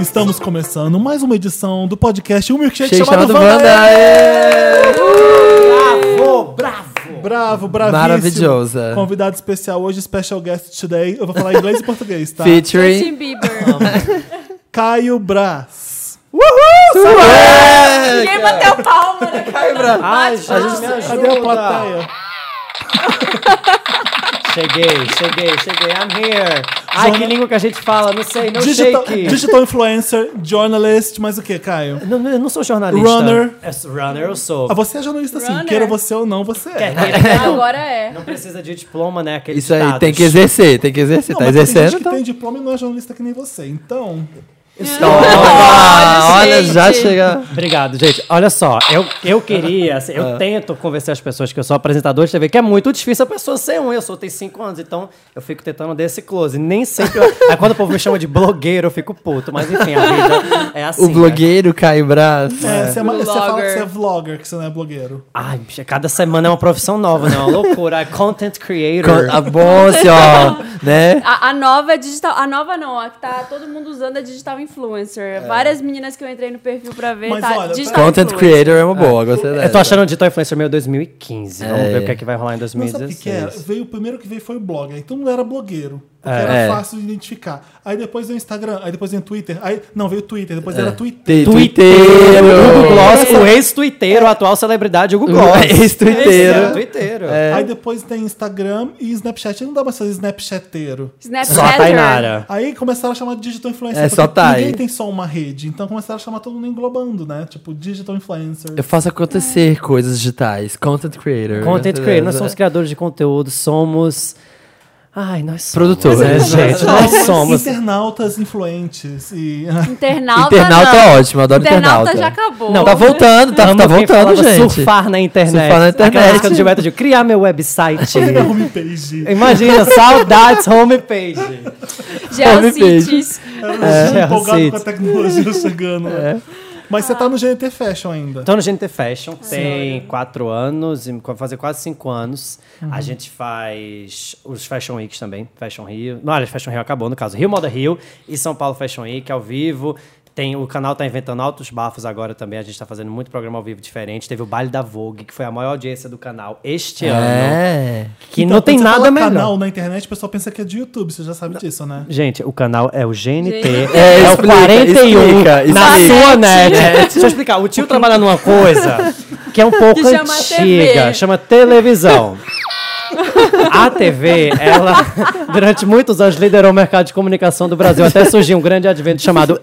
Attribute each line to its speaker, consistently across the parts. Speaker 1: Estamos começando mais uma edição do podcast Um Milkshake
Speaker 2: Cheio
Speaker 1: chamado
Speaker 2: chamado
Speaker 1: Vanda. É,
Speaker 2: Wanda.
Speaker 3: Bravo, bravo.
Speaker 1: Bravo, bravíssimo.
Speaker 2: Maravilhosa.
Speaker 1: Convidado especial hoje, special guest today. Eu vou falar inglês e português, tá?
Speaker 2: Featuring.
Speaker 4: Justin Bieber.
Speaker 1: Caio Brás.
Speaker 4: Ninguém bateu palma, né, cara?
Speaker 3: Ai, gente, me
Speaker 1: Cadê a
Speaker 3: ajuda.
Speaker 1: plateia?
Speaker 3: Cheguei, cheguei, cheguei. I'm here. Ai,
Speaker 1: Jornal-
Speaker 3: que língua que a gente fala, não sei,
Speaker 2: É
Speaker 3: não
Speaker 1: Digital,
Speaker 3: shake.
Speaker 1: digital influencer, journalist, mais o que, Caio?
Speaker 3: Não, eu não sou jornalista.
Speaker 1: Runner.
Speaker 3: É, sou runner eu sou.
Speaker 1: Ah, você é jornalista sim,
Speaker 4: Runner.
Speaker 1: queira você ou não, você é.
Speaker 4: Agora é.
Speaker 3: Não precisa de diploma, né? Aquele
Speaker 2: Isso aí,
Speaker 3: ditado.
Speaker 2: tem que exercer, tem que exercer.
Speaker 1: Não,
Speaker 2: tá
Speaker 1: mas tem gente
Speaker 2: exercendo?
Speaker 1: que tem diploma e não é jornalista que nem você, então...
Speaker 2: Ah,
Speaker 4: Olha,
Speaker 2: olha,
Speaker 4: gente.
Speaker 2: já chega.
Speaker 3: Obrigado, gente. Olha só, eu, eu queria, assim,
Speaker 2: Ah.
Speaker 3: eu tento convencer as pessoas que eu sou apresentador de TV, que é muito difícil a pessoa ser um. Eu sou, tenho cinco anos, então eu fico tentando desse close. Nem sempre. eu- aí quando o povo me chama de blogueiro, eu fico puto. Mas enfim, a vida é assim.
Speaker 2: O
Speaker 3: né?
Speaker 2: blogueiro Caio Brás.
Speaker 1: É, você, é uma- você fala que
Speaker 4: Vlogger.
Speaker 1: você é vlogger, que você não é blogueiro.
Speaker 3: Ai, bicha, cada semana é uma profissão nova, né? Uma loucura. É Content creator.
Speaker 2: Com- A bom, assim, ó, né?
Speaker 4: A, a nova é digital. A nova não, a que tá todo mundo usando é digital
Speaker 2: É.
Speaker 4: influencer. Várias meninas que eu entrei no perfil pra ver.
Speaker 1: Mas
Speaker 4: tá
Speaker 1: olha,
Speaker 4: digital
Speaker 2: Content
Speaker 4: influencer.
Speaker 2: creator é uma boa, gostei dessa.
Speaker 3: Eu tô achando o Digital Influencer meio 2015. Vamos
Speaker 2: É.
Speaker 3: ver o que é que vai rolar em
Speaker 1: Não sabe o que, que é? era?
Speaker 3: 2016.
Speaker 1: Veio, o primeiro que veio foi o blog, aí todo mundo era blogueiro. Porque
Speaker 3: É.
Speaker 1: era
Speaker 2: É.
Speaker 1: fácil de identificar. Aí depois veio o Instagram, aí depois veio o Twitter. Aí, não, veio o Twitter, depois
Speaker 2: É.
Speaker 1: era Twitter.
Speaker 2: Tem
Speaker 3: Tuiteiro. Hugo
Speaker 2: Tuiteiro.
Speaker 3: Gloss, o ex-tuiteiro, a atual celebridade Hugo Gloss. é
Speaker 2: Ex-tuiteiro.
Speaker 3: Tuiteiro.
Speaker 2: É.
Speaker 1: Aí depois tem Instagram e Snapchat. Aí não dá mais fazer Snapchateiro.
Speaker 4: Snapchat.
Speaker 3: Só a Tainara.
Speaker 1: Aí começaram a chamar de digital influencer.
Speaker 2: É,
Speaker 1: porque
Speaker 2: só tá
Speaker 1: Ninguém
Speaker 2: aí.
Speaker 1: tem só uma rede. Então começaram a chamar todo mundo englobando, né? Tipo, digital influencer.
Speaker 2: Eu faço acontecer coisas digitais. Content creator.
Speaker 3: Content creator. Nós somos criadores de conteúdo, somos. Ai, nós somos.
Speaker 2: Produtores.
Speaker 3: né, gente? Nós somos.
Speaker 1: Internautas influentes. E...
Speaker 4: Internauta.
Speaker 2: Internauta
Speaker 4: não.
Speaker 2: é ótimo, eu adoro internauta.
Speaker 4: Internauta já acabou.
Speaker 2: Não, tá voltando, tá, tá
Speaker 3: Amo quem
Speaker 2: voltando,
Speaker 3: falava
Speaker 2: gente.
Speaker 3: Surfar na internet.
Speaker 2: Surfar na internet.
Speaker 3: Aquela época do Gilberto Gil. Criar meu website.
Speaker 1: Chega na homepage.
Speaker 3: Imagina, saudades homepage.
Speaker 4: Geocities.
Speaker 2: É,
Speaker 1: Eu empolgado
Speaker 3: Cid.
Speaker 1: com a tecnologia chegando. né? Mas você tá no GNT Fashion ainda.
Speaker 3: Então no GNT Fashion
Speaker 1: Ah,
Speaker 3: tem quatro anos, e vai fazer quase cinco anos.
Speaker 1: Uhum.
Speaker 3: A gente faz os Fashion Weeks também, Fashion Rio. Não, olha, Fashion Rio acabou, no caso. Rio Moda Rio e São Paulo Fashion Week ao vivo. Tem, o canal tá inventando altos bafos agora também. A gente tá fazendo muito programa ao vivo diferente. Teve o baile da Vogue, que foi a maior audiência do canal este ano.
Speaker 2: É.
Speaker 3: Que
Speaker 1: Então,
Speaker 3: não tem
Speaker 1: quando você
Speaker 3: nada
Speaker 1: fala
Speaker 3: melhor.
Speaker 1: canal na internet, o pessoal pensa que é de YouTube, você já sabe disso, né?
Speaker 3: Gente, o canal é o GNT.
Speaker 4: Gente.
Speaker 2: É,
Speaker 3: É, o
Speaker 2: explica,
Speaker 3: 41
Speaker 2: explica,
Speaker 3: na
Speaker 2: explica.
Speaker 3: sua net. É, Deixa eu explicar. O tio trabalha numa coisa que é um pouco
Speaker 4: Que chama
Speaker 3: antiga,
Speaker 4: TV.
Speaker 3: chama televisão. A TV, ela, durante muitos anos, liderou o mercado de comunicação do Brasil até surgir um grande advento chamado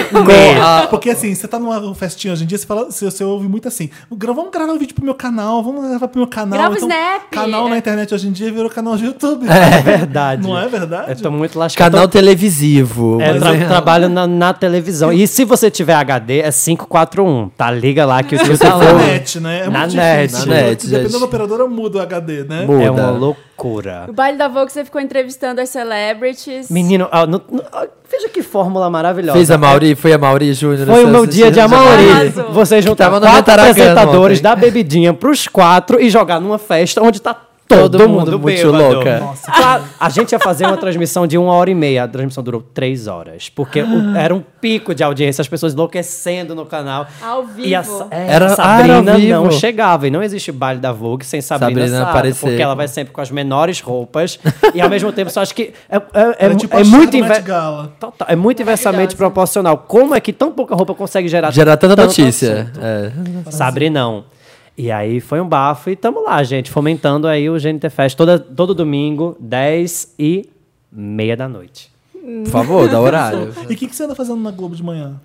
Speaker 3: internet.
Speaker 2: Ah,
Speaker 1: Porque assim, você tá numa festinha hoje em dia, você, fala, você, você ouve muito assim: "Gra- vamos gravar um vídeo pro meu canal, vamos gravar pro meu canal. Então,
Speaker 4: Grava o Snap. É.
Speaker 1: Canal na internet hoje em dia virou canal de YouTube.
Speaker 3: É verdade.
Speaker 1: Não é verdade?
Speaker 3: Eu tô muito lascado.
Speaker 2: Canal televisivo.
Speaker 3: É, tra trabalho na, na televisão. E se você tiver HD, é 541, tá? Liga lá que o tio
Speaker 1: Na
Speaker 3: falou.
Speaker 1: net, né? É
Speaker 3: Na
Speaker 1: muito
Speaker 3: net.
Speaker 1: difícil.
Speaker 2: Na net,
Speaker 1: Dependendo
Speaker 2: gente.
Speaker 1: da operadora, muda o HD, né?
Speaker 2: Muda.
Speaker 3: É uma loucura.
Speaker 4: O baile da Vogue, você ficou entrevistando as celebrities.
Speaker 3: Menino, ah, no- no- ah, veja que fórmula maravilhosa. É,
Speaker 2: Fez a Mauri, foi a Mauri Júnior.
Speaker 3: Foi o meu dia de Amauri.
Speaker 4: Arrasou.
Speaker 3: Você juntar
Speaker 2: tava no
Speaker 3: quatro
Speaker 2: Maracanã
Speaker 3: apresentadores
Speaker 2: ontem.
Speaker 3: da bebidinha pros quatro e jogar numa festa onde tá todo,
Speaker 2: Todo
Speaker 3: mundo,
Speaker 2: mundo É. muito
Speaker 3: bêbado.
Speaker 2: louca.
Speaker 1: Nossa.
Speaker 3: Claro, a gente ia fazer uma transmissão de uma hora e meia. A transmissão durou três horas. Porque
Speaker 1: Ah.
Speaker 3: o- era um pico de audiência, as pessoas enlouquecendo no canal.
Speaker 4: Ao
Speaker 3: E a,
Speaker 4: vivo.
Speaker 3: Sa- é,
Speaker 2: Era-
Speaker 3: a
Speaker 2: ah, era ao
Speaker 3: Sabrina não
Speaker 2: vivo.
Speaker 3: chegava. E não existe baile da Vogue sem Sabrina,
Speaker 2: Sabrina
Speaker 3: Sato,
Speaker 2: aparecer.
Speaker 3: Porque ela vai sempre com as menores roupas. e ao mesmo tempo, só acho que é, é- é-
Speaker 1: Era tipo
Speaker 3: é
Speaker 1: a Chica
Speaker 3: muito
Speaker 1: do Met
Speaker 3: inve-
Speaker 1: Gala.
Speaker 3: Total, é muito inversamente proporcional. Como é que tão pouca roupa consegue gerar,
Speaker 2: Gerar tanta
Speaker 3: tanto
Speaker 2: notícia.
Speaker 3: assunto?
Speaker 2: É.
Speaker 3: Sabre não. E aí foi um bafo e tamo lá, gente, fomentando aí o GNT Fest toda, todo domingo, 10 e meia da noite.
Speaker 2: Por favor, dá horário.
Speaker 1: E o que, que você anda fazendo na Globo de manhã?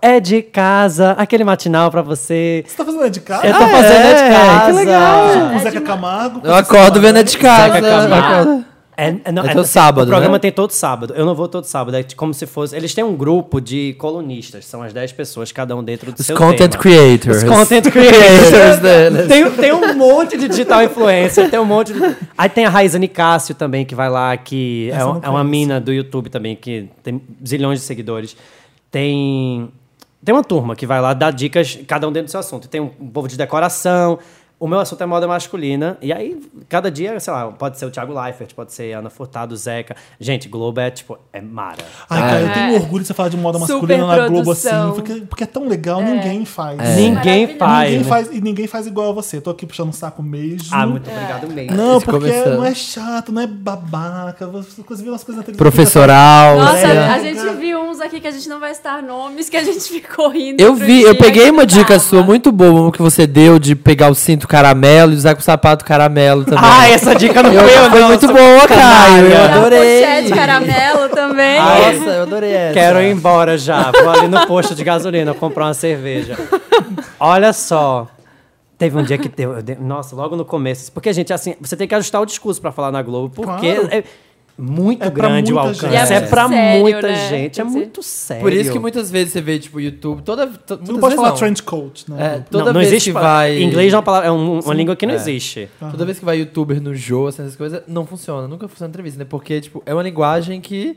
Speaker 3: É de casa, aquele matinal pra você.
Speaker 1: Você tá fazendo é de casa?
Speaker 3: Eu tô
Speaker 1: Ah,
Speaker 3: fazendo é, de
Speaker 2: é?
Speaker 3: casa.
Speaker 2: Que legal.
Speaker 4: Ah,
Speaker 1: com
Speaker 4: é
Speaker 1: o Zeca Camargo.
Speaker 2: Eu acordo vendo é de casa.
Speaker 3: Zeca Camargo.
Speaker 2: acordo.
Speaker 3: É, é, não,
Speaker 2: É
Speaker 3: é-
Speaker 2: todo sábado,
Speaker 3: O programa
Speaker 2: né?
Speaker 3: tem todo sábado. Eu não vou todo sábado. É como se fosse. Eles têm um grupo de colunistas. São as 10 pessoas, cada um dentro do
Speaker 2: Os
Speaker 3: seu
Speaker 2: content
Speaker 3: tema.
Speaker 2: creators.
Speaker 3: Os content
Speaker 2: creators
Speaker 3: creators.
Speaker 2: deles.
Speaker 3: tem, tem um monte de digital influencer, tem um monte de... Aí tem a Raíza Nicásio também, que vai lá, que é,
Speaker 1: Essa eu
Speaker 3: um-
Speaker 1: não
Speaker 3: é uma
Speaker 1: conheço.
Speaker 3: mina do YouTube também, que tem zilhões de seguidores. Tem... Tem uma turma que vai lá dar dicas, cada um dentro do seu assunto. Tem um, um povo de decoração, O meu assunto é moda masculina. E aí, cada dia, sei lá, pode ser o Thiago Leifert, pode ser Ana Furtado, Zeca. Gente, Globo é tipo, é mara.
Speaker 1: Ai, cara,
Speaker 4: É.
Speaker 1: eu tenho orgulho de você falar de moda
Speaker 4: Super
Speaker 1: masculina na Globo assim,
Speaker 4: produção.
Speaker 1: porque, porque é tão legal, ninguém faz.
Speaker 3: É.
Speaker 4: Maravilhoso.
Speaker 3: Ninguém faz.
Speaker 1: Ninguém
Speaker 3: né?
Speaker 1: faz. E ninguém faz igual a você. Tô aqui puxando um saco mesmo.
Speaker 3: Ah, muito obrigado mesmo.
Speaker 1: Não,
Speaker 2: Esse
Speaker 1: porque
Speaker 2: começando.
Speaker 1: não é chato, não é babaca. Você você vê umas coisas na televisão.
Speaker 2: Professoral.
Speaker 4: Nossa,
Speaker 2: assim,
Speaker 1: é.
Speaker 4: a gente viu uns aqui que a gente não vai citar nomes, que a gente ficou rindo.
Speaker 2: Eu
Speaker 4: outro
Speaker 2: vi,
Speaker 4: dia,
Speaker 2: eu peguei
Speaker 4: que
Speaker 2: uma dica
Speaker 4: tava.
Speaker 2: sua muito boa, uma que você deu de pegar o cinto caramelo e usar com o sapato caramelo também.
Speaker 3: Ah, essa dica não
Speaker 2: Eu-
Speaker 3: foi eu,
Speaker 2: foi
Speaker 3: não,
Speaker 2: muito
Speaker 3: sou
Speaker 2: boa, Caio. Eu
Speaker 4: Da
Speaker 2: adorei.
Speaker 4: pochete caramelo também.
Speaker 2: Nossa, eu adorei essa.
Speaker 3: Quero ir embora já. Vou ali no posto de gasolina comprar uma cerveja. Olha só. Teve um dia que deu. eu dei- Nossa, logo no começo. Porque, gente, assim, você tem que ajustar o discurso pra falar na Globo, porque
Speaker 1: Claro.
Speaker 3: é muito
Speaker 1: É pra
Speaker 3: grande o
Speaker 1: muita
Speaker 3: alcance.
Speaker 1: gente.
Speaker 3: É,
Speaker 1: E é muito
Speaker 3: pra
Speaker 4: sério,
Speaker 3: muita
Speaker 4: né?
Speaker 3: gente. É
Speaker 4: Quer dizer,
Speaker 3: muito sério.
Speaker 2: Por isso que muitas vezes você vê, tipo, YouTube, toda. to-
Speaker 1: Você não
Speaker 2: muitas
Speaker 1: pode
Speaker 2: vezes
Speaker 1: falar
Speaker 2: não.
Speaker 1: trench coat,
Speaker 2: É,
Speaker 1: né?
Speaker 2: toda
Speaker 3: não, não
Speaker 2: vez
Speaker 3: existe
Speaker 2: que
Speaker 3: pa-
Speaker 2: vai.
Speaker 3: Inglês é uma, palavra, é um- uma língua que não existe.
Speaker 2: Toda vez que vai youtuber no jogo, assim, essas coisas, não funciona. Nunca funciona entrevista, né? Porque, tipo, é uma linguagem que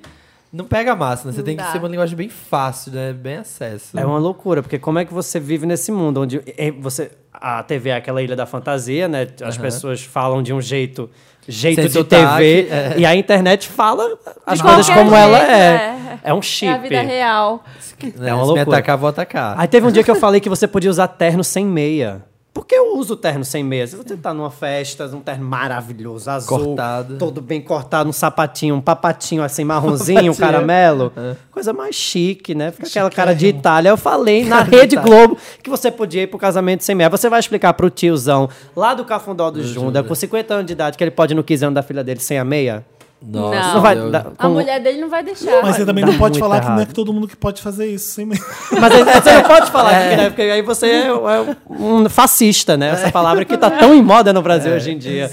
Speaker 2: não pega massa, né? Você
Speaker 4: Não
Speaker 2: tem que
Speaker 4: dá.
Speaker 2: ser uma linguagem bem fácil, né? Bem acesso.
Speaker 3: É uma loucura, porque como é que você vive nesse mundo onde é, você a TV é aquela ilha da fantasia, né? As pessoas falam de um jeito, jeito
Speaker 2: Sem
Speaker 3: de
Speaker 2: sotaque,
Speaker 3: TV,
Speaker 2: é.
Speaker 3: e a internet fala as
Speaker 4: De
Speaker 3: coisas
Speaker 4: qualquer
Speaker 3: como ela
Speaker 4: jeito,
Speaker 3: é. é. um
Speaker 4: É
Speaker 3: chip.
Speaker 4: a vida real.
Speaker 2: né?
Speaker 3: é uma
Speaker 2: Se me
Speaker 3: loucura.
Speaker 2: atacar, vou atacar.
Speaker 3: Aí teve um dia que eu falei que você podia usar terno sem meia. Por que eu uso terno sem meia? Se você tá numa festa, um terno maravilhoso, azul,
Speaker 2: Cortado.
Speaker 3: todo bem cortado, um sapatinho, um papatinho assim, marronzinho,
Speaker 2: Papatinho. é.
Speaker 3: caramelo, coisa mais chique, né? Fica aquela cara de Itália. Eu falei na Rede Globo que você podia ir pro casamento sem meia. Você vai explicar pro tiozão lá do Cafundó do Junda, com 50 anos de idade, que ele pode ir no 15 anos da filha dele sem a meia?
Speaker 2: Nossa,
Speaker 4: Não.
Speaker 3: Isso vai
Speaker 2: eu-
Speaker 3: dar-
Speaker 4: A
Speaker 3: com-
Speaker 4: mulher dele não vai deixar.
Speaker 1: Mas você também
Speaker 3: dá
Speaker 1: não pode
Speaker 3: muito
Speaker 1: falar que não é
Speaker 3: errado.
Speaker 1: que todo mundo que pode fazer isso. Sem medo.
Speaker 3: Mas aí você não pode falar, né? Porque aí você é, é um fascista, né? Essa palavra que tá tão em moda no Brasil hoje em dia.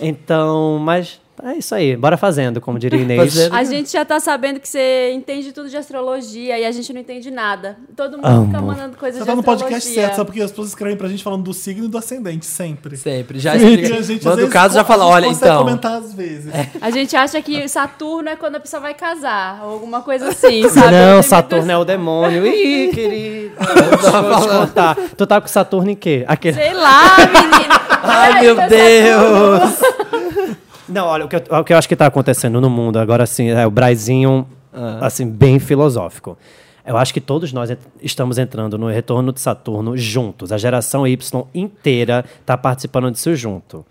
Speaker 3: Então, mas é isso aí. Bora fazendo, como diria Inês.
Speaker 2: Fazendo.
Speaker 4: A gente já tá sabendo que você entende tudo de astrologia e a gente não entende nada. Todo mundo fica
Speaker 3: Amo.
Speaker 4: mandando coisas
Speaker 1: Você
Speaker 4: de
Speaker 1: tá no
Speaker 4: astrologia.
Speaker 1: podcast certo, sabe? Porque as pessoas escrevem pra gente falando do signo e do ascendente, sempre.
Speaker 2: Sempre. Já
Speaker 1: E
Speaker 2: explica.
Speaker 1: a gente, às
Speaker 2: Manda o
Speaker 1: vezes,
Speaker 2: caso já
Speaker 1: co-
Speaker 2: fala,
Speaker 1: a gente
Speaker 2: olha,
Speaker 1: consegue
Speaker 2: então.
Speaker 1: comentar às vezes.
Speaker 4: A gente acha que Saturno é quando a pessoa vai casar, ou alguma coisa assim, sabe? Tem
Speaker 3: Ah, Não,
Speaker 4: muitas-
Speaker 3: Saturno é o demônio. Ih, querido. Vou te contar. Tu tá com Saturno em quê? Aquele...
Speaker 4: Sei lá, menino.
Speaker 2: Ai, tá meu
Speaker 4: Saturno.
Speaker 2: Deus!
Speaker 3: Não, olha, o que, eu, o que eu acho que tá acontecendo no mundo agora, assim, é o Braizinho,
Speaker 2: Ah.
Speaker 3: assim, bem filosófico. Eu acho que todos nós ent- estamos entrando no retorno de Saturno juntos. A geração Y inteira tá participando disso junto.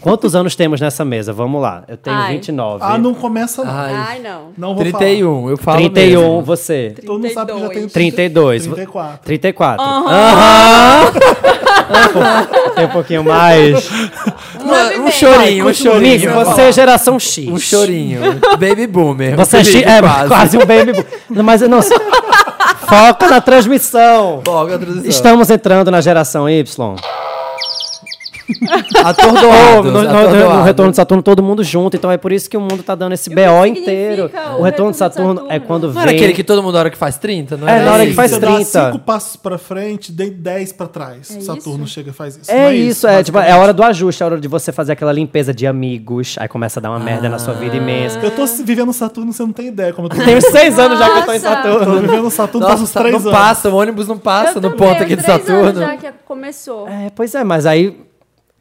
Speaker 3: Quantos anos temos nessa mesa? Vamos lá. Eu tenho
Speaker 4: Ai.
Speaker 3: 29.
Speaker 1: Ah, não começa não.
Speaker 2: Ai.
Speaker 4: Ai, não.
Speaker 1: Não vou falar.
Speaker 2: 31, eu falo.
Speaker 3: 31,
Speaker 2: mesmo.
Speaker 3: você.
Speaker 1: Todo mundo sabe que já tem
Speaker 3: 32.
Speaker 1: 34.
Speaker 3: 34. Tem um pouquinho mais.
Speaker 2: Um, um chorinho, um chorinho.
Speaker 3: Amigo,
Speaker 2: eu
Speaker 3: você
Speaker 2: falo.
Speaker 3: é geração X.
Speaker 2: Um chorinho. Baby boomer.
Speaker 3: Você é,
Speaker 2: Um
Speaker 3: chi-
Speaker 2: filho,
Speaker 3: é quase. um baby boom. Não, Mas não. se- Foca na transmissão.
Speaker 2: Logo a tradução.
Speaker 3: Estamos entrando na geração Y.
Speaker 2: Atordoados,
Speaker 3: no, no-
Speaker 2: atordoados.
Speaker 3: no retorno de Saturno, todo mundo junto. Então é por isso que o mundo tá dando esse
Speaker 4: o que
Speaker 3: BO
Speaker 4: significa
Speaker 3: inteiro.
Speaker 4: o
Speaker 3: O retorno de Saturno, é
Speaker 4: Saturno?
Speaker 3: quando
Speaker 2: Não
Speaker 3: vem.
Speaker 2: era aquele que todo mundo, na hora que faz 30, não
Speaker 3: É,
Speaker 2: era
Speaker 3: na hora que
Speaker 2: esse?
Speaker 3: faz
Speaker 1: Você
Speaker 3: 30.
Speaker 1: dá cinco passos pra frente, dei 10 pra trás.
Speaker 4: É
Speaker 1: Saturno chega e faz isso. Não
Speaker 3: É isso, é, tipo, é a
Speaker 1: basicamente?
Speaker 3: hora do ajuste, é a hora de você fazer aquela limpeza de amigos. Aí começa a dar uma merda na sua
Speaker 4: Ah.
Speaker 3: vida imensa.
Speaker 1: Eu tô se- vivendo Saturno, você não tem ideia como eu tô
Speaker 3: Eu tenho seis anos já que eu tô em
Speaker 4: Nossa.
Speaker 1: Eu
Speaker 3: Saturno.
Speaker 1: tô vivendo Saturno faz
Speaker 2: Nossa,
Speaker 1: uns 3
Speaker 2: não
Speaker 1: anos.
Speaker 2: passa, o ônibus não passa
Speaker 4: Eu
Speaker 2: no
Speaker 4: também,
Speaker 2: ponto aqui de
Speaker 4: três anos
Speaker 2: Saturno.
Speaker 4: já que começou.
Speaker 3: É, pois é, mas aí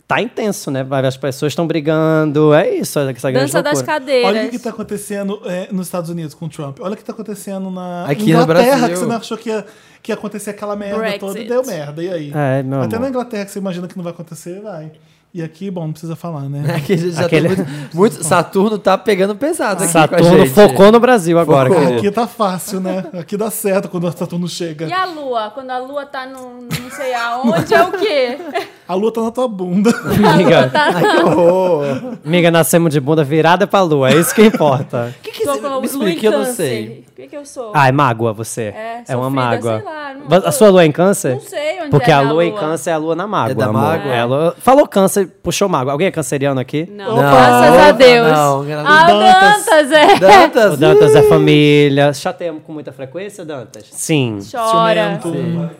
Speaker 3: tá intenso, né? Vai ver, As pessoas estão brigando, é isso, essa grande
Speaker 4: Dança das
Speaker 3: loucura.
Speaker 4: cadeiras.
Speaker 1: Olha o que tá está acontecendo é, nos Estados Unidos com o Trump. Olha o que está acontecendo na
Speaker 2: Aqui no
Speaker 1: Inglaterra,
Speaker 2: Brasil.
Speaker 1: que você não achou que ia, que ia acontecer aquela merda
Speaker 4: Brexit.
Speaker 1: toda e deu merda. E aí?
Speaker 3: É, meu
Speaker 1: Até
Speaker 3: amor.
Speaker 1: na Inglaterra, que você imagina que não vai acontecer, vai. E aqui, bom, não precisa falar, né?
Speaker 2: Aqui a gente já
Speaker 3: Aquele-
Speaker 2: tá muito, muito- Saturno tá pegando pesado aqui com a
Speaker 3: Saturno
Speaker 2: gente.
Speaker 3: focou no Brasil agora,
Speaker 2: Focou.
Speaker 3: querido.
Speaker 1: Aqui tá fácil, né? Aqui dá certo quando o Saturno chega.
Speaker 4: E a lua? Quando a lua tá no não sei aonde, é o quê?
Speaker 1: A lua tá na tua bunda.
Speaker 3: Amiga,
Speaker 4: tá,
Speaker 2: Que horror.
Speaker 3: amiga, nascemos de bunda virada pra lua, é isso que importa.
Speaker 2: O que que
Speaker 4: Tô
Speaker 2: você-
Speaker 4: com lua
Speaker 2: Me explica,
Speaker 4: em
Speaker 2: eu não
Speaker 4: câncer.
Speaker 2: sei.
Speaker 4: O que, que eu sou?
Speaker 3: Ah, é mágoa você.
Speaker 4: É,
Speaker 3: uma
Speaker 4: sofrida,
Speaker 3: mágoa.
Speaker 4: sei lá, não-
Speaker 3: Mas a sua lua é em câncer?
Speaker 4: Não sei onde
Speaker 3: Porque
Speaker 4: é
Speaker 3: a
Speaker 4: minha
Speaker 3: lua em
Speaker 4: lua.
Speaker 3: câncer é a lua na mágoa.
Speaker 2: É da
Speaker 3: amor.
Speaker 2: mágoa?
Speaker 3: É, a lua- Falou câncer, puxou mágoa. Alguém é canceriano aqui?
Speaker 4: Não.
Speaker 2: Não,
Speaker 4: Graças a Deus.
Speaker 2: não, graças-
Speaker 4: ah, o
Speaker 1: Dantas.
Speaker 4: Dantas, é.
Speaker 3: O
Speaker 2: Dantas?
Speaker 3: Dantas é família. Chateamos com muita frequência, Dantas? Sim.
Speaker 4: Chora.
Speaker 1: Ciumento.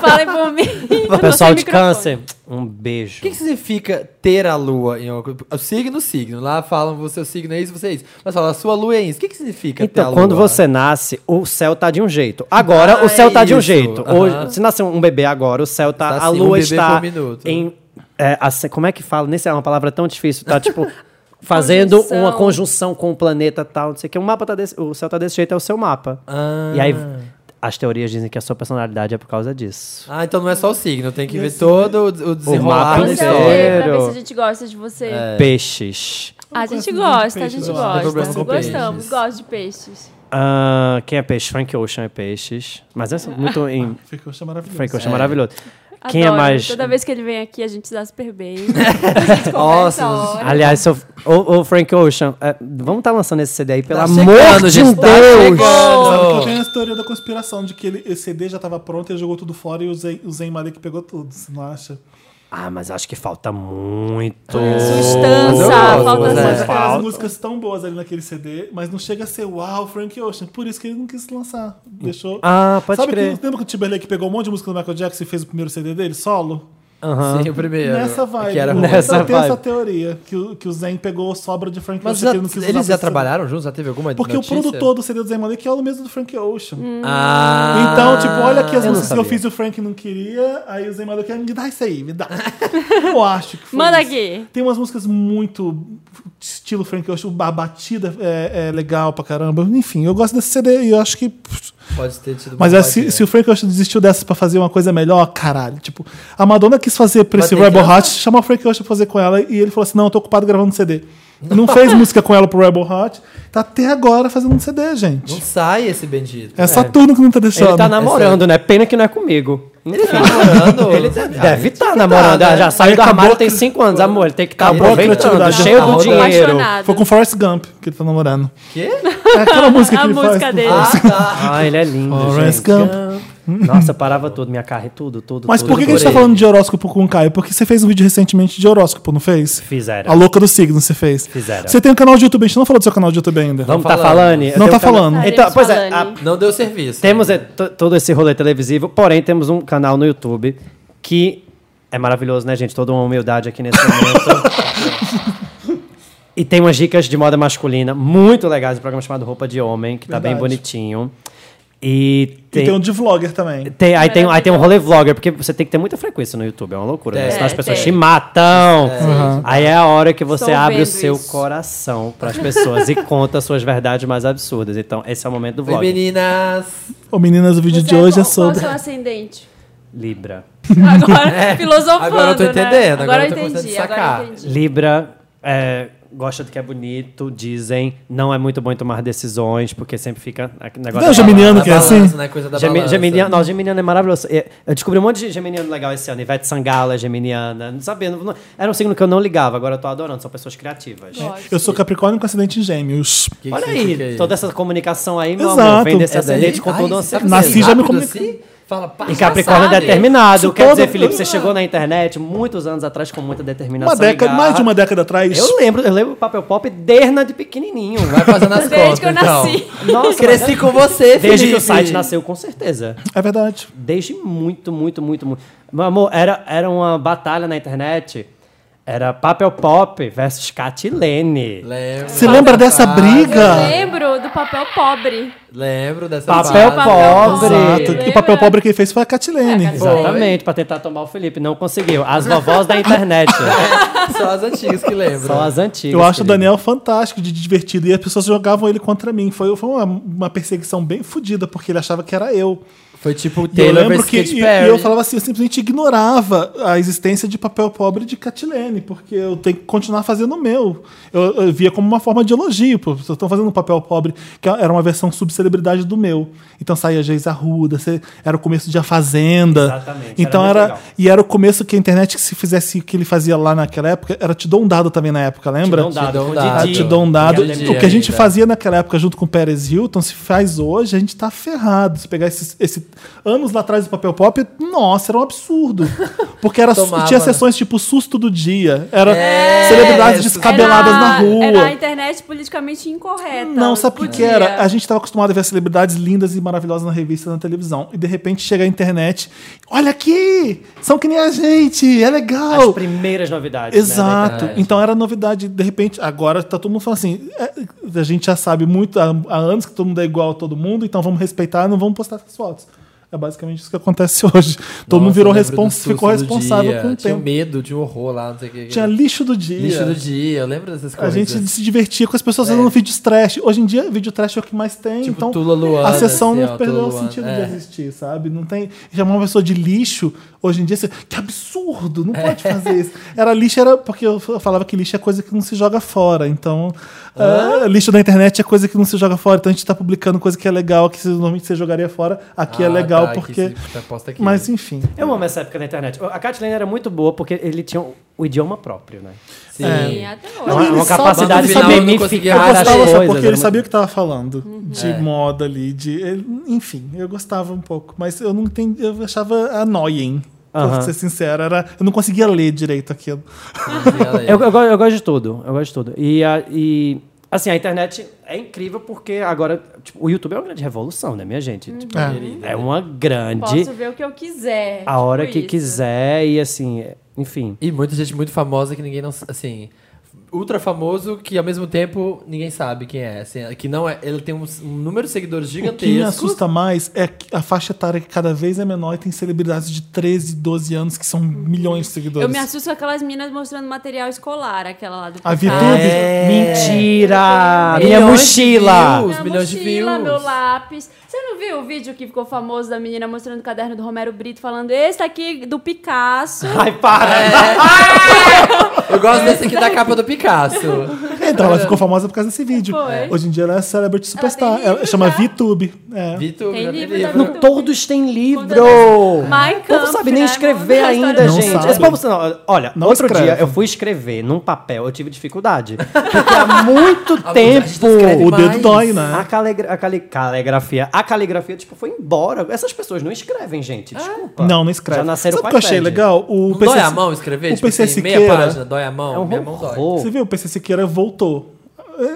Speaker 4: Falem por mim. eu não
Speaker 3: Pessoal
Speaker 4: tenho microfone.
Speaker 3: de câncer, um beijo.
Speaker 2: O que, que significa ter a lua em alguma coisa? O signo, signo. Lá falam, você o signo é isso, você é isso. Mas fala, a sua lua é isso. O que, que significa ter a
Speaker 3: Então,
Speaker 2: lua?
Speaker 3: quando você nasce, o céu tá de um jeito. Agora,
Speaker 2: Ah,
Speaker 3: o céu tá de um
Speaker 2: isso.
Speaker 3: jeito.
Speaker 2: Aham.
Speaker 3: Hoje, se nascer um bebê agora, o céu tá.
Speaker 2: Tá
Speaker 3: a
Speaker 2: assim, um
Speaker 3: lua
Speaker 2: bebê
Speaker 3: está.
Speaker 2: por minuto.
Speaker 3: Em, é, assim, como é que fala? Nem sei, é uma palavra tão difícil. Tá tipo. Fazendo
Speaker 4: Conjunção.
Speaker 3: uma conjunção com o planeta tal, não sei o que. O mapa tá desse, o céu tá desse jeito, é o seu mapa.
Speaker 2: Ah.
Speaker 3: E aí, as teorias dizem que a sua personalidade é por causa disso.
Speaker 2: Ah, então não é só o signo. Tem que ver todo o- o
Speaker 3: mapa
Speaker 2: desenrolar da
Speaker 4: Vamos ser o
Speaker 3: Sério?
Speaker 2: história.
Speaker 4: quê? pra ver se a gente gosta de você.
Speaker 2: É.
Speaker 3: É. Peixes.
Speaker 4: Ah, a gente
Speaker 1: Eu não gosto
Speaker 4: gosta, a
Speaker 1: muito de
Speaker 4: gente
Speaker 1: peixe, não. Não
Speaker 2: tem problema
Speaker 4: gosta.
Speaker 2: com peixes.
Speaker 4: Gostamos, gosto de peixes.
Speaker 3: Ah, quem é peixe? Frank Ocean é peixes. Mas é muito em.
Speaker 1: Ficou maravilhoso.
Speaker 3: Frank Ocean é
Speaker 2: É.
Speaker 3: maravilhoso. Quem é
Speaker 4: Adoro.
Speaker 3: mais-
Speaker 4: Toda vez que ele vem aqui, a gente se dá super bem. A gente
Speaker 2: Nossa,
Speaker 4: conversa horas.
Speaker 3: Aliás, seu, ô, ô, Frank Ocean, é, vamos estar lançando esse CD aí, pelo
Speaker 2: Tá
Speaker 3: amor
Speaker 2: chegando,
Speaker 3: de
Speaker 2: gente, tá
Speaker 3: Deus!
Speaker 2: chegando.
Speaker 1: Sabe que eu
Speaker 2: Oh.
Speaker 1: tenho essa teoria da conspiração de que ele, esse CD já tava pronto, ele jogou tudo fora e o Zen, o Zen Malek pegou tudo, você não acha?
Speaker 3: ah, mas acho que falta muito.
Speaker 2: É.
Speaker 1: É.
Speaker 4: Sustância,
Speaker 2: Adoro. Mas é.
Speaker 4: falta
Speaker 1: Mas
Speaker 4: sustância.
Speaker 1: aquelas
Speaker 3: Falta.
Speaker 1: músicas tão boas ali naquele CD, mas não chega a ser uau, Frank Ocean. Por isso que ele não quis lançar. Deixou.
Speaker 3: Ah, pode
Speaker 1: Sabe
Speaker 3: crer.
Speaker 1: Que, lembra que o Timberlake pegou um monte de música do Michael Jackson e fez o primeiro CD dele, solo?
Speaker 2: Sim, o primeiro.
Speaker 1: Nessa vibe.
Speaker 2: É, Que era
Speaker 1: Então
Speaker 2: ruim.
Speaker 3: Nessa
Speaker 1: tem essa
Speaker 3: vibe.
Speaker 1: teoria que o, que o Zen pegou sobra de Frank
Speaker 2: Mas
Speaker 1: Ocean.
Speaker 2: já-
Speaker 1: que ele não quis usar
Speaker 2: eles já
Speaker 1: pra-
Speaker 2: trabalharam juntos? Já teve alguma
Speaker 1: Porque
Speaker 2: notícia?
Speaker 1: o produtor do CD do Zen Malek é o mesmo do Frank Ocean.
Speaker 2: Ah.
Speaker 1: Então, tipo, olha aqui as
Speaker 3: eu não
Speaker 1: músicas que eu
Speaker 3: sabia.
Speaker 1: fiz e o Frank não queria, aí o Zé Mario quer, me dá isso aí, me dá. eu acho que foi
Speaker 4: Manda
Speaker 1: isso.
Speaker 4: aqui.
Speaker 1: Tem umas músicas muito estilo Frank Ocean, a batida é, é legal pra caramba. Enfim, eu gosto desse CD e eu acho que...
Speaker 2: Pode ter tido
Speaker 1: Mas
Speaker 2: uma né?
Speaker 1: é, se,
Speaker 2: batida.
Speaker 1: se o Frank Ocean desistiu dessas pra fazer uma coisa melhor, caralho. Tipo, a Madonna quis fazer pra esse
Speaker 2: Bater
Speaker 1: Rebel
Speaker 2: criança?
Speaker 1: Heart, chamou o Frank Ocean pra fazer com ela e ele falou assim, não, eu tô ocupado gravando CD. Não fez música com ela pro Rebel Heart, tá até agora fazendo um CD,
Speaker 2: Não
Speaker 1: gente.
Speaker 2: sai esse bendito.
Speaker 1: É Saturno que não tá deixando.
Speaker 3: Ele tá namorando, né? Pena que não é comigo.
Speaker 2: Ele tá namorando. ele
Speaker 1: Ah,
Speaker 2: tá...
Speaker 3: Deve estar namorando.
Speaker 2: né?
Speaker 3: Já saiu do
Speaker 1: Acabou
Speaker 3: armário
Speaker 1: a
Speaker 3: tem cinco anos, amor. Ele tem que estar
Speaker 2: Acabou a
Speaker 3: aproveitando,
Speaker 1: criatividade.
Speaker 3: cheio
Speaker 2: Tá
Speaker 3: do
Speaker 2: rodando.
Speaker 3: dinheiro.
Speaker 4: Apaixonado.
Speaker 1: Foi com Forrest Gump que ele tá namorando.
Speaker 2: Quê?
Speaker 1: É aquela música que
Speaker 4: A
Speaker 1: ele faz.
Speaker 4: música
Speaker 1: com
Speaker 4: dele.
Speaker 1: Forrest-
Speaker 2: Ah, tá.
Speaker 3: Ah, ele é lindo,
Speaker 1: Forrest
Speaker 3: gente.
Speaker 1: Gump.
Speaker 3: Nossa, parava tudo, minha carreira, tudo, tudo,
Speaker 1: Mas
Speaker 3: tudo.
Speaker 1: por que, que a gente tá
Speaker 2: adorei.
Speaker 1: falando de horóscopo com o Caio? Porque você fez um vídeo recentemente de horóscopo, não fez?
Speaker 3: Fizeram.
Speaker 1: A louca do signo você fez.
Speaker 3: Fizeram.
Speaker 1: Você tem um canal de YouTube, a gente não falou do seu canal de YouTube ainda.
Speaker 3: Vamos tá
Speaker 2: falando.
Speaker 3: falando? Eu
Speaker 1: Não
Speaker 3: tenho
Speaker 1: tá
Speaker 3: um canal-
Speaker 1: falando.
Speaker 3: Então, pois é, a-
Speaker 4: Falando.
Speaker 2: Não deu serviço.
Speaker 3: Temos é, to- todo esse rolê televisivo, porém temos um canal no YouTube que é maravilhoso, né, gente? Toda uma humildade aqui nesse momento. e tem umas dicas de moda masculina muito legais, um programa chamado Roupa de Homem, que tá bem
Speaker 1: Verdade.
Speaker 3: bonitinho. E
Speaker 1: E
Speaker 3: tem,
Speaker 1: tem um de vlogger também.
Speaker 3: tem- aí, tem, aí tem um rolê vlogger, porque você tem que ter muita frequência no YouTube, é uma loucura, né?
Speaker 2: É,
Speaker 3: Senão as pessoas
Speaker 4: tem.
Speaker 3: te matam. Aí é a hora que você
Speaker 4: Estou
Speaker 3: abre o
Speaker 4: vendo
Speaker 3: seu
Speaker 4: isso.
Speaker 3: coração pras pessoas e conta as suas verdades mais absurdas. Então, esse é o momento do
Speaker 2: Oi,
Speaker 3: vlog.
Speaker 2: meninas.
Speaker 1: Ô, meninas, o vídeo
Speaker 4: Você
Speaker 1: de hoje é
Speaker 4: qual- Qual o
Speaker 1: sobre.
Speaker 4: seu ascendente?
Speaker 3: Libra.
Speaker 4: Agora,
Speaker 2: É,
Speaker 4: filosofando,
Speaker 2: agora eu tô
Speaker 4: né?
Speaker 2: entendendo, agora
Speaker 4: Agora
Speaker 2: eu tô
Speaker 4: eu entendi,
Speaker 2: conseguindo
Speaker 4: agora
Speaker 2: sacar.
Speaker 4: eu entendi.
Speaker 3: Libra é, gosta do que é bonito, dizem. Não é muito bom em tomar decisões, porque sempre fica aquele negócio.
Speaker 1: Não,
Speaker 3: da
Speaker 1: geminiano
Speaker 2: Da
Speaker 1: que é assim?
Speaker 2: balança, né? Coisa da
Speaker 3: Gemi-
Speaker 2: balança.
Speaker 3: Geminiano, não, Geminiano é maravilhoso. É, Eu descobri um monte de Geminiano legal esse ano. Ivete Sangala, é Geminiana. Não sabia. não- não- era um signo que eu não ligava, agora eu tô adorando. São pessoas criativas.
Speaker 1: Eu sou Capricórnio com acidente em Gêmeos.
Speaker 2: Que que é
Speaker 3: Olha
Speaker 2: significa
Speaker 3: aí, toda essa comunicação aí, meu
Speaker 1: Exato.
Speaker 3: amor, vem desse
Speaker 1: É
Speaker 3: ascendente com todo o
Speaker 2: certeza.
Speaker 1: Nasci já me comunica-
Speaker 2: Assim? Fala, pá,
Speaker 3: E
Speaker 2: já
Speaker 3: Capricórnio é
Speaker 2: sabe.
Speaker 3: determinado.
Speaker 1: Isso
Speaker 3: Quer dizer,
Speaker 1: todo-
Speaker 3: Felipe, você chegou na internet muitos anos atrás com muita determinação.
Speaker 1: Uma
Speaker 3: e
Speaker 1: década, mais
Speaker 3: garra.
Speaker 1: de uma década atrás.
Speaker 3: Eu lembro, eu lembro o papel pop desde de pequenininho. né?
Speaker 2: Vai fazendo as
Speaker 4: Desde
Speaker 2: contas,
Speaker 4: que eu
Speaker 2: então.
Speaker 4: nasci.
Speaker 3: Nossa,
Speaker 2: Cresci com você, Felipe.
Speaker 3: Desde que o site nasceu, com certeza.
Speaker 1: É verdade.
Speaker 3: Desde muito, muito, muito, muito. Meu amor, era, era uma batalha na internet. Era Papel Pop versus Catilene.
Speaker 2: Lembro.
Speaker 1: Você lembra dessa
Speaker 3: então.
Speaker 1: briga?
Speaker 4: Eu lembro do papel pobre.
Speaker 2: Lembro dessa
Speaker 3: Papel
Speaker 2: fase.
Speaker 3: pobre.
Speaker 1: Exato. E o papel
Speaker 4: Lembra?
Speaker 1: pobre que ele fez foi a Catilene.
Speaker 4: É,
Speaker 3: Exatamente, pra tentar tomar o Felipe. Não conseguiu. As vovós da internet.
Speaker 2: Só as antigas que lembram.
Speaker 3: São as antigas.
Speaker 1: Eu acho o
Speaker 3: querido.
Speaker 1: Daniel fantástico de divertido. E as pessoas jogavam ele contra mim. Foi, foi uma, uma perseguição bem fodida, porque ele achava que era eu.
Speaker 2: Foi tipo
Speaker 1: E eu
Speaker 2: Taylor
Speaker 1: lembro
Speaker 2: versus
Speaker 1: que
Speaker 2: Katy
Speaker 1: e,
Speaker 2: Perry.
Speaker 1: e eu falava assim, eu simplesmente ignorava a existência de papel pobre de Catilene, porque eu tenho que continuar fazendo o meu. Eu, eu via como uma forma de elogio, pô, vocês estão fazendo um papel pobre, que era uma versão subcelebridade do meu. Então saía Geis Arruda, você- era o começo de A Fazenda.
Speaker 3: Exatamente,
Speaker 1: Então
Speaker 3: era muito
Speaker 1: era,
Speaker 3: legal.
Speaker 1: e era o começo que a internet se fizesse o que ele fazia lá naquela época, era te dou um dado também na época, lembra?
Speaker 3: Te dou um
Speaker 2: Te
Speaker 3: dado.
Speaker 2: dou um
Speaker 3: com
Speaker 2: dado.
Speaker 1: Ah,
Speaker 3: Didi.
Speaker 1: te dou um dado.
Speaker 2: Didi
Speaker 1: o que a gente
Speaker 2: ainda.
Speaker 1: fazia naquela época junto com o Pérez Hilton, se faz hoje, a gente tá ferrado. Se pegar esse, esse anos lá atrás do papel pop, nossa, era um absurdo. Porque era,
Speaker 2: Tomava,
Speaker 1: tinha
Speaker 2: né?
Speaker 1: sessões tipo susto do dia. Era
Speaker 2: É,
Speaker 1: celebridades
Speaker 2: isso.
Speaker 1: descabeladas
Speaker 4: Era-
Speaker 1: na rua.
Speaker 4: Era a internet politicamente incorreta.
Speaker 1: Não, sabe o que que
Speaker 4: Podia.
Speaker 1: era? A gente estava acostumado a ver celebridades lindas e maravilhosas na revista e na televisão. E de repente chega a internet. Olha aqui! São que nem a gente! É legal!
Speaker 3: As primeiras
Speaker 2: É
Speaker 3: novidades. né, da
Speaker 1: Exato.
Speaker 2: internet.
Speaker 1: então era novidade. De repente, agora tá todo mundo falando assim: é, a gente já sabe muito há, há anos que todo mundo é igual a todo mundo, então vamos respeitar, não vamos postar essas fotos. É basicamente isso que acontece hoje. Todo mundo
Speaker 2: Nossa,
Speaker 1: virou
Speaker 2: eu lembro do
Speaker 1: respons
Speaker 2: susto
Speaker 1: ficou
Speaker 2: do
Speaker 1: responsável
Speaker 2: dia.
Speaker 1: com o
Speaker 2: Tinha
Speaker 1: tempo.
Speaker 2: medo, tinha horror lá, não sei o que.
Speaker 1: Tinha lixo do dia.
Speaker 2: lixo do dia, eu lembro dessas
Speaker 1: A
Speaker 2: coisas.
Speaker 1: gente se divertia com as pessoas
Speaker 2: É.
Speaker 1: fazendo vídeos trash. Hoje em dia, vídeo trash é o que mais tem.
Speaker 2: Tipo,
Speaker 1: então,
Speaker 2: Tula Luana,
Speaker 1: a sessão
Speaker 2: assim, ó,
Speaker 1: não
Speaker 2: Tula
Speaker 1: perdeu o
Speaker 2: Luana,
Speaker 1: sentido
Speaker 2: é.
Speaker 1: de existir, sabe? Não tem. Chamar uma pessoa de lixo, hoje em dia, você, que absurdo, não pode
Speaker 2: É.
Speaker 1: fazer isso. Era lixo, era. Porque eu f- eu falava que lixo é coisa que não se joga fora. Então, ah, lixo da internet é coisa que não se joga fora. Então, a gente tá publicando coisa que é legal, que normalmente você jogaria fora. Aqui é
Speaker 2: Ah,
Speaker 1: legal,
Speaker 2: tá, aqui é.
Speaker 1: porque.
Speaker 2: se posta aqui.
Speaker 1: Mas, enfim.
Speaker 3: Eu amo essa época da internet. A Catlin era muito boa porque ele tinha o idioma próprio, né?
Speaker 2: Sim.
Speaker 1: é.
Speaker 4: Sim, até
Speaker 1: Não,
Speaker 4: hoje.
Speaker 1: ele
Speaker 3: uma
Speaker 1: sabe-
Speaker 3: capacidade
Speaker 1: ele
Speaker 3: de
Speaker 1: sabe-
Speaker 2: ele não conseguia
Speaker 3: memificar
Speaker 2: Cara,
Speaker 1: Eu
Speaker 3: as
Speaker 2: achei
Speaker 1: gostava só
Speaker 3: coisas.
Speaker 1: porque
Speaker 3: era
Speaker 1: ele sabia o
Speaker 3: muito- Uhum.
Speaker 1: que tava falando. De
Speaker 2: É.
Speaker 1: moda ali, de. ele- Enfim, eu gostava um pouco. Mas eu não entendi. Eu achava annoying. Pra
Speaker 3: Aham.
Speaker 1: ser sincero, era, eu não conseguia ler direito aquilo.
Speaker 4: É.
Speaker 2: é.
Speaker 3: Eu, eu go- eu gosto de tudo, eu gosto de tudo. E, a- e, assim, a internet é incrível porque agora tipo, o YouTube é uma grande revolução, né, minha gente? Tipo,
Speaker 1: É.
Speaker 3: é uma grande...
Speaker 4: Uhum. Posso ver o que eu quiser.
Speaker 3: A hora
Speaker 4: tipo
Speaker 3: que
Speaker 4: isso.
Speaker 3: quiser e assim, é- enfim...
Speaker 2: E muita gente muito famosa que ninguém não. Assim. Ultra famoso que ao mesmo tempo ninguém sabe quem é. assim, que não é. Ele tem um, s- um número de seguidores
Speaker 1: O que me
Speaker 2: gigantesco.
Speaker 1: assusta mais é que a faixa etária que cada vez é menor e tem celebridades de 13, 12 anos que são milhões de seguidores.
Speaker 4: Eu me assusto com aquelas minas mostrando material escolar, aquela lá do
Speaker 1: A
Speaker 3: Ah,
Speaker 4: Vitube.
Speaker 1: VTube?
Speaker 3: é.
Speaker 4: um
Speaker 3: Mentira! Minha
Speaker 2: Milhões de
Speaker 3: mochila!
Speaker 2: views. Os milhões de
Speaker 4: mochila,
Speaker 2: views.
Speaker 4: meu lápis. Você não viu o vídeo que ficou famoso da menina mostrando o caderno do Romero Brito falando esse aqui do Picasso?
Speaker 3: Ai, para!
Speaker 4: É.
Speaker 2: Eu
Speaker 1: é
Speaker 2: gosto desse aqui da capa do Picasso.
Speaker 1: Então, ela ficou famosa por causa desse vídeo.
Speaker 4: É, Foi.
Speaker 1: Hoje em dia ela é celebrity superstar.
Speaker 4: livro
Speaker 1: Ela, chama
Speaker 4: já.
Speaker 1: VTube. É.
Speaker 2: Vitor,
Speaker 4: Tem
Speaker 2: já
Speaker 4: livro
Speaker 2: teve.
Speaker 4: da Vitube.
Speaker 3: Todos têm livro!
Speaker 1: Ah,
Speaker 4: My
Speaker 3: O povo
Speaker 4: Camp,
Speaker 3: sabe nem
Speaker 4: né?
Speaker 3: escrever
Speaker 4: Manda a história
Speaker 3: ainda,
Speaker 4: do
Speaker 1: Não
Speaker 3: gente.
Speaker 1: sabe.
Speaker 3: Esse povo, não, olha,
Speaker 1: Não
Speaker 3: outro
Speaker 1: escreve.
Speaker 3: dia eu fui escrever num papel, eu tive dificuldade. Porque há muito
Speaker 2: A gente não escreve
Speaker 3: tempo.
Speaker 1: O dedo
Speaker 2: mais.
Speaker 1: dói, né?
Speaker 3: A, caligra a cali- caligrafia, a caligrafia, tipo, foi embora. Essas pessoas não escrevem, gente. Desculpa.
Speaker 1: Ah. Não, não escreve.
Speaker 3: Já nasceram
Speaker 1: Sabe o
Speaker 3: com
Speaker 1: que eu achei
Speaker 3: iPad.
Speaker 1: legal? O
Speaker 2: Não dói a mão escrever?
Speaker 1: o
Speaker 2: tipo
Speaker 1: PC
Speaker 2: assim, meia
Speaker 1: Siqueira-
Speaker 2: página, dói a mão.
Speaker 3: É um
Speaker 2: minha mão dói.
Speaker 3: horror.
Speaker 1: Você viu? O PC Siqueira voltou.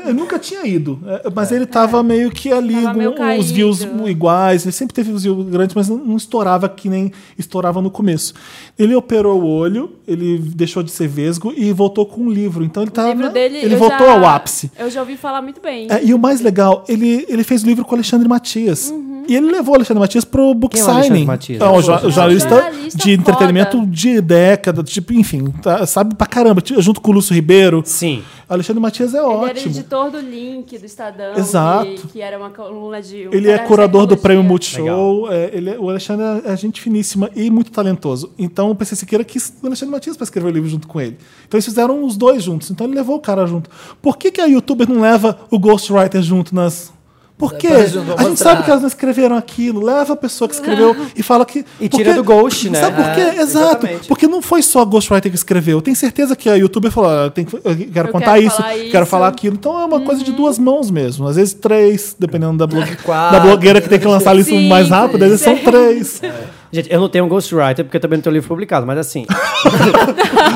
Speaker 1: Eu nunca tinha ido, é, mas ele tava meio que ali,
Speaker 4: Tava
Speaker 1: no-
Speaker 4: meio
Speaker 1: os
Speaker 4: caído.
Speaker 1: views iguais, ele sempre teve os views grandes, mas não, não estourava que nem estourava no começo. Ele operou o olho, ele deixou de ser vesgo e voltou com um livro. Então ele
Speaker 4: O
Speaker 1: tava.
Speaker 4: livro
Speaker 1: na-
Speaker 4: dele,
Speaker 1: ele
Speaker 4: eu
Speaker 1: voltou
Speaker 4: já-
Speaker 1: ao ápice.
Speaker 4: Eu já ouvi falar muito bem.
Speaker 1: É, e o mais legal, ele, ele fez o livro com o Alexandre Matias.
Speaker 4: Uhum.
Speaker 1: E ele levou o Alexandre Matias pro book
Speaker 3: Quem é o
Speaker 1: signing.
Speaker 3: Alexandre Matias?
Speaker 1: É um jo-
Speaker 3: Jornalista.
Speaker 1: jornalista,
Speaker 4: Jornalista
Speaker 1: de entretenimento
Speaker 4: foda.
Speaker 1: de década, tipo, enfim, tá- sabe pra caramba, tipo, junto com o Lúcio Ribeiro.
Speaker 3: Sim.
Speaker 1: Alexandre Matias é
Speaker 4: Ele era
Speaker 1: ótimo.
Speaker 4: editor do Link, do Estadão.
Speaker 1: Exato.
Speaker 4: Que, que era uma coluna de... um
Speaker 1: Ele é
Speaker 4: cara de
Speaker 1: curador do
Speaker 4: tecnologia.
Speaker 1: Prêmio Multishow. é, ele é- o Alexandre é gente finíssima e muito talentoso. Então o PC Siqueira quis o Alexandre Matias para escrever o livro junto com ele. Então eles fizeram os dois juntos. Então ele levou o cara junto. Por que, que a youtuber não leva o Ghostwriter junto nas. Por quê?
Speaker 2: pra junto,
Speaker 1: A gente
Speaker 2: mostrar.
Speaker 1: sabe que elas não escreveram aquilo. Leva a pessoa que escreveu e fala que.
Speaker 3: E
Speaker 1: porque-
Speaker 3: tira do Ghost, né?
Speaker 1: Sabe por quê?
Speaker 3: É,
Speaker 1: Exato.
Speaker 3: exatamente.
Speaker 1: Porque não foi só Ghostwriter que escreveu. Eu tenho certeza que a youtuber falou: "Ah, tem que- eu quero
Speaker 4: Eu
Speaker 1: contar
Speaker 4: quero
Speaker 1: isso,
Speaker 4: falar
Speaker 1: quero
Speaker 4: isso.
Speaker 1: falar aquilo. Então é uma coisa
Speaker 4: Uhum.
Speaker 1: de duas mãos mesmo. Às vezes três, dependendo da, blog-
Speaker 2: Quatro.
Speaker 1: da blogueira que tem que lançar a lista
Speaker 4: Cinco,
Speaker 1: mais rápido, às vezes são
Speaker 4: seis.
Speaker 1: três.
Speaker 3: Gente, eu não tenho um ghostwriter porque eu também não tenho livro publicado, mas assim.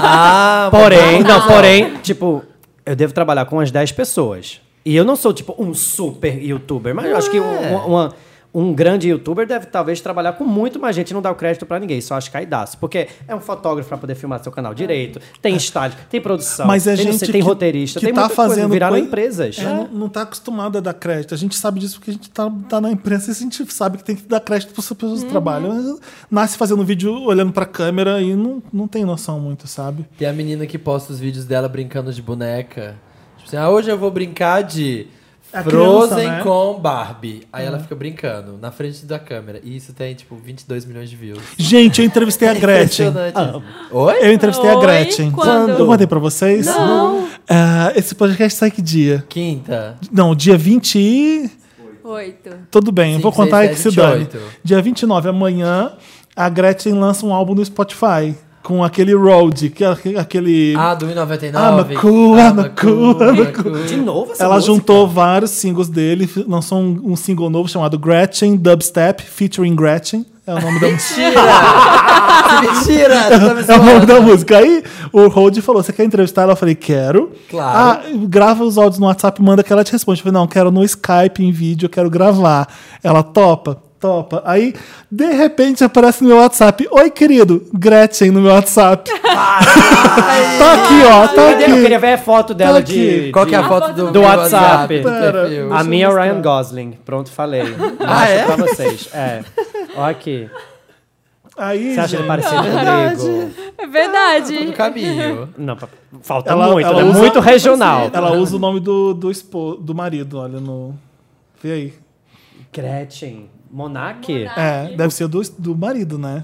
Speaker 2: Ah,
Speaker 3: Porém, não, porém, tipo, eu devo trabalhar com umas 10 pessoas. E eu não sou, tipo, um super youtuber, mas eu acho que um, uma- uma- um grande youtuber deve talvez trabalhar com muito mais gente e não dar o crédito pra ninguém, só acho caidaço. Porque é um fotógrafo pra poder filmar seu canal direito, tem style, tem
Speaker 4: Tá.
Speaker 3: produção,
Speaker 1: Mas é
Speaker 3: tem, não
Speaker 1: gente
Speaker 3: sei, tem
Speaker 1: que-
Speaker 3: roteirista,
Speaker 1: que
Speaker 3: tem
Speaker 1: tá
Speaker 3: muita
Speaker 1: fazendo
Speaker 3: coisa, viraram
Speaker 1: coisa-
Speaker 3: empresas.
Speaker 1: É, Não, não tá acostumada a dar crédito. A gente sabe disso porque a gente tá, tá na imprensa e a gente sabe que tem que dar crédito para as pessoas que
Speaker 4: Uhum.
Speaker 1: trabalham. Mas Nasce fazendo vídeo olhando pra câmera e não, não tem noção muito, sabe?
Speaker 2: Tem a menina que posta os vídeos dela brincando de boneca. Tipo assim, ah, hoje eu vou brincar de
Speaker 1: A
Speaker 2: Frozen
Speaker 1: criança, né?
Speaker 2: com Barbie. Aí ela fica brincando na frente da câmera. E isso tem, tipo, 22 milhões de views.
Speaker 1: Gente, eu entrevistei a Gretchen.
Speaker 2: Impressionante. Oi?
Speaker 1: Eu entrevistei a
Speaker 4: Oi?
Speaker 1: Gretchen.
Speaker 4: Quando?
Speaker 1: Eu contei pra vocês.
Speaker 4: Não.
Speaker 1: Ah, esse podcast sai que dia?
Speaker 2: Quinta.
Speaker 1: Não, dia 20 e.
Speaker 4: Oito.
Speaker 1: Tudo bem, eu vou
Speaker 2: Cinco,
Speaker 1: contar aí que
Speaker 2: seis,
Speaker 1: se
Speaker 2: sete,
Speaker 1: dane.
Speaker 2: oito.
Speaker 1: Dia 29, amanhã, a Gretchen lança um álbum no Spotify. com aquele Road, que é aquele.
Speaker 2: Ah, do 99.
Speaker 1: I'm a cool,
Speaker 2: Ah,
Speaker 1: I'm a cool, I'm a
Speaker 3: De novo essa
Speaker 1: Ela
Speaker 3: música?
Speaker 1: juntou vários singles dele, f- lançou um, um single novo chamado Gretchen Dubstep, featuring Gretchen. É o nome da música.
Speaker 2: Mentira! Mentira! Tu tá me
Speaker 1: É o nome
Speaker 2: zoando.
Speaker 1: da música. Aí o Hold falou: Você quer entrevistar ela? Eu falei: Quero.
Speaker 2: Claro.
Speaker 1: Ah, grava os áudios no WhatsApp, manda que ela te responde. Eu falei: Não, quero no Skype, em vídeo, eu quero gravar. Ela topa, topa. Aí, de repente, aparece no meu WhatsApp: Oi, querido, Gretchen no meu WhatsApp. tá aqui, ó, tá
Speaker 3: Eu queria
Speaker 1: aqui.
Speaker 3: ver a foto dela
Speaker 1: Tá aqui.
Speaker 3: de.
Speaker 2: Qual que é
Speaker 3: de-
Speaker 2: a foto do,
Speaker 4: Do
Speaker 3: WhatsApp.
Speaker 2: do perfil?
Speaker 1: Pera.
Speaker 3: A minha é o Ryan Gosling. Pronto, falei. Ah,
Speaker 2: é?
Speaker 3: Pra vocês. É. Olha aqui.
Speaker 1: Aí,
Speaker 3: Você acha ele
Speaker 1: gente,
Speaker 3: parecido comigo?
Speaker 4: É verdade.
Speaker 2: No
Speaker 3: tá
Speaker 2: caminho.
Speaker 3: Não, pa- falta
Speaker 1: Ela-
Speaker 3: muito.
Speaker 1: ela
Speaker 3: é
Speaker 1: usa-
Speaker 3: muito regional.
Speaker 1: ela usa o nome do, do, espo, do marido, olha, no. Vê aí.
Speaker 3: Gretchen. Monark?
Speaker 1: É, deve ser do, do marido, né?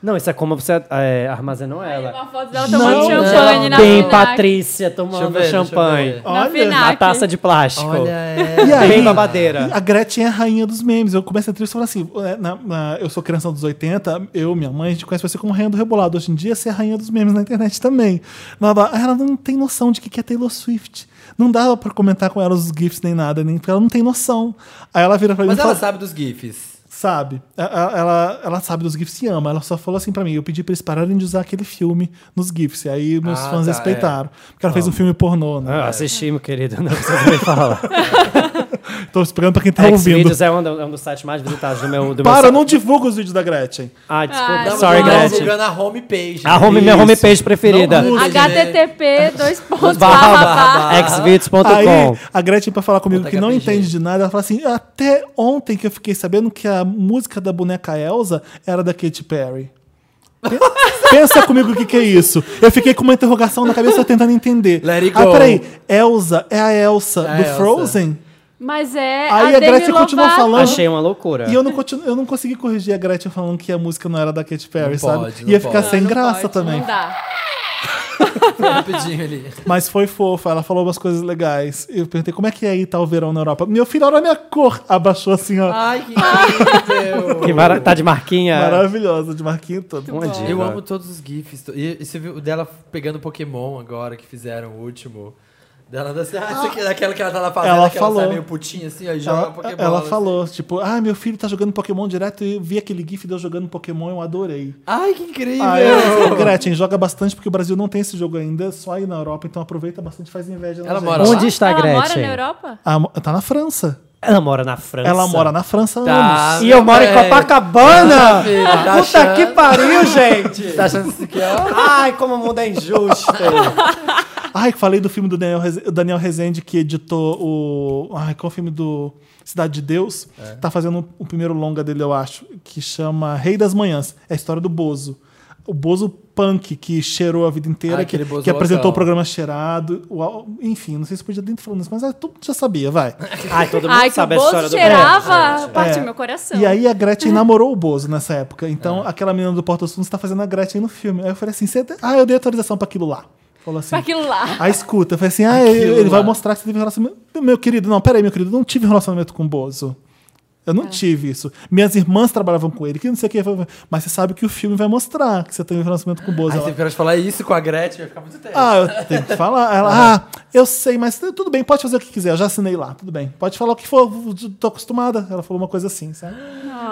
Speaker 3: Não, isso é como você é, armazenou ela.
Speaker 4: Uma foto dela
Speaker 1: Não,
Speaker 4: tomando
Speaker 1: não.
Speaker 4: champanhe na
Speaker 3: Tem
Speaker 4: FNAC.
Speaker 3: Patrícia
Speaker 2: Deixa eu
Speaker 3: tomando
Speaker 2: ver, deixa eu
Speaker 3: champanhe.
Speaker 2: ver.
Speaker 4: Na
Speaker 1: Olha,
Speaker 4: FNAC.
Speaker 3: Na taça de plástico.
Speaker 2: Olha, é.
Speaker 1: E aí,
Speaker 3: Bem babadeira.
Speaker 1: A Gretchen é a rainha dos memes. Eu começo a entrevista e falo assim: é, na- na- eu sou criança dos 80, eu, minha mãe, a gente conhece você como rainha do rebolado. Hoje em dia, você é a rainha dos memes na internet também. Ela, fala, "Ah, ela não tem noção de que que é Taylor Swift. Não dá pra comentar com ela os GIFs nem nada, nem porque ela não tem noção. Aí ela vira pra mim
Speaker 2: Mas
Speaker 1: e
Speaker 2: ela
Speaker 1: fala,
Speaker 2: sabe dos GIFs.
Speaker 1: sabe, A- a- ela, ela sabe dos GIFs e ama. Ela só falou assim pra mim: eu pedi pra eles pararem de usar aquele filme nos GIFs. E aí meus
Speaker 2: Ah,
Speaker 1: fãs
Speaker 2: tá,
Speaker 1: respeitaram. Porque ela fez um filme pornô, né?
Speaker 3: Ah, assisti, meu querido. Não precisa nem falar.
Speaker 1: Tô esperando pra quem tá ouvindo.
Speaker 3: Xvideos é um, do- é um dos sites mais visitados do meu... Do meu
Speaker 1: Para,
Speaker 3: site.
Speaker 1: não divulga os vídeos da Gretchen.
Speaker 3: Ah, desculpa.
Speaker 4: Ai,
Speaker 3: Sorry,
Speaker 4: não.
Speaker 3: Gretchen.
Speaker 2: a né? homepage.
Speaker 3: A home, minha homepage preferida.
Speaker 2: Não,
Speaker 4: HTTP, dois pontos, barra,
Speaker 3: Barra,
Speaker 4: barra.
Speaker 3: barra,
Speaker 1: Aí
Speaker 3: xvideos.com.
Speaker 1: a Gretchen, pra falar comigo
Speaker 2: Puta
Speaker 1: que
Speaker 2: que é
Speaker 1: não
Speaker 2: RPG.
Speaker 1: entende de nada, ela fala assim: até ontem que eu fiquei sabendo que a música da boneca Elsa era da Katy Perry. Pe- Pensa comigo o que, que é isso. Eu fiquei com uma interrogação na cabeça tentando entender.
Speaker 2: Let it
Speaker 1: Ah,
Speaker 2: go.
Speaker 1: peraí, Elsa é a Elsa
Speaker 2: É a
Speaker 1: do
Speaker 2: Elsa.
Speaker 1: Frozen?
Speaker 4: Mas é.
Speaker 1: Aí a
Speaker 4: Demi
Speaker 1: Gretchen continua
Speaker 4: Lovato.
Speaker 1: falando.
Speaker 3: Achei uma
Speaker 2: É.
Speaker 3: loucura.
Speaker 1: E eu não, continu, eu não consegui corrigir a Gretchen falando que a música não era da Katy Perry,
Speaker 2: Não
Speaker 1: sabe?
Speaker 2: pode, não
Speaker 1: Ia ficar
Speaker 2: pode.
Speaker 1: sem
Speaker 4: Não
Speaker 1: graça
Speaker 4: pode,
Speaker 1: também.
Speaker 4: Não dá.
Speaker 2: Rapidinho ali.
Speaker 1: Mas foi fofa, ela falou umas coisas legais. Eu perguntei como é que é aí tá o verão na Europa. Meu filho, olha a minha cor! Abaixou assim, ó.
Speaker 2: Ai, que incrível.
Speaker 3: Que mara- Tá de marquinha.
Speaker 1: Maravilhosa, de Marquinho todo.
Speaker 2: um
Speaker 3: Uma Um diva.
Speaker 2: Eu amo todos os GIFs. E, e você viu o dela pegando Pokémon agora, que fizeram o último. Dela dando assim, ah, isso aqui é daquela que ela tá na fazenda,
Speaker 1: Ela
Speaker 2: que
Speaker 1: falou.
Speaker 2: ela sai meio putinha assim, aí joga
Speaker 1: Ela,
Speaker 2: Pokémon.
Speaker 1: ela
Speaker 2: assim.
Speaker 1: falou, tipo, ah, meu filho tá jogando Pokémon direto e eu vi aquele gif de eu jogando Pokémon, eu adorei.
Speaker 2: Ai, que incrível.
Speaker 1: Ah, eu, Gretchen, joga bastante porque o Brasil não tem esse jogo ainda, só aí na Europa, então aproveita bastante e faz inveja. na
Speaker 2: Ela
Speaker 1: gente.
Speaker 2: mora lá?
Speaker 3: Onde está a
Speaker 4: Ela mora
Speaker 3: Gretchen?
Speaker 4: na Europa?
Speaker 1: Ah, mo- tá na França.
Speaker 3: Ela mora na França.
Speaker 1: Ela mora na França há
Speaker 2: Tá.
Speaker 1: anos.
Speaker 3: E eu moro em Copacabana!
Speaker 2: Filha, tá
Speaker 3: Puta
Speaker 2: achando-
Speaker 3: que é pariu, gente!
Speaker 2: Tá achando isso
Speaker 3: é
Speaker 2: aqui, ó?
Speaker 3: Ai, como o mundo é injusto!
Speaker 1: Ai, que falei do filme do Daniel, Reze- Daniel Rezende que editou o. Ai, qual é o filme do Cidade de Deus?
Speaker 2: É.
Speaker 1: Tá fazendo o primeiro longa dele, eu acho, que chama Rei das Manhãs. É a história do Bozo. O Bozo punk que cheirou a vida inteira,
Speaker 2: Ah,
Speaker 1: que,
Speaker 2: aquele Bozo
Speaker 1: que apresentou
Speaker 2: loucão.
Speaker 1: o programa cheirado. o- enfim, não sei se podia dentro falando isso, mas é, todo mundo já sabia, vai.
Speaker 3: Ai, todo mundo
Speaker 4: Ai, que o
Speaker 3: sabe a história
Speaker 4: Bozo
Speaker 3: do
Speaker 4: cheirava, partiu
Speaker 1: É.
Speaker 4: meu coração.
Speaker 1: E aí a Gretchen namorou o Bozo nessa época. Então
Speaker 2: É.
Speaker 1: aquela menina do Porta dos Fundos tá fazendo a Gretchen no filme. Aí eu falei assim: "Cê tem- ah, eu dei autorização pra aquilo lá. Falou assim.
Speaker 4: Pra aquilo lá.
Speaker 1: A escuta. Eu falei assim: ah, ele,
Speaker 2: Aquilo
Speaker 1: ele vai
Speaker 2: lá.
Speaker 1: mostrar que você teve um relacionamento. Meu querido, não, peraí, meu querido, eu não tive relacionamento com o Bozo. Eu não tive isso. Minhas irmãs trabalhavam com ele, que não sei o que. Mas você sabe que o filme vai mostrar que você teve um relacionamento com o Bozo.
Speaker 2: Aí
Speaker 1: Ela,
Speaker 2: você para de falar isso com a Gretchen, vai ficar muito tempo.
Speaker 1: ah, eu tenho que falar. Ela, ah, eu sei, mas tudo bem, pode fazer o que quiser. Eu já assinei lá, tudo bem. Pode falar o que for, tô acostumada. Ela falou uma coisa assim, sabe?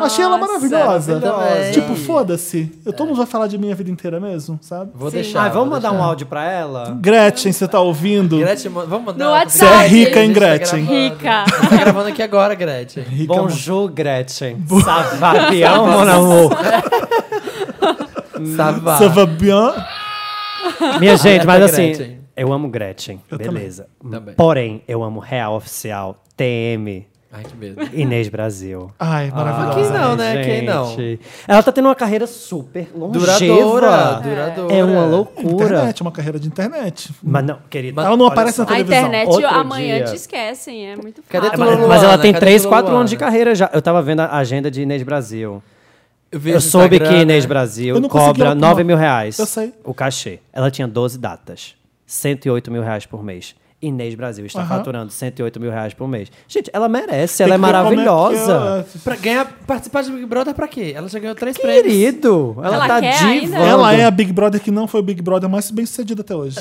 Speaker 1: Achei ela maravilhosa.
Speaker 2: maravilhosa.
Speaker 1: Tipo, foda-se. Eu- Todo mundo vai falar de mim a vida inteira mesmo, sabe?
Speaker 2: Vou
Speaker 4: Sim.
Speaker 2: deixar.
Speaker 3: Ai, vamos
Speaker 2: vou
Speaker 3: mandar
Speaker 2: deixar.
Speaker 3: um áudio pra ela?
Speaker 1: Gretchen, você tá ouvindo?
Speaker 2: Gretchen, ma- vamos mandar.
Speaker 4: No
Speaker 2: uma-
Speaker 4: WhatsApp. Você é rica,
Speaker 1: hein,
Speaker 2: A gente tá
Speaker 1: Gretchen?
Speaker 2: gravando.
Speaker 4: Rica.
Speaker 2: Você tá gravando aqui agora, Gretchen.
Speaker 1: Rica
Speaker 3: Bonjour, Gretchen. Savapião, mon amour.
Speaker 2: Savá.
Speaker 1: Ça va bien?
Speaker 3: Minha gente, mas
Speaker 2: Essa
Speaker 3: assim,
Speaker 2: tá Gretchen.
Speaker 3: eu amo Gretchen. beleza.
Speaker 2: Também.
Speaker 3: Porém, eu amo Real Oficial, TM,
Speaker 2: Ai, que medo.
Speaker 3: Inês Brasil.
Speaker 1: Ai, maravilhosa.
Speaker 2: quem não, né? Quem não?
Speaker 3: gente. Ela tá tendo uma carreira super longeva.
Speaker 2: Duradoura. Duradoura.
Speaker 3: É uma loucura.
Speaker 1: Internet, é uma carreira de internet.
Speaker 3: Mas não, querida.
Speaker 1: Ela não
Speaker 3: olha
Speaker 1: aparece
Speaker 3: só.
Speaker 1: na
Speaker 4: A
Speaker 1: televisão.
Speaker 4: internet
Speaker 3: Outro
Speaker 4: amanhã
Speaker 3: dia.
Speaker 4: te esquecem, é muito
Speaker 2: Cadê
Speaker 4: fácil.
Speaker 2: tua
Speaker 3: Mas,
Speaker 2: Luana,
Speaker 3: mas ela tem
Speaker 2: cadê
Speaker 3: 3,
Speaker 2: tua
Speaker 3: 4
Speaker 2: Luana?
Speaker 3: anos de carreira já. Eu tava vendo a agenda de Inês Brasil.
Speaker 2: vejo
Speaker 3: Eu soube
Speaker 2: Instagram,
Speaker 3: que Inês
Speaker 2: né?
Speaker 1: Eu
Speaker 3: Brasil
Speaker 1: não consegui
Speaker 3: cobra
Speaker 1: arrumar.
Speaker 3: 9 mil reais.
Speaker 1: Eu sei.
Speaker 3: O cachê. Ela tinha 12 datas. 108 mil reais por mês. Inês Brasil está
Speaker 1: Aham.
Speaker 3: faturando 108 mil reais por mês. Gente, ela merece, ela é
Speaker 1: Tem que ver como que
Speaker 3: maravilhosa.
Speaker 1: ela- é.
Speaker 2: Pra ganhar, participar de Big Brother pra quê? Ela já ganhou três prêmios.
Speaker 3: Querido, ela,
Speaker 4: Ela
Speaker 3: tá
Speaker 4: quer ainda?
Speaker 3: diva.
Speaker 1: Ela é a Big Brother que não foi o Big Brother é mais bem sucedida até hoje.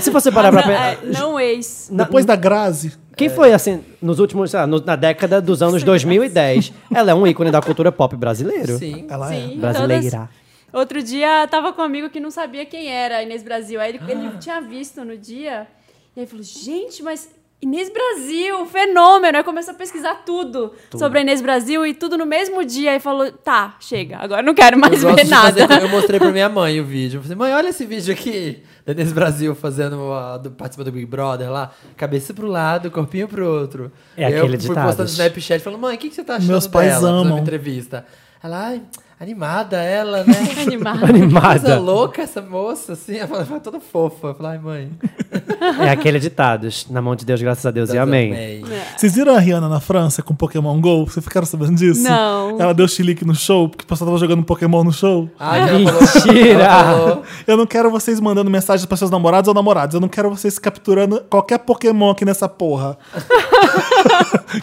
Speaker 3: Se você parar pra
Speaker 4: Ah,
Speaker 3: pensar.
Speaker 4: Não ex.
Speaker 3: Na-
Speaker 1: Depois da Grazi,
Speaker 3: Quem foi, assim, nos últimos, sei lá, no- na década dos anos 2010, ela é um ícone da cultura pop brasileiro.
Speaker 2: Sim.
Speaker 1: ela é.
Speaker 4: Sim,
Speaker 3: Brasileira.
Speaker 4: todas- Outro dia tava com um amigo que não sabia quem era Inês Brasil. Aí ele, ele tinha visto no dia. E aí falou: gente, mas Inês Brasil, fenômeno. Aí começou a pesquisar tudo, sobre a Inês Brasil e tudo no mesmo dia. Aí falou: tá, chega, agora não quero mais
Speaker 2: Eu gosto
Speaker 4: ver
Speaker 2: de
Speaker 4: nada.
Speaker 2: fazer co- eu mostrei pra minha mãe o vídeo. Eu falei, mãe, olha esse vídeo aqui. Da Inês Brasil fazendo a, do, participando do Big Brother lá. Cabeça pro lado, corpinho pro outro.
Speaker 3: É
Speaker 2: eu
Speaker 3: aquele
Speaker 2: fui
Speaker 3: ditado.
Speaker 2: postando no Snapchat falando, mãe, o que, que você tá achando
Speaker 1: Meus pais
Speaker 2: dela? Fazendo
Speaker 1: amam.
Speaker 2: entrevista. Ela, ai, animada ela, né?
Speaker 4: Animado.
Speaker 2: Coisa
Speaker 3: Animada.
Speaker 2: louca essa moça, assim. Ela fala, toda fofa. Eu falei, ai, mãe.
Speaker 3: É aquele ditados. Na mão de Deus, graças a Deus
Speaker 2: é
Speaker 3: e amém.
Speaker 1: é. Vocês viram a Rihanna na França com Pokémon GO? Vocês ficaram sabendo disso?
Speaker 4: Não.
Speaker 1: Ela deu chilique no show, porque o pessoal tava jogando Pokémon no show.
Speaker 2: Ai,
Speaker 3: Mentira!
Speaker 2: Ela falou,
Speaker 1: Eu não quero vocês mandando mensagens para seus namorados ou namoradas. Eu não quero vocês capturando qualquer Pokémon aqui nessa porra.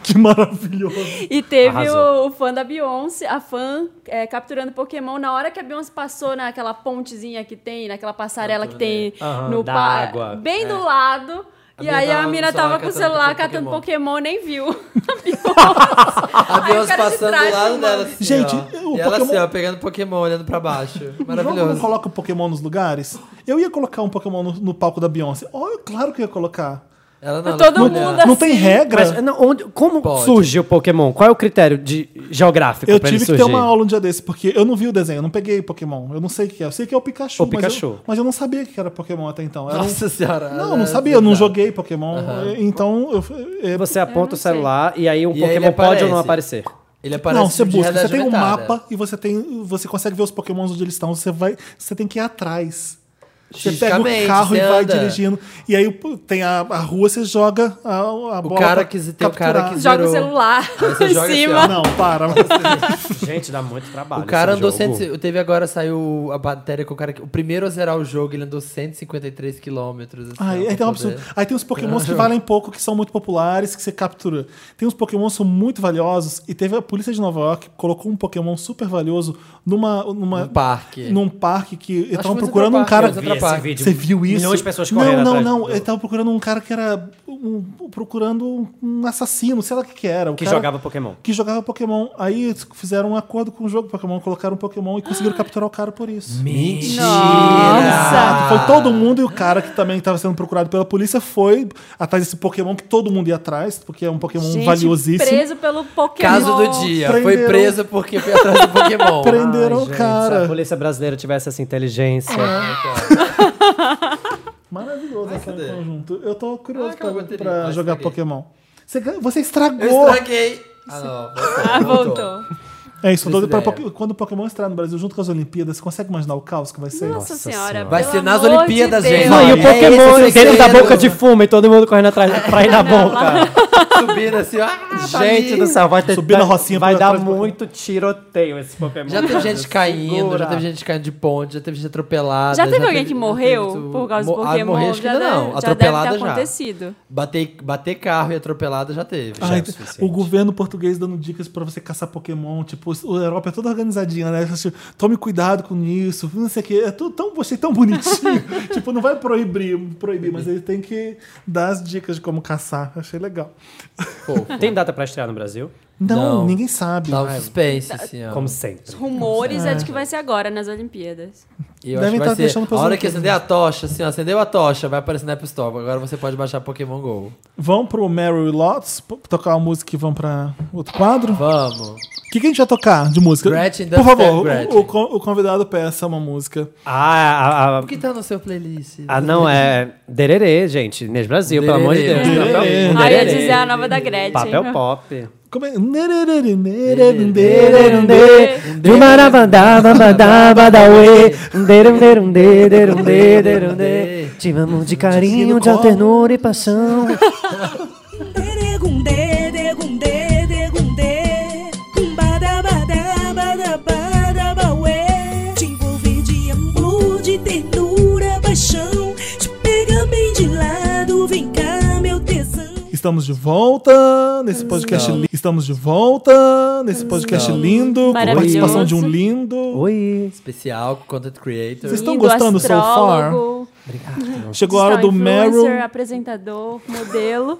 Speaker 1: que maravilhoso.
Speaker 4: E teve
Speaker 3: Arrasou.
Speaker 4: o, o fã da Beyoncé, a fã é, capturando Pokémon. Na hora que a Beyoncé passou naquela pontezinha que tem, naquela passarela que tem
Speaker 3: Aham,
Speaker 4: no
Speaker 3: da
Speaker 4: par-
Speaker 3: água.
Speaker 4: bem do lado.
Speaker 2: É. A
Speaker 4: e
Speaker 2: mina
Speaker 4: aí
Speaker 2: tava
Speaker 4: a
Speaker 2: no celular
Speaker 4: mina tava com o
Speaker 2: catando
Speaker 4: celular
Speaker 2: Pokémon.
Speaker 4: catando Pokémon, nem viu. a Beyoncé.
Speaker 2: A
Speaker 4: Aí o
Speaker 2: Deus
Speaker 4: cara de
Speaker 2: passando do
Speaker 4: trás
Speaker 2: lado
Speaker 4: filmando.
Speaker 2: dela, assim,
Speaker 1: Gente,
Speaker 2: ó.
Speaker 1: o
Speaker 2: E ela assim,
Speaker 1: Pokémon-
Speaker 2: ó, pegando Pokémon, olhando pra baixo.
Speaker 1: Jogo não
Speaker 2: Maravilhoso.
Speaker 1: coloca o Pokémon nos lugares? Eu ia colocar um Pokémon no, no palco da Beyoncé. Oh, claro que eu ia colocar.
Speaker 2: Ela não, ela
Speaker 4: Todo
Speaker 2: olha.
Speaker 4: mundo né?
Speaker 1: Não tem regra.
Speaker 3: Mas não, onde- como
Speaker 2: Pode.
Speaker 3: surge o Pokémon? Qual é o critério de, geográfico
Speaker 1: Eu
Speaker 3: pra ele
Speaker 1: tive que
Speaker 3: é surgir?
Speaker 1: ter uma aula um dia desse, porque eu não vi o desenho, eu não peguei Pokémon. Eu não sei o que é. Eu sei que é o Pikachu.
Speaker 3: O
Speaker 1: mas
Speaker 3: Pikachu.
Speaker 1: eu- Mas eu, não sabia que era Pokémon até então. Era um-
Speaker 2: Nossa senhora.
Speaker 1: Não,
Speaker 2: ela
Speaker 1: eu não
Speaker 2: é
Speaker 1: sabia, eu não
Speaker 2: bizarra.
Speaker 1: joguei Pokémon. Então, eu, é-
Speaker 3: Você aponta o
Speaker 4: sei.
Speaker 3: celular e aí um
Speaker 2: E aí ele
Speaker 3: Pokémon pode ou não
Speaker 2: aparece.
Speaker 3: aparecer.
Speaker 2: Ele aparece
Speaker 1: não, você
Speaker 2: de
Speaker 1: busca, você
Speaker 2: realidade
Speaker 1: tem um
Speaker 2: aumentada.
Speaker 1: mapa e você tem, você consegue ver os pokémons onde eles estão, você vai, você tem que ir atrás. Você pega o
Speaker 2: Fisicamente,
Speaker 1: carro e
Speaker 2: você
Speaker 1: vai
Speaker 2: anda.
Speaker 1: dirigindo. E aí pô, tem a, a rua, você joga a, a bola.
Speaker 2: cara
Speaker 1: pra
Speaker 2: que se- tem o cara
Speaker 1: capturar.
Speaker 2: que-
Speaker 4: Joga o
Speaker 2: Zerou.
Speaker 4: celular
Speaker 2: Aí você
Speaker 4: em
Speaker 2: joga assim,
Speaker 4: cima.
Speaker 2: ó.
Speaker 1: Não, para.
Speaker 3: Gente, dá muito trabalho.
Speaker 2: O cara
Speaker 3: esse
Speaker 2: andou
Speaker 3: jogo.
Speaker 2: 100, teve agora saiu a matéria com o cara que o primeiro a zerar o jogo, ele andou 153 quilômetros. assim,
Speaker 1: Aí,
Speaker 2: ó,
Speaker 1: aí
Speaker 2: pra
Speaker 1: tem um
Speaker 2: poder-
Speaker 1: absurdo. Aí tem os pokémons que valem pouco, que são muito populares, que você captura. Tem uns pokémons que são muito valiosos. E teve a polícia de Nova York que colocou um pokémon super valioso numa... numa
Speaker 2: Um parque.
Speaker 1: Num parque que
Speaker 2: Acho
Speaker 1: estavam
Speaker 2: que foi
Speaker 1: procurando um
Speaker 2: Central Park,
Speaker 1: cara...
Speaker 2: mas
Speaker 3: Vi
Speaker 2: Outra
Speaker 3: esse
Speaker 2: parte.
Speaker 3: vídeo.
Speaker 1: Você viu isso?
Speaker 3: Milhões de pessoas
Speaker 1: Não,
Speaker 3: correndo
Speaker 1: não,
Speaker 3: atrás
Speaker 1: não.
Speaker 3: do-
Speaker 1: Ele tava procurando um cara que era um- procurando um assassino, sei lá o que que era. O
Speaker 3: Que
Speaker 1: cara
Speaker 3: jogava Pokémon.
Speaker 1: Que jogava Pokémon. Aí eles fizeram um acordo com o jogo Pokémon, colocaram um Pokémon e
Speaker 4: Ah.
Speaker 1: conseguiram capturar o cara por isso.
Speaker 2: Mentira.
Speaker 1: Exato. Foi todo mundo e o cara que também estava sendo procurado pela polícia foi atrás desse Pokémon que todo mundo ia atrás, porque é um Pokémon
Speaker 4: Gente,
Speaker 1: valiosíssimo.
Speaker 4: preso pelo Pokémon.
Speaker 2: Caso do dia. Foi
Speaker 1: Prenderam-
Speaker 2: preso porque foi atrás do Pokémon.
Speaker 1: Prenderam
Speaker 3: Ai,
Speaker 1: o
Speaker 3: gente, Se a
Speaker 1: cara.
Speaker 3: polícia brasileira tivesse essa inteligência.
Speaker 1: Maravilhoso essa
Speaker 2: cadê?
Speaker 1: conjunto. Eu tô curioso
Speaker 2: Ah, aquela
Speaker 1: pra,
Speaker 2: bateria.
Speaker 1: pra
Speaker 2: Ah,
Speaker 1: jogar
Speaker 2: estraguei.
Speaker 1: Pokémon. Você, você
Speaker 2: Eu
Speaker 1: estragou.
Speaker 2: estraguei. Ah, não.
Speaker 4: Ah,
Speaker 2: voltou,
Speaker 4: voltou.
Speaker 1: É isso, doido pra
Speaker 2: ideia.
Speaker 1: Poké- quando o Pokémon entrar no Brasil junto com as Olimpíadas, você consegue imaginar o caos que vai ser?
Speaker 4: Nossa senhora.
Speaker 2: Vai
Speaker 4: pelo
Speaker 2: ser nas
Speaker 4: amor de
Speaker 2: Olimpíadas,
Speaker 4: Deus.
Speaker 2: gente.
Speaker 3: Não, e o
Speaker 2: É
Speaker 3: Pokémon
Speaker 2: esse o
Speaker 3: dentro da
Speaker 2: segredo.
Speaker 3: boca de fumo e todo mundo correndo atrás pra ir na boca.
Speaker 2: Subindo assim, ó, ah, tá
Speaker 3: Gente
Speaker 2: ali.
Speaker 3: do céu, vai ter
Speaker 1: Subir na rocinha
Speaker 3: vai
Speaker 1: pra
Speaker 3: dar
Speaker 1: trás do
Speaker 3: muito tiroteio esse Pokémon.
Speaker 2: Já teve gente caindo,
Speaker 3: Segura.
Speaker 2: já teve gente caindo de ponte, já teve gente atropelada.
Speaker 4: Já teve
Speaker 2: já
Speaker 4: alguém que
Speaker 2: já
Speaker 4: morreu
Speaker 2: teve-
Speaker 4: por causa do
Speaker 2: mo- ah,
Speaker 4: Pokémon?
Speaker 2: Morrer, acho que
Speaker 4: já
Speaker 2: ainda não.
Speaker 4: deve- já deve
Speaker 2: atropelada
Speaker 4: ter
Speaker 2: já.
Speaker 4: acontecido.
Speaker 2: Bater, bater carro e atropelada já teve.
Speaker 1: Ai,
Speaker 2: já é suficiente.
Speaker 1: o governo português dando dicas pra você caçar Pokémon, tipo, a Europa é toda organizadinha, né? Tipo, Tome cuidado com isso, não sei o quê. É tudo tão, achei tão bonitinho. tipo, não vai proibir, proibir, mas ele tem que dar as dicas de como caçar. Achei legal.
Speaker 2: é Fofo.
Speaker 3: Tem data pra estrear no Brasil?
Speaker 1: Não,
Speaker 2: Não.
Speaker 1: ninguém sabe.
Speaker 2: Dá um suspense, assim, ó.
Speaker 3: Como sempre.
Speaker 4: Os rumores é de que vai ser agora nas Olimpíadas.
Speaker 2: E eu
Speaker 1: Devem
Speaker 2: acho que
Speaker 1: tá
Speaker 2: vai ser...
Speaker 1: deixando pra
Speaker 2: A hora que
Speaker 1: Olimpíadas.
Speaker 2: acender a tocha, assim, ó, acendeu a tocha, vai aparecer na App Store. Agora você pode baixar Pokémon GO.
Speaker 1: Vão pro Mary Lots p- tocar uma música e vão pra outro quadro?
Speaker 2: Vamos.
Speaker 1: O que, que a gente vai tocar de música?
Speaker 2: Gretchen,
Speaker 1: Por favor,
Speaker 2: Gretchen.
Speaker 1: o- o con- o convidado peça uma música.
Speaker 3: Ah, a, a-
Speaker 2: O que tá no seu playlist?
Speaker 3: ah, não, é Dererê, gente. Inês Brasil, pelo amor de
Speaker 2: Dererê.
Speaker 3: Deus.
Speaker 1: Dererê.
Speaker 3: Papel-
Speaker 1: Dererê.
Speaker 4: Ah, ia
Speaker 3: Dererê.
Speaker 4: dizer a né? nova da Gretchen.
Speaker 3: Papel pop.
Speaker 1: Como é? Nererere, nererere, nererere.
Speaker 3: De maravandá, babadá, badauê. Derundê, derundê, derundê, derundê. Te amo de carinho, de ternura e paixão.
Speaker 5: Deregundê, degundê, degundê. Badabadá, badabada, bauê. Te envolver de amor, de ternura, paixão. Te pegar bem de lado, vem
Speaker 1: Estamos de volta nesse podcast lindo. Estamos de volta nesse podcast lindo, com
Speaker 4: Maravilhoso.
Speaker 1: participação de um lindo.
Speaker 3: Oi.
Speaker 2: Especial com Content Creator.
Speaker 1: Vocês estão gostando so far?
Speaker 4: astrólogo,
Speaker 1: Chegou a hora
Speaker 4: digital
Speaker 1: do Meryl,
Speaker 4: influencer, apresentador, modelo,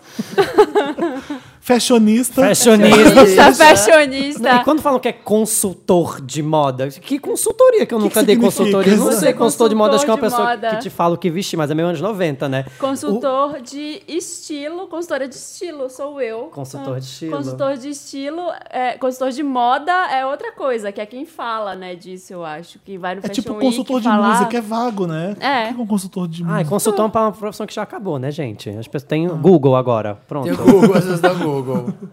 Speaker 1: fashionista.
Speaker 3: Fashionista.
Speaker 4: está fashionista.
Speaker 3: E quando falam que é consultor de moda, que consultoria que eu nunca dei
Speaker 1: significa?
Speaker 3: consultoria? Eu não sei, consultor de moda, acho que é uma
Speaker 4: Consultor de
Speaker 3: pessoa
Speaker 4: moda.
Speaker 3: que te fala o que vestir, mas é meio anos 90, né?
Speaker 4: Consultor de estilo, consultora de estilo, sou eu.
Speaker 3: Consultor de estilo.
Speaker 4: Consultor de estilo, é, consultor de moda é outra coisa, que é quem fala, né, disso, eu acho. Que vai no
Speaker 1: É
Speaker 4: Fashion
Speaker 1: tipo
Speaker 4: Week
Speaker 1: consultor de
Speaker 4: falar.
Speaker 1: música, é vago, né?
Speaker 4: É.
Speaker 1: O que é um consultor de
Speaker 3: Ah, é
Speaker 1: música?
Speaker 3: consultor é uma profissão que já acabou, né, gente? As pessoas têm Google agora. Pronto.
Speaker 2: Ah. Tem o Google, as pessoas dão Google.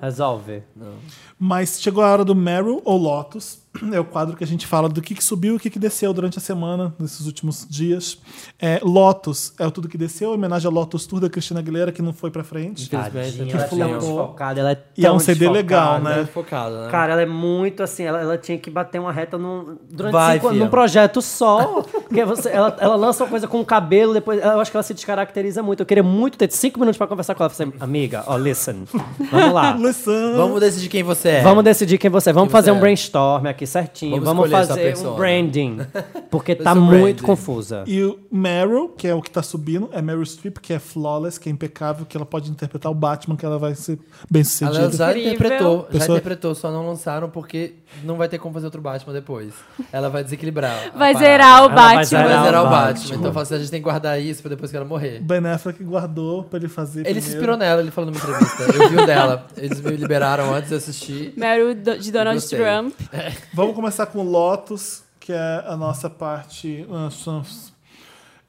Speaker 3: Resolve.
Speaker 1: Mas chegou a hora do Meryl ou Lotus. É o quadro que a gente fala do que, que subiu e o que, que desceu durante a semana, nesses últimos dias. É, Lotus é o tudo que desceu, em homenagem ao Lotus Tour da Cristina Aguilera, que não foi pra frente.
Speaker 3: Tadinha,
Speaker 2: Infelizmente,
Speaker 3: ela é
Speaker 2: não
Speaker 3: tão
Speaker 2: tem um-
Speaker 3: desfocada, ela é
Speaker 1: E é
Speaker 3: tão
Speaker 1: um CD
Speaker 3: desfocada.
Speaker 1: legal, né?
Speaker 2: não é focado, né?
Speaker 3: Cara, ela é muito assim, ela, ela tinha que bater uma reta num, durante
Speaker 2: Vai,
Speaker 3: cinco anos,
Speaker 2: fia.
Speaker 3: num projeto só. porque você, ela, ela lança uma coisa com o cabelo, depois eu acho que ela se descaracteriza muito. Eu queria muito ter cinco minutos pra conversar com ela. Eu Falei, assim, amiga, ó, listen. Vamos lá.
Speaker 1: Alessandra.
Speaker 2: Vamos decidir quem você é.
Speaker 3: Vamos decidir quem você é. Vamos
Speaker 2: Quem
Speaker 3: fazer
Speaker 2: você
Speaker 3: um
Speaker 2: é.
Speaker 3: brainstorm aqui certinho.
Speaker 2: Vamos
Speaker 3: Vamos,
Speaker 2: escolher essa
Speaker 3: fazer um
Speaker 2: persona.
Speaker 3: branding. Porque
Speaker 2: Vai
Speaker 3: tá
Speaker 2: ser um
Speaker 3: muito
Speaker 2: branding.
Speaker 3: confusa.
Speaker 1: E o Meryl, que é o que tá subindo, é Meryl Streep, que é flawless, que é impecável, que ela pode interpretar o Batman, que ela vai ser bem
Speaker 2: Ela
Speaker 1: sucedida.
Speaker 2: já
Speaker 4: Incrível.
Speaker 2: interpretou, já
Speaker 1: Pessoa-
Speaker 2: interpretou, só não lançaram porque não vai ter como fazer outro Batman depois. Ela vai desequilibrar. a
Speaker 4: Vai
Speaker 2: parada.
Speaker 4: zerar o
Speaker 3: Ela vai
Speaker 4: Batman.
Speaker 2: Ela vai zerar o Batman.
Speaker 3: Batman.
Speaker 2: Então fala assim, a gente tem que guardar isso pra depois que ela morrer.
Speaker 1: Ben Affleck guardou pra ele fazer.
Speaker 2: Ele se
Speaker 1: primeiro.
Speaker 2: inspirou nela, ele falou numa entrevista. Eu vi o dela. Eles me liberaram antes, eu assisti.
Speaker 4: Meryl do- de Donald
Speaker 2: Gostei.
Speaker 4: Trump.
Speaker 1: Vamos começar com o Lotus, que é a nossa parte ah, sons-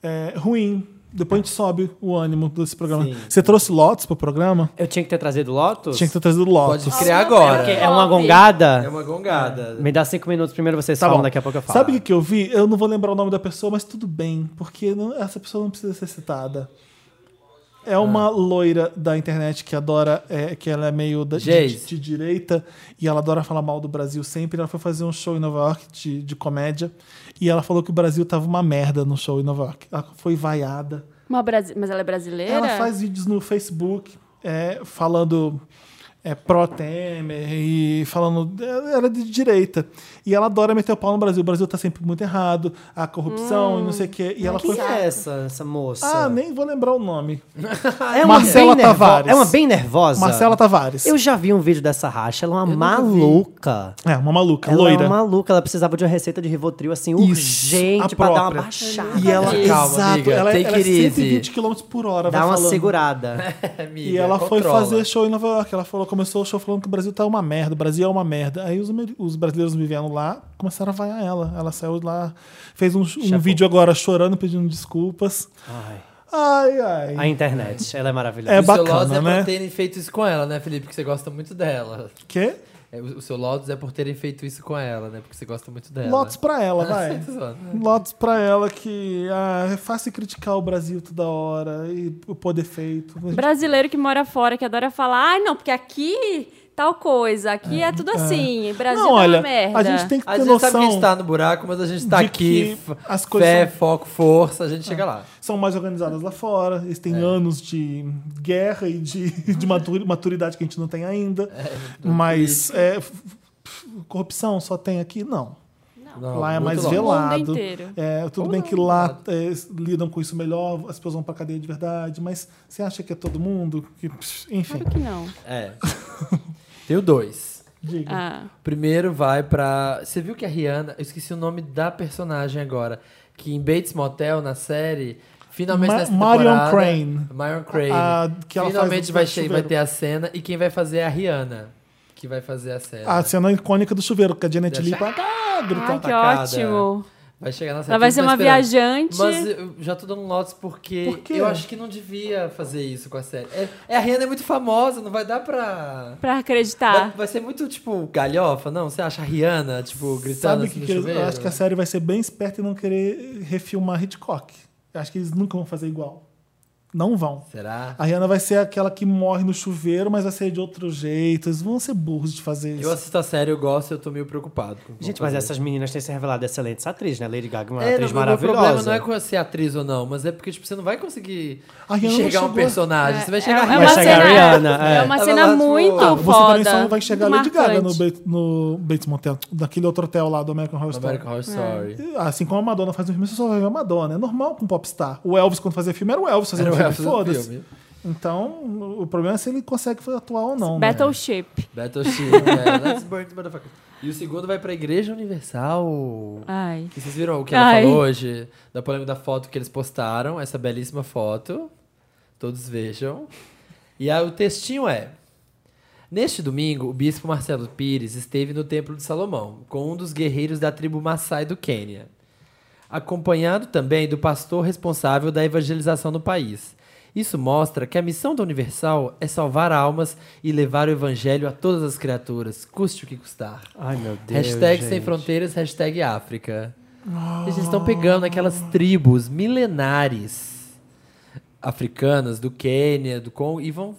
Speaker 1: é, ruim. Depois a gente sobe o ânimo desse programa.
Speaker 2: Sim.
Speaker 1: Você trouxe Lotus pro programa?
Speaker 3: Eu tinha que ter trazido Lotus?
Speaker 1: Tinha que ter trazido Lotus.
Speaker 2: Pode criar agora.
Speaker 3: Porque é uma gongada?
Speaker 2: É uma gongada.
Speaker 3: Me dá cinco minutos, primeiro vocês falam, daqui a pouco eu falo.
Speaker 1: Tá Sabe o que que eu vi? Eu não vou lembrar o nome da pessoa, mas tudo bem, porque não- essa pessoa não precisa ser citada.
Speaker 3: Ah.
Speaker 1: É uma loira da internet que adora, é, que ela é meio da- de,
Speaker 2: Jace.
Speaker 1: de direita e ela adora falar mal do Brasil sempre. Ela foi fazer um show em Nova York de, de comédia e ela falou que o Brasil tava uma merda no show em Nova York. Ela foi vaiada.
Speaker 4: Uma brasi- Mas ela é brasileira?
Speaker 1: Ela faz vídeos no Facebook é, falando é, pró-Temer e falando. Ela é de direita. E ela adora meter o pau no Brasil. O Brasil tá sempre muito errado, a corrupção e não sei o quê. E ela
Speaker 3: Quem
Speaker 1: foi.
Speaker 3: é essa, essa moça?
Speaker 1: Ah, nem vou lembrar o nome.
Speaker 3: é
Speaker 1: Marcela
Speaker 3: bem nervo-
Speaker 1: Tavares.
Speaker 3: É uma bem nervosa.
Speaker 1: Marcela Tavares.
Speaker 3: Eu já vi um vídeo dessa racha, ela é uma maluca.
Speaker 1: É, uma maluca,
Speaker 3: Ela
Speaker 1: loira.
Speaker 3: é uma maluca, ela precisava de uma receita de Rivotril, assim, urgente,
Speaker 1: a
Speaker 3: pra dar
Speaker 1: própria.
Speaker 3: uma baixada.
Speaker 1: E ela,
Speaker 2: Calma,
Speaker 1: exato,
Speaker 2: amiga,
Speaker 1: ela, é-
Speaker 2: take
Speaker 1: ela é
Speaker 2: it easy.
Speaker 1: 120 km por hora.
Speaker 3: dá
Speaker 1: vai
Speaker 3: uma
Speaker 1: falando.
Speaker 3: segurada.
Speaker 2: Amiga,
Speaker 1: E ela foi
Speaker 2: controla.
Speaker 1: fazer show em Nova York. Ela falou, começou o show falando que o Brasil tá uma merda, o Brasil é uma merda. Aí os, amer- os brasileiros me vieram lá, começaram a vaiar ela. Ela saiu lá, fez um, um vídeo agora chorando, pedindo desculpas.
Speaker 3: Ai,
Speaker 1: Ai, ai.
Speaker 3: a internet, ela é
Speaker 1: É
Speaker 2: O
Speaker 3: maravilhosa.
Speaker 2: seu
Speaker 1: bacana,
Speaker 2: Lotus é
Speaker 1: né?
Speaker 2: por terem feito isso com ela, né, Felipe? Que você gosta muito dela.
Speaker 1: Quê?
Speaker 2: É, O o seu Lotus é por terem feito isso com ela, né? Porque você gosta muito dela.
Speaker 1: Lotus pra ela, vai.
Speaker 2: Tô zoando.
Speaker 1: Lotus pra ela que ah, é fácil criticar o Brasil toda hora e o poder feito.
Speaker 4: Brasileiro que mora fora, que adora falar, ai não, porque aqui tal coisa, aqui é, tudo assim, Brasil
Speaker 1: Não,
Speaker 4: é
Speaker 1: olha,
Speaker 4: uma merda.
Speaker 1: a gente tem que ter
Speaker 2: A gente
Speaker 1: noção.
Speaker 2: sabe que a gente tá no buraco, mas a gente tá
Speaker 1: de
Speaker 2: aqui.
Speaker 1: que
Speaker 2: f-
Speaker 1: as coisas
Speaker 2: Fé,
Speaker 1: são-
Speaker 2: foco, força, a gente chega lá.
Speaker 1: são mais organizadas lá fora, eles
Speaker 2: É.
Speaker 1: têm anos de guerra e de, de maturi- maturidade que a gente não tem ainda.
Speaker 2: É,
Speaker 1: mas é, f- f- corrupção só tem aqui? Não.
Speaker 2: Não,
Speaker 1: lá é
Speaker 2: muito
Speaker 1: mais
Speaker 2: longe.
Speaker 4: velo-
Speaker 1: velado.
Speaker 4: mundo inteiro.
Speaker 1: É, tudo bem que lá é, s- lidam com isso melhor, as pessoas vão pra cadeia de verdade, mas você acha que é todo mundo? Que, psh, enfim,
Speaker 4: Claro que não.
Speaker 2: É. Tenho dois.
Speaker 1: diga.
Speaker 4: Ah,
Speaker 2: O Primeiro vai pra. Você viu que a Rihanna. Eu esqueci o nome da personagem agora. Que em Bates Motel, na série. Finalmente
Speaker 1: Ma-
Speaker 2: nessa
Speaker 1: Marion
Speaker 2: temporada,
Speaker 1: Crane.
Speaker 2: Marion Crane.
Speaker 1: A- que ela faz
Speaker 2: finalmente
Speaker 1: do
Speaker 2: vai, ter, vai
Speaker 1: chuveiro.
Speaker 2: ter a cena. E quem vai fazer é a Rihanna. Que vai fazer a cena.
Speaker 1: A cena icônica do chuveiro, que a Janet Lee
Speaker 2: Deixa-
Speaker 1: ah, grita.
Speaker 4: ai, que
Speaker 2: atacada.
Speaker 4: ótimo.
Speaker 2: Vai chegar na cena.
Speaker 4: Ela vai
Speaker 2: todo
Speaker 4: ser
Speaker 2: mundo
Speaker 4: uma
Speaker 2: esperando.
Speaker 4: viajante.
Speaker 2: Mas eu já tô dando lotes porque
Speaker 1: Por quê?
Speaker 2: eu acho que não devia fazer isso com a série. É, é, a Rihanna é muito famosa, não vai dar pra.
Speaker 4: Pra
Speaker 2: Vai,
Speaker 4: acreditar.
Speaker 2: vai ser muito, tipo, galhofa, não? Você acha a Rihanna, tipo, gritando
Speaker 1: Sabe o
Speaker 2: assim
Speaker 1: que,
Speaker 2: no
Speaker 1: que eles-
Speaker 2: chuveiro?
Speaker 1: eu acho que a série vai ser bem esperta e não querer refilmar Hitchcock. Eu acho que eles nunca vão fazer igual. Não vão.
Speaker 2: Será?
Speaker 1: A Rihanna vai ser aquela que morre no chuveiro, mas vai ser de outro jeito. Eles vão ser burros de fazer isso.
Speaker 2: Eu assisto a série, eu gosto, eu tô meio preocupado. com- com
Speaker 3: Gente, mas
Speaker 2: fazer.
Speaker 3: essas meninas têm se revelado excelentes atrizes, né? Lady Gaga é uma
Speaker 2: É,
Speaker 3: atriz
Speaker 2: não,
Speaker 3: maravilhosa.
Speaker 2: O meu problema não é com ser atriz ou não, mas é porque tipo, você não vai conseguir
Speaker 1: A Rihanna não
Speaker 2: enxergar um
Speaker 1: chegou.
Speaker 2: personagem. Você vai chegar
Speaker 4: é, é
Speaker 3: Vai
Speaker 4: uma
Speaker 3: chegar
Speaker 4: cena,
Speaker 3: a Rihanna,
Speaker 4: é
Speaker 3: é.
Speaker 4: uma
Speaker 2: Ela
Speaker 4: cena
Speaker 2: lá, tipo,
Speaker 4: muito
Speaker 2: ah,
Speaker 1: Você
Speaker 4: foda.
Speaker 1: também só não vai chegar a
Speaker 4: muito
Speaker 1: Lady Gaga no,
Speaker 4: marcante.
Speaker 1: Bates- no Bates Motel, daquele outro hotel lá do American Horror Story.
Speaker 2: American Horror Story.
Speaker 1: Assim como a Madonna faz um filme, você só vai ver a Madonna. É normal com popstar. O Elvis, quando fazia filme, era o Elvis fazendo
Speaker 2: Era o
Speaker 1: filme.
Speaker 2: Elvis no
Speaker 1: Foda-se.
Speaker 2: um filme.
Speaker 1: Então, o problema é se ele consegue atuar ou não. né?
Speaker 4: Battleship.
Speaker 2: Battleship, é. Let's burn this motherfucker. E o segundo vai pra Igreja Universal.
Speaker 4: Ai.
Speaker 2: E vocês viram o que ela
Speaker 4: Ai.
Speaker 2: falou hoje? Da polêmica da foto que eles postaram, essa belíssima foto. Todos vejam. E aí, o textinho é: Neste domingo, o bispo Marcelo Pires esteve no Templo de Salomão com um dos guerreiros da tribo Maasai do Quênia, acompanhado também do pastor responsável da evangelização no país. Isso mostra que a missão da Universal é salvar almas e levar o evangelho a todas as criaturas, custe o que custar.
Speaker 3: Ai, meu Deus.
Speaker 2: Hashtag
Speaker 3: gente.
Speaker 2: sem fronteiras, hashtag África. Eles estão pegando aquelas tribos milenares africanas, do Quênia, do Congo, e vão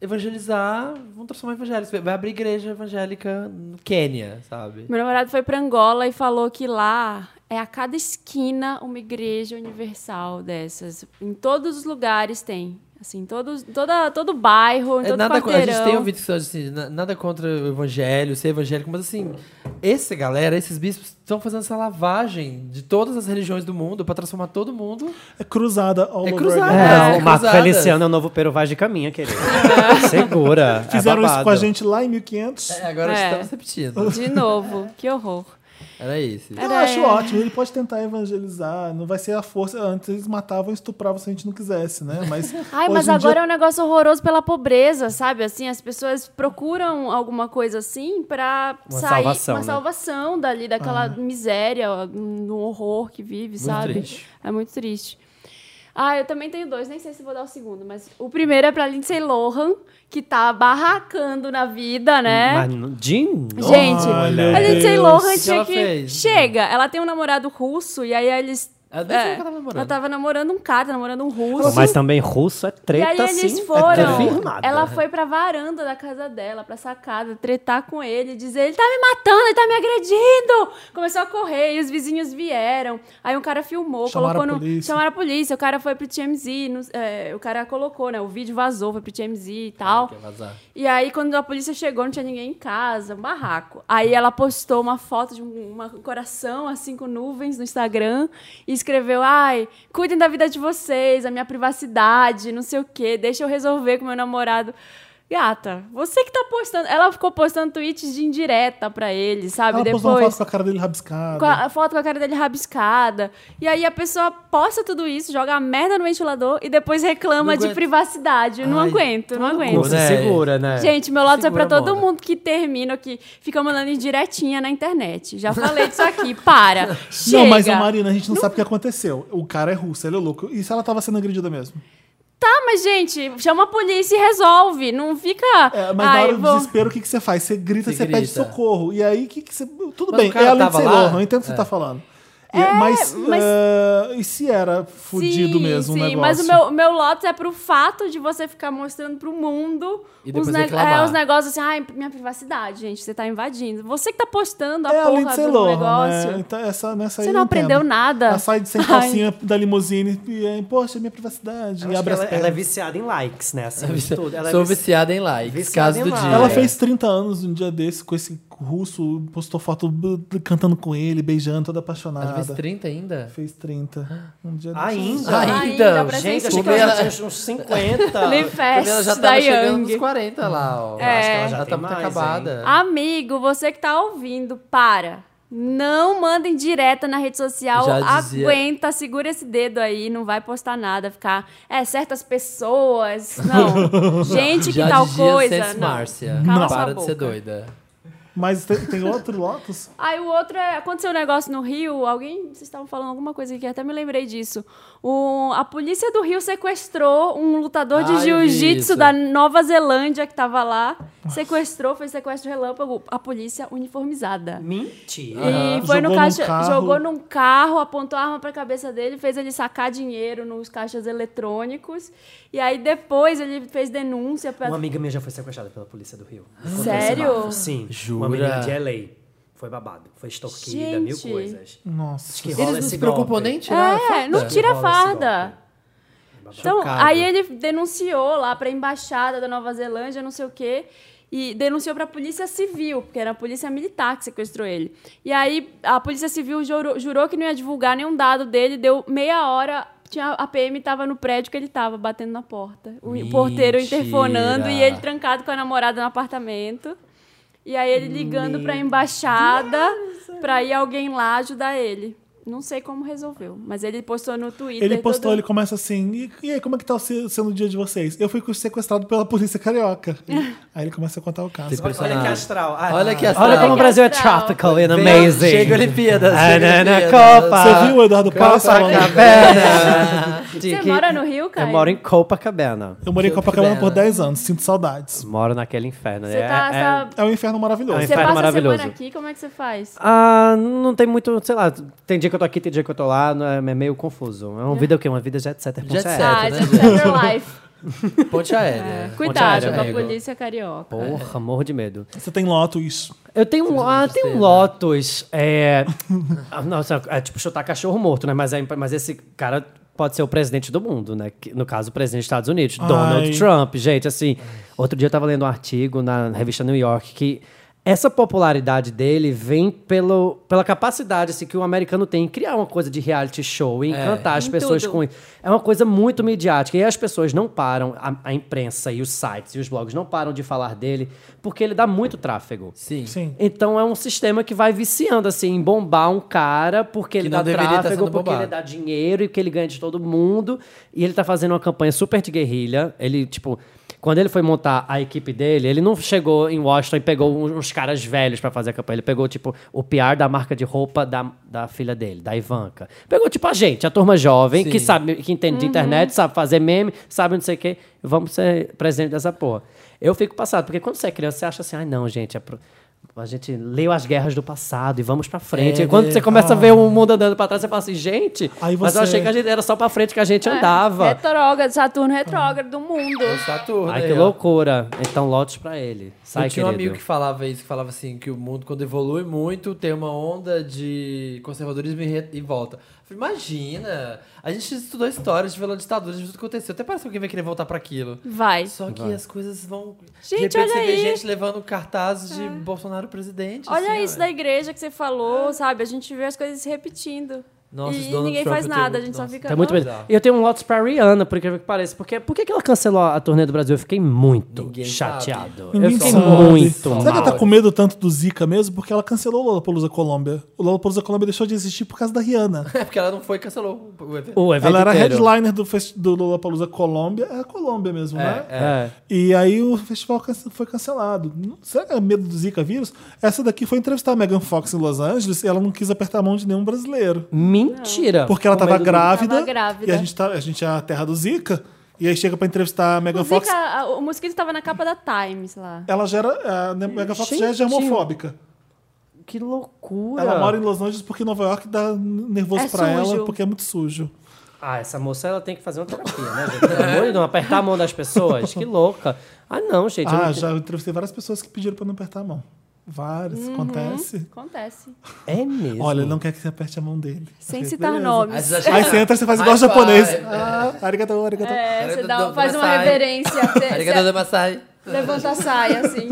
Speaker 2: evangelizar, vão transformar em evangélicos. Vai abrir igreja evangélica no Quênia, sabe?
Speaker 4: Meu namorado foi pra Angola e falou que lá é a cada esquina uma igreja universal dessas. Em todos os lugares tem. Assim, todos, toda, todo bairro, em
Speaker 2: É,
Speaker 4: todo
Speaker 2: nada, co- a
Speaker 4: quarteirão.
Speaker 2: gente tem ouvido que são assim, na- nada contra o evangelho, ser evangélico, mas assim, essa galera, esses bispos, estão fazendo essa lavagem de todas as religiões do mundo pra transformar todo mundo.
Speaker 1: É cruzada ao
Speaker 2: É cruzada.
Speaker 3: É,
Speaker 2: É,
Speaker 3: o Marco
Speaker 2: cruzadas.
Speaker 3: Feliciano é o novo Pero Vaz de caminha, querido. Segura. é
Speaker 1: Fizeram isso com a
Speaker 3: babado.
Speaker 1: gente lá em 1500.
Speaker 2: É, agora
Speaker 4: É.
Speaker 2: estamos repetindo.
Speaker 4: De novo, que horror.
Speaker 2: Era esse.
Speaker 1: Eu
Speaker 4: Era-
Speaker 1: acho ótimo, ele pode tentar evangelizar, não vai ser a força. Antes eles matavam e estupravam se a gente não quisesse, né? Mas,
Speaker 4: Ai,
Speaker 1: hoje
Speaker 4: mas
Speaker 1: em
Speaker 4: agora
Speaker 1: dia-
Speaker 4: é um negócio horroroso pela pobreza, sabe? Assim, as pessoas procuram alguma coisa assim pra
Speaker 3: Uma
Speaker 4: sair
Speaker 3: salvação,
Speaker 4: uma
Speaker 3: né?
Speaker 4: salvação dali, daquela miséria, do horror que vive, sabe?
Speaker 2: triste.
Speaker 4: É muito triste. Ah, eu também tenho dois, nem sei se vou dar o segundo, mas o primeiro é pra Lindsay Lohan, que tá barracando na vida, né?
Speaker 2: Hum,
Speaker 3: Mas não- Jim?
Speaker 4: Gente,
Speaker 1: Olha.
Speaker 4: a Lindsay
Speaker 1: Deus.
Speaker 4: Lohan
Speaker 2: O que
Speaker 4: tinha
Speaker 2: ela
Speaker 4: que.
Speaker 2: fez?
Speaker 4: Chega! Ela tem um namorado russo e aí eles.
Speaker 2: Ela nem falou que
Speaker 4: é,
Speaker 2: ela tava namorando.
Speaker 4: ela tava namorando um cara, tá namorando um russo.
Speaker 3: Mas também russo é
Speaker 4: E
Speaker 3: treta,
Speaker 4: aí eles
Speaker 3: sim. É
Speaker 4: foram.
Speaker 3: confirmado.
Speaker 4: ela foi pra varanda da casa dela, pra sacada, tretar com ele, dizer: ele tá me matando, ele tá me agredindo. Começou a correr e os vizinhos vieram. Aí um cara filmou,
Speaker 1: Chamaram
Speaker 4: colocou
Speaker 1: a
Speaker 4: no.
Speaker 1: polícia.
Speaker 4: Chamaram a polícia, o cara foi pro TMZ. nos- é, o cara colocou, né? O vídeo vazou, foi pro TMZ e tal.
Speaker 2: Quer vazar.
Speaker 4: E aí, quando a polícia chegou, não tinha ninguém em casa, um barraco. Aí ela postou uma foto de um uma um coração, assim, com nuvens no Instagram e escreveu: Ai, cuidem da vida de vocês, a minha privacidade, não sei o quê, deixa eu resolver com meu namorado. Gata, você que tá postando. Ela ficou postando tweets de indireta pra ele, sabe?
Speaker 1: Ela postou uma
Speaker 4: Depois.
Speaker 1: foto com a cara dele rabiscada.
Speaker 4: Com a, a foto com a cara dele rabiscada. E aí a pessoa posta tudo isso, joga a merda no ventilador e depois reclama
Speaker 2: Não
Speaker 4: de
Speaker 2: aguento.
Speaker 4: privacidade. Eu não
Speaker 2: Ai,
Speaker 4: aguento, não aguento.
Speaker 3: Não se
Speaker 2: né?
Speaker 3: segura,
Speaker 1: É.
Speaker 3: né?
Speaker 4: Gente, meu lado vai pra
Speaker 2: Segura a
Speaker 4: todo
Speaker 2: onda.
Speaker 4: mundo que termina, que fica mandando indiretinha na internet. Já falei disso aqui, para. Chega.
Speaker 1: Não, mas a Marina, a gente não, sabe o que aconteceu. O cara é russo, ele é louco. E se ela tava sendo agredida mesmo?
Speaker 4: Tá, mas gente, chama a polícia e resolve. Não fica.
Speaker 1: É, mas
Speaker 4: Ai,
Speaker 1: na hora do
Speaker 4: vou-
Speaker 1: desespero, o que, que você faz? Você grita,
Speaker 2: Você
Speaker 1: você pede
Speaker 2: grita.
Speaker 1: socorro. E aí, o que, que você. Tudo
Speaker 2: Mas
Speaker 1: bem,
Speaker 2: o cara
Speaker 1: é a Lindsay
Speaker 2: tava lá?
Speaker 1: Lohan, eu entendo o que você
Speaker 2: É.
Speaker 1: tá falando. E- mas.
Speaker 4: É, mas-
Speaker 1: eh, e se era fudido
Speaker 4: sim,
Speaker 1: mesmo
Speaker 4: sim,
Speaker 1: o negócio?
Speaker 4: Mas o meu, meu Lotus é pro fato de você ficar mostrando pro mundo
Speaker 2: E
Speaker 4: os,
Speaker 2: depois
Speaker 4: neg-
Speaker 2: reclamar.
Speaker 4: é, os negócios assim, ai, minha privacidade, gente, você tá invadindo. Você que tá postando a
Speaker 1: É a
Speaker 4: porra
Speaker 1: Lindsay
Speaker 4: do
Speaker 1: Lohan,
Speaker 4: negócio.
Speaker 1: né? Então, essa, nessa aí
Speaker 4: Você
Speaker 1: eu
Speaker 4: não
Speaker 1: entendo.
Speaker 4: aprendeu nada.
Speaker 1: Ela sai de sem calcinha da limusine e, eh, poxa, minha privacidade. E
Speaker 3: Eu acho que
Speaker 1: abre as
Speaker 3: ela, ela é
Speaker 1: pernas.
Speaker 3: viciada em likes, né? Assim, de tudo. Ela é
Speaker 2: Sou
Speaker 3: vici-
Speaker 2: viciada em likes.
Speaker 3: viciada
Speaker 2: Caso
Speaker 3: em
Speaker 2: do
Speaker 3: likes.
Speaker 2: dia.
Speaker 1: Ela fez 30 anos um dia desse com esse russo, postou foto b- b- cantando com ele, beijando, toda apaixonada.
Speaker 2: Ela fez 30 ainda? Ah, então,
Speaker 1: Fez 30. Um dia desse.
Speaker 3: Ainda?
Speaker 2: Ainda.
Speaker 4: Ainda, pra
Speaker 3: Gente,
Speaker 4: ser
Speaker 3: acho que
Speaker 2: Descobri
Speaker 3: ela é
Speaker 2: ela-
Speaker 3: já tinha uns 50.
Speaker 4: Live Fest
Speaker 2: ela Tá já
Speaker 4: da
Speaker 2: tava chegando
Speaker 4: Young.
Speaker 2: nos 40 lá, ó.
Speaker 4: É.
Speaker 3: acho que ela
Speaker 2: Ela
Speaker 3: já
Speaker 2: tá
Speaker 3: tem
Speaker 2: muito
Speaker 3: mais,
Speaker 2: acabada.
Speaker 4: Amigo, você que tá ouvindo, para. Não mandem direta na rede social.
Speaker 2: Já dizia.
Speaker 4: Aguenta, segura esse dedo aí, não vai postar nada, ficar, é, certas pessoas. Não. Gente, que
Speaker 2: já
Speaker 4: tal
Speaker 2: dizia
Speaker 4: coisa.
Speaker 2: Sense
Speaker 4: Não.
Speaker 2: Márcia.
Speaker 4: Cala sua
Speaker 2: Para de ser
Speaker 4: boca.
Speaker 2: doida.
Speaker 1: Mas tem, tem outro Lotus?
Speaker 4: Aí o outro é. Aconteceu um negócio no Rio, alguém. Vocês estavam falando alguma coisa aqui, até me lembrei disso. O, a polícia do Rio sequestrou um lutador
Speaker 2: Ah,
Speaker 4: de
Speaker 2: eu vi
Speaker 4: jiu-jitsu
Speaker 2: isso.
Speaker 4: da Nova Zelândia que tava lá. sequestrou, fez sequestro relâmpago, a polícia uniformizada.
Speaker 3: Mentira.
Speaker 1: Aham.
Speaker 4: E foi
Speaker 1: Jogou num
Speaker 4: no caixa,
Speaker 1: carro.
Speaker 4: jogou num carro, apontou a arma pra cabeça dele, fez ele sacar dinheiro nos caixas eletrônicos. E aí depois ele fez denúncia pra.
Speaker 3: Uma amiga minha já foi sequestrada pela polícia do Rio.
Speaker 4: Sério?
Speaker 3: Aconteceu lá. Sim.
Speaker 2: Jura?
Speaker 3: Uma menina de LA. Foi babado. Foi extorquida, mil
Speaker 4: Gente.
Speaker 3: coisas.
Speaker 1: Nossa.
Speaker 3: Acho que rola
Speaker 2: Eles não
Speaker 3: esse
Speaker 2: se preocupam
Speaker 3: golpe.
Speaker 2: nem em tirar a
Speaker 4: É,
Speaker 2: farda.
Speaker 4: não tira a
Speaker 3: Rola esse golpe.
Speaker 4: farda. Então, aí ele denunciou lá pra embaixada da Nova Zelândia, não sei o quê, e denunciou pra polícia civil, porque era a polícia militar que sequestrou ele. E aí a polícia civil jurou, jurou que não ia divulgar nenhum dado dele, deu meia hora. Tinha, a PM tava no prédio que ele tava, batendo na porta. O
Speaker 2: Mentira.
Speaker 4: porteiro interfonando e ele trancado com a namorada no apartamento. E aí ele ligando pra embaixada
Speaker 1: é.
Speaker 4: pra ir alguém lá ajudar ele. Não sei como resolveu, mas ele postou no Twitter.
Speaker 1: Ele postou,
Speaker 4: todo-
Speaker 1: ele começa assim, e, e aí, como é que tá se- sendo o dia de vocês? Eu fui sequestrado pela polícia carioca. E aí ele começa a contar o caso.
Speaker 2: Tem-
Speaker 3: Olha que astral. Ah,
Speaker 2: Olha que astral.
Speaker 3: Olha como o Brasil é
Speaker 4: astral.
Speaker 3: tropical and
Speaker 2: Vem,
Speaker 3: amazing.
Speaker 2: Chega Olimpíadas. chega
Speaker 3: Ana
Speaker 2: Olimpíadas.
Speaker 3: Copa.
Speaker 1: Você viu o Eduardo
Speaker 3: Ah,
Speaker 1: Paes falando?
Speaker 3: Copacabana.
Speaker 4: Você mora no Rio,
Speaker 3: Eu
Speaker 4: cara?
Speaker 3: moro em Copacabana.
Speaker 1: Eu morei em Copacabana por 10 anos, sinto saudades.
Speaker 3: Moro naquele inferno.
Speaker 4: Você,
Speaker 3: É-
Speaker 4: tá,
Speaker 3: é-
Speaker 4: tá-
Speaker 1: É um inferno maravilhoso.
Speaker 3: É um
Speaker 4: você
Speaker 3: inferno
Speaker 4: passa a
Speaker 3: maravilhoso.
Speaker 4: semana aqui, como é que você faz?
Speaker 3: Ah, não tem muito, sei lá, tem dia que eu tô aqui, tem dia que eu tô lá, não é, é meio confuso. É uma vida o quê? Uma vida jet setter.
Speaker 2: Jet
Speaker 3: ponto
Speaker 2: setter.
Speaker 3: é.
Speaker 4: ah,
Speaker 2: né?
Speaker 4: just your life.
Speaker 2: Ponte aérea.
Speaker 4: Cuidado com a
Speaker 2: Amigo.
Speaker 4: polícia carioca.
Speaker 3: Porra, morro de medo.
Speaker 1: Você tem Lotus.
Speaker 3: Eu tenho um, ah, tem
Speaker 4: né?
Speaker 3: um Lotus. É, ah, nossa, é tipo chutar cachorro morto, né? Mas, é, mas esse cara pode ser o presidente do mundo, né? Que, No caso, o presidente dos Estados Unidos,
Speaker 1: Ai.
Speaker 3: Donald Trump. Gente, assim, outro dia eu tava lendo um artigo na revista New York que essa popularidade dele vem pelo, pela capacidade assim, que o americano tem em criar uma coisa de reality show e encantar as
Speaker 4: É. Em
Speaker 3: pessoas
Speaker 4: tudo.
Speaker 3: com isso. É uma coisa muito midiática. E as pessoas não param, a, a imprensa e os sites e os blogs não param de falar dele porque ele dá muito tráfego.
Speaker 2: Sim.
Speaker 1: Sim.
Speaker 3: Então é um sistema que vai viciando, assim, em bombar um cara porque ele
Speaker 2: não
Speaker 3: dá
Speaker 2: deveria tá
Speaker 3: tráfego,
Speaker 2: sendo
Speaker 3: porque
Speaker 2: bombado.
Speaker 3: ele dá dinheiro e que ele ganha de todo mundo. E ele tá fazendo uma campanha super de guerrilha. Ele, tipo, quando ele foi montar a equipe dele, ele não chegou em Washington e pegou uns, uns caras velhos pra fazer a campanha. Ele pegou, tipo, o PR da marca de roupa da, da filha dele, da Ivanka. Pegou, tipo, a gente, a turma jovem,
Speaker 2: Sim.
Speaker 3: que sabe, que entende de internet, sabe fazer meme, sabe não sei o quê. Vamos ser presidente dessa porra. Eu fico passado, porque quando você é criança, você acha assim, ai não, gente, é pro- a gente leu as guerras do passado e vamos pra frente.
Speaker 2: É
Speaker 3: e quando você começa a ver o mundo andando pra trás, você fala assim, gente,
Speaker 1: Aí
Speaker 3: mas eu
Speaker 1: você-
Speaker 3: achei que a gente era só pra frente que a gente
Speaker 4: É
Speaker 3: andava.
Speaker 4: Retrógrado, Saturno retrógrado do mundo.
Speaker 2: O Saturno.
Speaker 3: Ai,
Speaker 2: Tá aí,
Speaker 3: que
Speaker 2: ó.
Speaker 3: loucura. Então, lotes pra ele. Sai,
Speaker 2: eu tinha
Speaker 3: querido.
Speaker 2: um amigo que falava isso, que falava assim, que o mundo quando evolui muito tem uma onda de conservadorismo e, re- e volta. Eu falei, imagina, a gente estudou história, a gente viu ditadura, a gente viu tudo que aconteceu, até parece que alguém vai querer voltar pra aquilo.
Speaker 4: Vai.
Speaker 2: Só que as coisas vão...
Speaker 4: Gente,
Speaker 2: de repente
Speaker 4: olha
Speaker 2: você vê
Speaker 4: aí. É.
Speaker 2: gente levando cartazes de Bolsonaro presidente.
Speaker 4: Olha
Speaker 2: assim,
Speaker 4: isso
Speaker 2: ó.
Speaker 4: da igreja que você falou, sabe? A gente vê as coisas se repetindo.
Speaker 2: Nossa,
Speaker 4: e
Speaker 2: esse Donald
Speaker 4: ninguém
Speaker 2: Trump
Speaker 4: faz
Speaker 2: tem
Speaker 4: nada,
Speaker 2: muito-
Speaker 4: a gente só
Speaker 2: nossa,
Speaker 4: fica.
Speaker 3: Tá muito
Speaker 4: "Ah,
Speaker 3: bem. E eu tenho um lotes pra Rihanna, por incrível que pareça. Porque, por que que ela cancelou a turnê do Brasil? Eu fiquei muito
Speaker 2: Ninguém
Speaker 3: chateado.
Speaker 1: Ninguém
Speaker 3: Eu fiquei
Speaker 1: sabe.
Speaker 3: muito
Speaker 1: Será
Speaker 3: mal.
Speaker 1: que ela tá com medo tanto do Zika mesmo? Porque ela cancelou o Lollapalooza Colômbia. O Lollapalooza Colômbia deixou de existir por causa da Rihanna.
Speaker 2: É porque ela não foi e cancelou o evento.
Speaker 3: O evento
Speaker 1: Ela era
Speaker 3: inteiro.
Speaker 1: headliner do, fest- do Lollapalooza Colômbia. É a Colômbia mesmo, né?
Speaker 3: É.
Speaker 1: E aí o festival cance- foi cancelado. Não- Será que é medo do Zika vírus? Essa daqui foi entrevistar a Megan Fox em Los Angeles e ela não quis apertar a mão de nenhum brasileiro.
Speaker 3: Mentira.
Speaker 1: Porque ela
Speaker 3: Com
Speaker 1: tava
Speaker 3: medo do-
Speaker 1: grávida,
Speaker 4: Tava grávida.
Speaker 1: E a gente, tá, a gente é a terra do Zika. E aí chega pra entrevistar a Megan
Speaker 4: O,
Speaker 1: Fox.
Speaker 4: Zika, a- o mosquito tava na capa da Times lá.
Speaker 1: Ela já era. A Megan Fox já é
Speaker 3: Gente.
Speaker 1: germofóbica.
Speaker 3: Que loucura.
Speaker 1: Ela mora em Los Angeles porque Nova York dá nervoso
Speaker 4: É
Speaker 1: pra ela
Speaker 4: sujo.
Speaker 1: porque é muito sujo.
Speaker 3: Ah, essa moça ela tem que fazer uma terapia, né, gente? Pelo amor de Deus, apertar a mão das pessoas? Que louca. Ah, não, gente. eu
Speaker 1: ah,
Speaker 3: não-
Speaker 1: já entrevistei várias pessoas que pediram pra não apertar a mão. Várias,
Speaker 4: Uhum.
Speaker 1: acontece.
Speaker 4: Acontece.
Speaker 3: É mesmo.
Speaker 1: Olha, ele não quer que você aperte a mão dele.
Speaker 4: Sem
Speaker 1: Beleza.
Speaker 4: citar nomes.
Speaker 1: Aí você entra e você faz igual
Speaker 2: High
Speaker 1: japonês.
Speaker 2: five.
Speaker 1: Ah, arigatou, arigatou.
Speaker 4: É, você
Speaker 2: do-
Speaker 4: dá-
Speaker 2: do-
Speaker 4: faz
Speaker 2: do
Speaker 4: uma
Speaker 2: Maasai.
Speaker 4: reverência. você-
Speaker 2: Obrigado,
Speaker 4: você
Speaker 2: Damasai.
Speaker 4: levanta a saia, assim.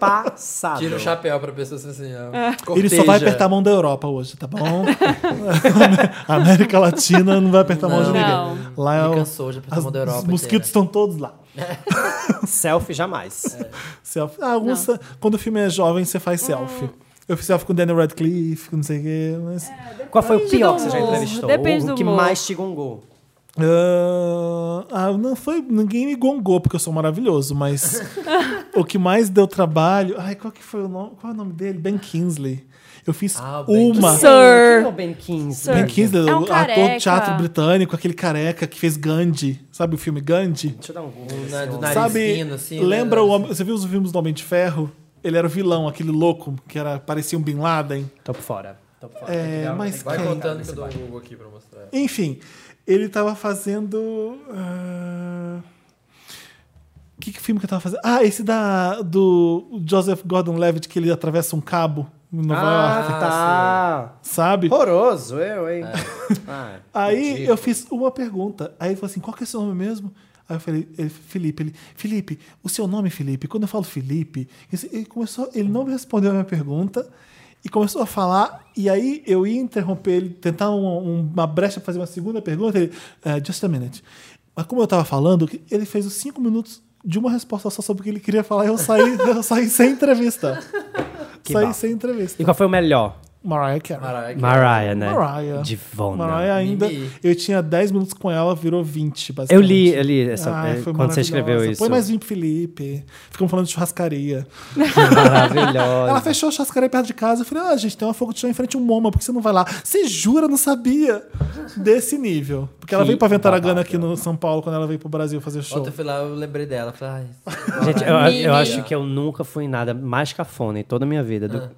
Speaker 3: Passado.
Speaker 2: Tira o chapéu pra pessoa assim, assim ó.
Speaker 4: É.
Speaker 1: Ele só vai
Speaker 2: Corteja.
Speaker 1: apertar a mão da Europa hoje, tá bom? a América Latina não vai apertar a mão de
Speaker 2: Não.
Speaker 1: ninguém. Lá é
Speaker 2: Me
Speaker 1: o-
Speaker 2: cansou, já apertou a
Speaker 1: as-
Speaker 2: mão da Europa
Speaker 1: Os mosquitos estão todos lá.
Speaker 3: Selfie jamais.
Speaker 1: Selfie. Ah, alguns, quando o filme é jovem, você
Speaker 4: Hum.
Speaker 1: faz selfie. Eu fiz selfie com o Daniel Radcliffe, com não sei o quê. Mas...
Speaker 3: Qual foi o
Speaker 4: Depende
Speaker 3: pior
Speaker 4: do
Speaker 3: que você já
Speaker 4: humor.
Speaker 3: entrevistou?
Speaker 4: Depende
Speaker 3: o
Speaker 4: do
Speaker 3: que
Speaker 4: humor.
Speaker 3: mais te gongou?
Speaker 1: Ah, ah, não foi. Ninguém me gongou porque eu sou maravilhoso, mas o que mais deu trabalho. Ai, qual que foi o nome? Qual é o nome dele? Ben Kingsley. Eu fiz
Speaker 2: Ah, o Ben
Speaker 1: uma.
Speaker 4: Kingsley. Sir.
Speaker 3: Quem é o Ben Kingsley?
Speaker 1: Ben Kingsley,
Speaker 4: É um
Speaker 1: o ator
Speaker 4: careca.
Speaker 1: de teatro britânico, aquele careca que fez Gandhi. Sabe o filme Gandhi?
Speaker 3: Deixa eu dar um Google.
Speaker 2: Na- é do nariz.
Speaker 3: nesse homem.
Speaker 1: Sabe,
Speaker 2: fino, assim,
Speaker 1: lembra
Speaker 2: né?
Speaker 1: o Homem- Você viu os filmes do Homem de Ferro? Ele era o vilão, aquele louco, que era, parecia um Bin Laden.
Speaker 3: Tô por fora. Tô por fora. Tem que
Speaker 1: É,
Speaker 3: dar um-
Speaker 1: mas
Speaker 2: Vai
Speaker 1: quem?
Speaker 2: contando que eu dou um Google aqui pra mostrar.
Speaker 1: Enfim, ele tava fazendo. ah, Que, que filme que eu tava fazendo? Ah, esse da, do Joseph Gordon Levitt, que ele atravessa um cabo em Nova
Speaker 3: Ah,
Speaker 1: York,
Speaker 3: tá.
Speaker 1: sabe?
Speaker 3: Horroroso, eu, hein?
Speaker 2: É.
Speaker 3: Ah,
Speaker 1: Aí
Speaker 2: ridículo.
Speaker 1: eu fiz uma pergunta. Aí ele falou assim: qual que é o seu nome mesmo? Aí eu falei, ele, Felipe, ele, Felipe, o seu nome, é Felipe? Quando eu falo Felipe, esse- ele começou, ele não me respondeu a minha pergunta e começou a falar. E aí eu ia interromper ele, tentar um- um- uma brecha pra fazer uma segunda pergunta. Ele, "Eh, just a minute. Mas como eu tava falando, ele fez os cinco minutos de uma resposta só sobre o que ele queria falar e eu saí, eu saí sem entrevista.
Speaker 3: Que
Speaker 1: saí
Speaker 3: bom.
Speaker 1: sem entrevista.
Speaker 3: E qual foi o melhor?
Speaker 1: Mariah Carey.
Speaker 2: Maraca.
Speaker 3: Mariah, né?
Speaker 1: Mariah.
Speaker 3: Divona.
Speaker 1: Mariah é ainda.
Speaker 2: Mimi.
Speaker 1: Eu tinha 10 minutos com ela, virou 20, basicamente.
Speaker 3: Eu li, eu li essa,
Speaker 1: Ai,
Speaker 3: eh,
Speaker 1: foi
Speaker 3: quando você
Speaker 1: maravilhosa.
Speaker 3: escreveu isso.
Speaker 1: Põe mais vinho pro Felipe. Ficamos falando de churrascaria.
Speaker 3: Maravilhosa.
Speaker 1: Ela fechou a churrascaria perto de casa. Eu falei, ah, gente, tem uma fogo de chão em frente a um MoMA, por que você não vai lá? Você jura, não sabia. Desse nível. Porque ela
Speaker 3: Que
Speaker 1: veio pra Ventaragana
Speaker 3: babado.
Speaker 1: aqui no São Paulo, quando ela veio pro Brasil fazer show.
Speaker 2: Ontem eu fui lá, eu lembrei dela. Falei, ai, é
Speaker 3: Gente, eu,
Speaker 2: Mimi.
Speaker 3: eu acho que eu nunca fui em nada mais cafona em toda a minha vida do
Speaker 2: Ah.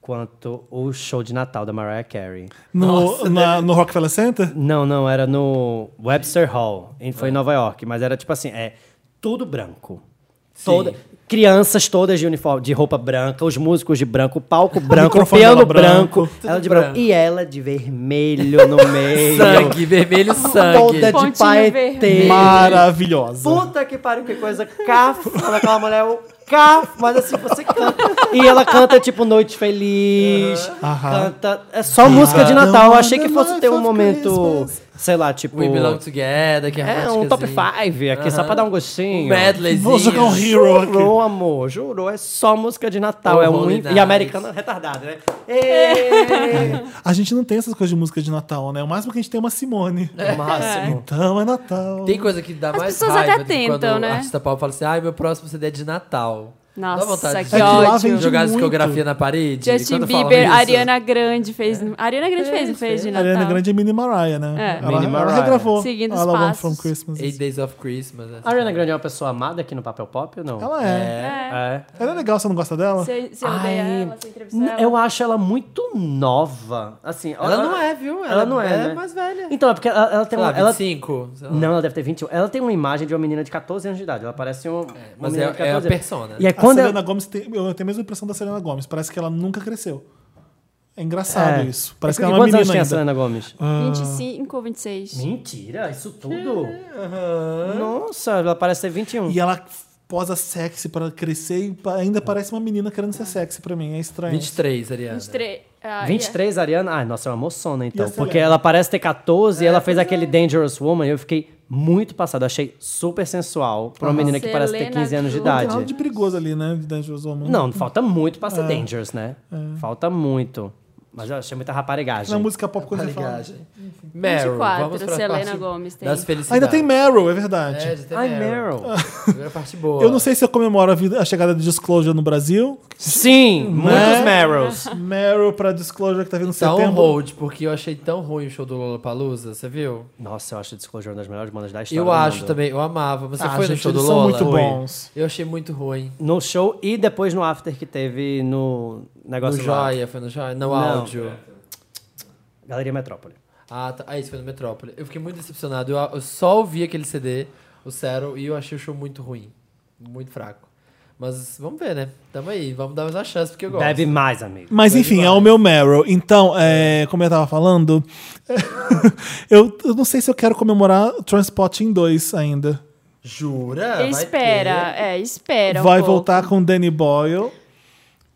Speaker 3: quanto o show de Natal da Mariah Carey.
Speaker 1: No, na- no Rockefeller Center?
Speaker 3: Não, não, era no Webster Hall. e Foi em Nova York, mas era tipo assim, é tudo branco. Toda, crianças todas de uniforme, de roupa branca, os músicos de branco, o palco branco, o
Speaker 1: microfone dela
Speaker 3: piano
Speaker 1: branco.
Speaker 3: branco, ela
Speaker 2: Tudo
Speaker 3: de branco.
Speaker 2: branco.
Speaker 3: E ela de vermelho no meio.
Speaker 2: Sangue, vermelho sangue.
Speaker 3: Toda de
Speaker 4: Pontinho
Speaker 3: paetê.
Speaker 4: vermelho.
Speaker 1: Maravilhosa.
Speaker 3: Puta que pariu, que coisa cafona. Aquela mulher, é o cafo, mas assim, você canta. E ela canta, tipo, Noite Feliz.
Speaker 1: Aham. Ah,
Speaker 3: Canta. É só música de Natal. Eu achei que fosse ter um
Speaker 1: Wonderful
Speaker 3: momento,
Speaker 1: Christmas.
Speaker 3: sei lá, tipo.
Speaker 2: We Belong Together, que é
Speaker 3: É, um top 5 aqui, só pra dar um
Speaker 2: Um
Speaker 3: gostinho.
Speaker 2: medleyzinho.
Speaker 1: Vou jogar um hero aqui.
Speaker 3: Jurou, amor, jurou. É só música de Natal.
Speaker 2: Oh,
Speaker 3: é um.
Speaker 2: Holy
Speaker 3: in-
Speaker 2: Night.
Speaker 3: E americana retardada, né? Ê!
Speaker 1: A gente não tem essas coisas de música de Natal, né? O máximo que a gente tem é uma Simone.
Speaker 3: O Máximo.
Speaker 1: Então é Natal.
Speaker 2: Tem coisa que dá mais
Speaker 4: pessoas
Speaker 2: raiva
Speaker 4: até
Speaker 2: do que quando
Speaker 4: tentam,
Speaker 2: o
Speaker 4: né?
Speaker 2: artista pop fala assim, ai, meu próximo CD é de Natal.
Speaker 4: Nossa,
Speaker 1: É
Speaker 4: que
Speaker 1: que lá
Speaker 4: ódio.
Speaker 1: vende
Speaker 2: Jogar a
Speaker 1: muito.
Speaker 2: discografia na parede.
Speaker 4: Justin
Speaker 2: Quando falam
Speaker 4: Bieber,
Speaker 2: isso-
Speaker 4: Ariana Grande
Speaker 2: É.
Speaker 4: fez. Ariana Grande fez, não fez de
Speaker 1: A
Speaker 4: Natal.
Speaker 1: Ariana Grande é Mini Mariah, né?
Speaker 4: É.
Speaker 1: Ela,
Speaker 3: Mini
Speaker 1: ela
Speaker 3: Mariah.
Speaker 1: regravou
Speaker 4: Seguindo os
Speaker 1: All I Want
Speaker 4: passos.
Speaker 1: From Christmas.
Speaker 2: Eight Days of Christmas. né?
Speaker 3: A Ariana Grande é uma pessoa amada aqui no papel pop ou não?
Speaker 1: Ela é.
Speaker 4: É.
Speaker 3: é.
Speaker 1: Ela é legal, você não gosta dela?
Speaker 4: Você você odeia
Speaker 3: Ai,
Speaker 4: ela, você entrevistou
Speaker 3: N-
Speaker 4: é,
Speaker 2: é
Speaker 4: ela.
Speaker 3: Eu acho ela muito nova. Assim,
Speaker 2: Ela não é, viu?
Speaker 3: Ela, não é. né?
Speaker 2: mais velha.
Speaker 3: Então, é porque ela, ela
Speaker 2: Sei
Speaker 3: tem uma.
Speaker 2: lá,
Speaker 3: Ela,
Speaker 2: 25. sei lá.
Speaker 3: não, ela deve ter 21. Ela tem uma imagem de uma menina de 14 anos de idade. Ela parece um. uma
Speaker 2: mas
Speaker 3: menina
Speaker 2: é-
Speaker 3: de
Speaker 2: é a
Speaker 3: 14 anos.
Speaker 2: persona.
Speaker 3: E é
Speaker 1: A
Speaker 3: quando
Speaker 1: Selena
Speaker 3: ela-
Speaker 1: Gomes tem, eu tenho a mesma impressão da Selena Gomes. Parece que ela nunca cresceu. É engraçado
Speaker 3: É.
Speaker 1: isso. Parece
Speaker 3: E
Speaker 1: que ela é uma
Speaker 3: quantos anos
Speaker 1: menina
Speaker 3: tem a
Speaker 1: ainda.
Speaker 3: Selena Gomes?
Speaker 4: Ah.
Speaker 1: Ah.
Speaker 4: 25 ou 26.
Speaker 3: Mentira, isso tudo? É, Nossa, ela parece ter 21.
Speaker 1: E ela posa sexy pra crescer e pa- ainda parece uma menina querendo ser sexy pra mim. É estranho.
Speaker 2: 23, Ariana.
Speaker 4: 23. Ah,
Speaker 3: 23, Ariana? Ai, nossa, é uma moçona,
Speaker 1: E a
Speaker 3: então.
Speaker 1: Selena?
Speaker 3: Porque ela parece ter 14 e ela fez aquele Dangerous Woman e eu fiquei muito passado. Achei super sensual pra uma menina que parece ter
Speaker 4: Selena
Speaker 3: 15 anos de
Speaker 4: Gomez.
Speaker 1: Não tem nada
Speaker 3: idade.
Speaker 1: de É. perigoso ali, né? de Dangerous Woman.
Speaker 3: Não, falta muito pra ser Dangerous, né? Falta muito. Mas eu achei muita raparigagem.
Speaker 1: É. Na música
Speaker 3: é
Speaker 1: pop, quando você fala.
Speaker 2: Ligagem. Meryl.
Speaker 4: 24,
Speaker 2: vamos pra
Speaker 4: Selena
Speaker 2: parte
Speaker 4: Gomez tem.
Speaker 2: Das felicidades.
Speaker 1: Ainda tem Meryl, é
Speaker 2: É,
Speaker 1: verdade.
Speaker 2: ainda tem
Speaker 3: Ai,
Speaker 2: Meryl.
Speaker 3: Meryl.
Speaker 2: Primeira parte boa.
Speaker 1: Eu não sei se eu comemoro a, vida- a chegada de Disclosure no Brasil.
Speaker 3: Sim, né? muitos Meryls.
Speaker 1: Meryl pra Disclosure que tá vindo em
Speaker 2: Tá on
Speaker 1: setembro.
Speaker 2: hold, porque eu achei tão ruim o show do Lollapalooza, você viu?
Speaker 3: Nossa, eu acho o Disclosure uma das melhores bandas da história.
Speaker 2: Eu
Speaker 3: do
Speaker 2: acho
Speaker 3: mundo.
Speaker 2: também, eu amava. Você
Speaker 1: Ah,
Speaker 2: foi no
Speaker 1: gente,
Speaker 2: show do
Speaker 1: eles são
Speaker 2: Lola?
Speaker 1: muito
Speaker 2: Foi.
Speaker 1: bons.
Speaker 2: Eu achei muito ruim.
Speaker 3: No show e depois no after que teve no
Speaker 2: No
Speaker 3: negócio lá.
Speaker 2: Joia, foi no Joia? No
Speaker 3: Não.
Speaker 2: áudio.
Speaker 3: Galeria Metrópole.
Speaker 2: Ah, tá. ah, isso foi no Metrópole. Eu fiquei muito decepcionado. Eu, eu só ouvi aquele CD, o Cero, e eu achei o show muito ruim. Muito fraco. Mas vamos ver, né? Tamo aí, vamos dar mais uma chance, porque eu gosto.
Speaker 3: Bebe mais, amigo.
Speaker 1: Mas enfim, é o meu Meryl. Então, é, como eu tava falando, eu, eu não sei se eu quero comemorar Transpotting 2 ainda.
Speaker 2: Jura? Ah, Vai né?
Speaker 4: Espera, é, espera. um
Speaker 1: vai
Speaker 4: pouco.
Speaker 1: voltar com o Danny Boyle.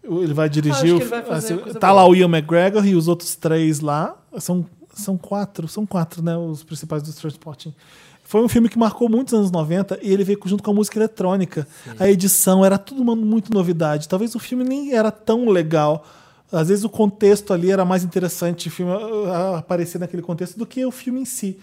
Speaker 1: Ele vai
Speaker 2: Acho que
Speaker 1: dirigir. o-
Speaker 2: ele vai fazer
Speaker 1: assim,
Speaker 2: coisa
Speaker 1: tá
Speaker 2: boa.
Speaker 1: lá o Ian McGregor e os outros três lá. São, são quatro, são quatro, né? Os principais do Transpotting. Foi um filme que marcou muitos anos 90 e ele veio junto com a música eletrônica. A edição era tudo uma- muito novidade. Talvez o filme nem era tão legal. Às vezes o uh, contexto ali era mais interessante o filme ah, aparecer naquele contexto do que o filme em si.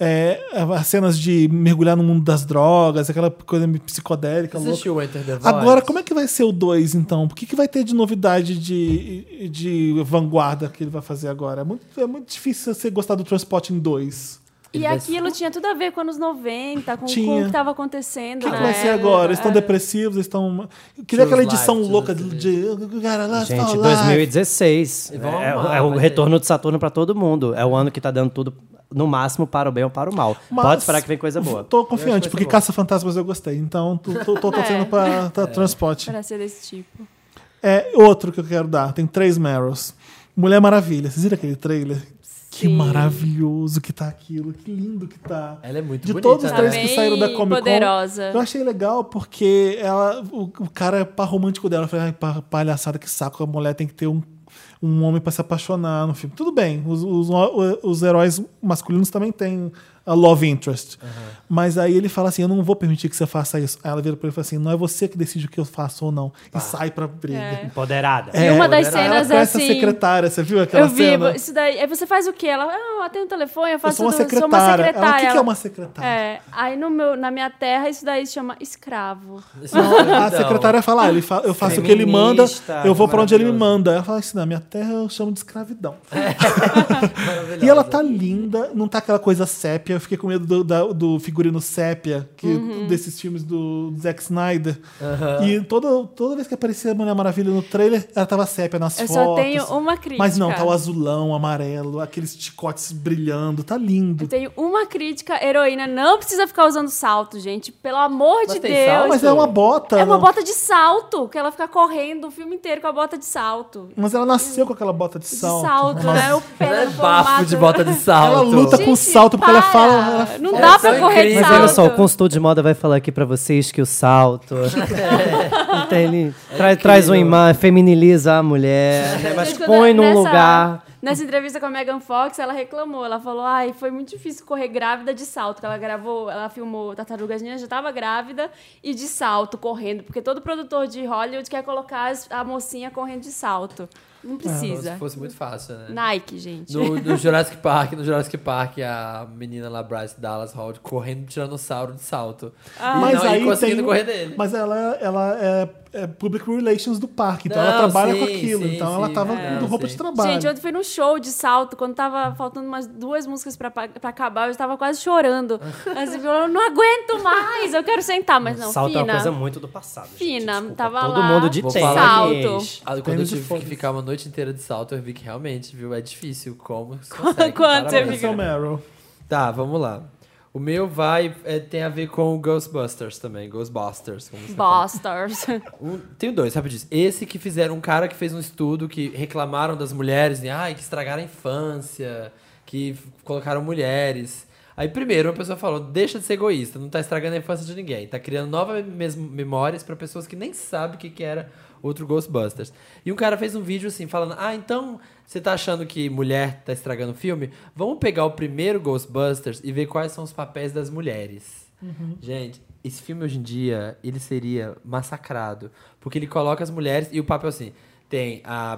Speaker 1: é, as cenas de mergulhar no mundo das drogas, aquela coisa meio psicodélica.
Speaker 2: Você
Speaker 1: louca.
Speaker 2: assistiu o Enter the Void?
Speaker 1: Agora, como é que vai ser o 2, então? O que, que vai ter de novidade de, de vanguarda que ele vai fazer agora? É muito, é muito difícil você gostar do Transporting 2.
Speaker 2: Ele
Speaker 4: E
Speaker 2: vai-
Speaker 4: aquilo tinha tudo a ver com os 90, com,
Speaker 1: Tinha.
Speaker 4: com o que tava
Speaker 1: O
Speaker 4: acontecendo. né?
Speaker 1: que, que
Speaker 4: na
Speaker 1: vai ser
Speaker 4: época.
Speaker 1: agora? Eles estão
Speaker 4: É.
Speaker 1: depressivos, eles estão. Eu Queria aquela
Speaker 2: Choose
Speaker 1: edição
Speaker 2: life,
Speaker 1: louca de.
Speaker 2: choose
Speaker 1: de- cara, lá,
Speaker 3: Gente,
Speaker 1: lá.
Speaker 3: 2016.
Speaker 2: E vamos
Speaker 3: É,
Speaker 2: amar,
Speaker 3: é o
Speaker 2: vai
Speaker 3: retorno de Saturno pra todo mundo. É o ano que tá dando tudo, no máximo, para o bem ou para o mal.
Speaker 1: Mas-
Speaker 3: Pode esperar que vem coisa boa.
Speaker 1: Tô
Speaker 2: Eu acho que
Speaker 1: confiante,
Speaker 2: vai
Speaker 1: porque
Speaker 2: ser bom.
Speaker 1: Caça-Fantasmas eu gostei. Então, tô, tô, tô torcendo
Speaker 4: É.
Speaker 1: pra, pra transporte.
Speaker 4: Pra ser desse tipo.
Speaker 1: É outro que eu quero dar. Tem três Meryls. Mulher Maravilha. Vocês viram aquele trailer? Que
Speaker 4: Sim.
Speaker 1: maravilhoso que tá aquilo. Que lindo que tá.
Speaker 2: Ela é muito
Speaker 1: De
Speaker 2: bonita,
Speaker 1: todos os
Speaker 2: né?
Speaker 1: três
Speaker 4: Tá
Speaker 1: que saíram da
Speaker 4: bem
Speaker 1: Comic Con.
Speaker 4: poderosa.
Speaker 1: Eu achei legal porque ela, o, o cara é par romântico dela. Eu falei, ai, pa- palhaçada, que saco. A mulher tem que ter um, um homem pra se apaixonar no filme. Tudo bem, os, os, os heróis masculinos também têm a love interest. Mas aí ele fala assim: eu não vou permitir que você faça isso. Aí ela vira pra ele e fala assim: não é você que decide o que eu faço ou não. E sai pra briga.
Speaker 4: É.
Speaker 3: Empoderada.
Speaker 4: E uma das
Speaker 1: Aí ela
Speaker 4: cenas
Speaker 1: conhece a
Speaker 4: assim.
Speaker 1: secretária, você viu aquela
Speaker 4: Eu vi,
Speaker 1: cena?
Speaker 4: isso daí. Aí você faz o quê? Ela, ah, eu atendo o telefone, eu
Speaker 1: Eu
Speaker 4: faço
Speaker 1: sou uma
Speaker 4: tudo,
Speaker 1: secretária.
Speaker 4: sou uma
Speaker 1: Ela, o
Speaker 4: secretária.
Speaker 1: que, que é uma secretária?
Speaker 4: É, aí no meu, na minha terra isso daí se chama escravo. Então,
Speaker 1: A secretária fala, ah, ele fa- eu faço o que ele manda,
Speaker 3: Feminista,
Speaker 1: eu vou pra onde ele me
Speaker 3: maravilhoso.
Speaker 1: manda. Ela fala assim, na minha terra eu chamo de escravidão.
Speaker 2: Maravilhosa.
Speaker 1: E ela tá linda, não tá aquela coisa sépia. Eu fiquei com medo do, da- do figurino sépia, que,
Speaker 4: Uhum.
Speaker 1: desses filmes do Zack Snyder. E toda, toda vez que aparecia a Mulher Maravilha no trailer, ela tava sépia nas
Speaker 4: Eu
Speaker 1: fotos.
Speaker 4: só tenho uma crítica.
Speaker 1: Mas não, tá o azulão, amarelo, aqueles chicotes brilhando, tá lindo.
Speaker 4: Eu tenho uma crítica, heroína não precisa ficar usando salto, gente. Pelo amor
Speaker 2: Mas
Speaker 4: de
Speaker 2: tem
Speaker 4: Deus.
Speaker 2: salto?
Speaker 1: Mas é uma bota.
Speaker 4: É uma
Speaker 1: não-
Speaker 4: bota de salto, que ela fica correndo o filme inteiro com a bota de salto.
Speaker 1: Mas ela nasceu com aquela bota de
Speaker 4: De
Speaker 1: salto.
Speaker 4: salto, né? O pé
Speaker 2: Ela é
Speaker 4: no
Speaker 2: bafo
Speaker 4: formato.
Speaker 2: de bota de salto.
Speaker 1: Ela luta
Speaker 4: Gente,
Speaker 1: Tá com salto, porque ela
Speaker 4: para.
Speaker 1: fala- ela-
Speaker 4: Não
Speaker 2: Ela é
Speaker 4: dá pra
Speaker 2: tão
Speaker 4: correr de
Speaker 2: incrível.
Speaker 3: Mas
Speaker 4: salto.
Speaker 3: olha só, o consultor de moda vai falar aqui pra vocês que o salto. Então ele
Speaker 4: É
Speaker 3: tra- traz um imã, feminiliza a mulher, né? mas
Speaker 4: Gente, quando-
Speaker 3: põe num
Speaker 4: nessa-
Speaker 3: lugar.
Speaker 4: Nessa entrevista com a Megan Fox, ela reclamou. Ela falou: ai, foi muito difícil correr grávida de salto. Que ela gravou, ela filmou Tartarugas Ninja, já tava grávida e de salto correndo. Porque todo produtor de Hollywood quer colocar as- a mocinha correndo de salto. Não
Speaker 2: Como se
Speaker 4: precisa.
Speaker 2: fosse muito fácil, né?
Speaker 4: Nike, gente.
Speaker 2: No, no Jurassic Park, no Jurassic Park, a menina lá, Bryce Dallas Howard, correndo de tiranossauro de salto. E
Speaker 1: Mas
Speaker 2: não- e
Speaker 1: aí
Speaker 2: conseguindo
Speaker 1: tem- um-
Speaker 2: correr dele.
Speaker 1: Mas ela, ela é, é public relations do parque, então
Speaker 2: Não,
Speaker 1: ela trabalha com
Speaker 2: sim,
Speaker 1: aquilo.
Speaker 2: sim,
Speaker 1: então
Speaker 2: sim,
Speaker 1: ela tava
Speaker 2: é,
Speaker 1: com roupa
Speaker 2: sim.
Speaker 1: de trabalho.
Speaker 4: Gente, ontem foi num show de salto, quando tava faltando umas duas músicas pra, pa- pra acabar, eu tava quase chorando. Assim, falando, não aguento mais, eu quero sentar, mas não,
Speaker 3: Salto é uma
Speaker 4: fina.
Speaker 3: coisa muito do passado. gente,
Speaker 4: Fina,
Speaker 3: desculpa.
Speaker 4: tava
Speaker 3: Todo
Speaker 4: lá.
Speaker 3: mundo de
Speaker 2: Vou
Speaker 3: tênis.
Speaker 2: falar
Speaker 4: Salto.
Speaker 2: Ah, Quando eu
Speaker 1: Tênis e
Speaker 2: tive que
Speaker 1: fones.
Speaker 2: ficar uma noite inteira de salto, eu vi que realmente, viu, é difícil. Como se consegue,
Speaker 4: Quanto,
Speaker 2: parabéns.
Speaker 1: Esse é o Meryl.
Speaker 2: Tá, vamos lá. O meu vai, é, tem a ver com o Ghostbusters também, Ghostbusters. Como você fala.
Speaker 4: Busters.
Speaker 2: Um- tenho dois, rapidinho. Esse que fizeram, um cara que fez um estudo que reclamaram das mulheres, né? Ai, que estragaram a infância, que f- colocaram mulheres. Aí, primeiro, uma pessoa falou: deixa de ser egoísta, não tá estragando a infância de ninguém. Tá criando novas mes- memórias pra pessoas que nem sabem o que, que era outro Ghostbusters. E um cara fez um vídeo assim, falando: ah, então você tá achando que mulher tá estragando o filme? Vamos pegar o primeiro Ghostbusters e ver quais são os papéis das mulheres.
Speaker 1: Uhum.
Speaker 2: Gente, esse filme hoje em dia, ele seria massacrado. Porque ele coloca as mulheres e o papo é assim. Tem a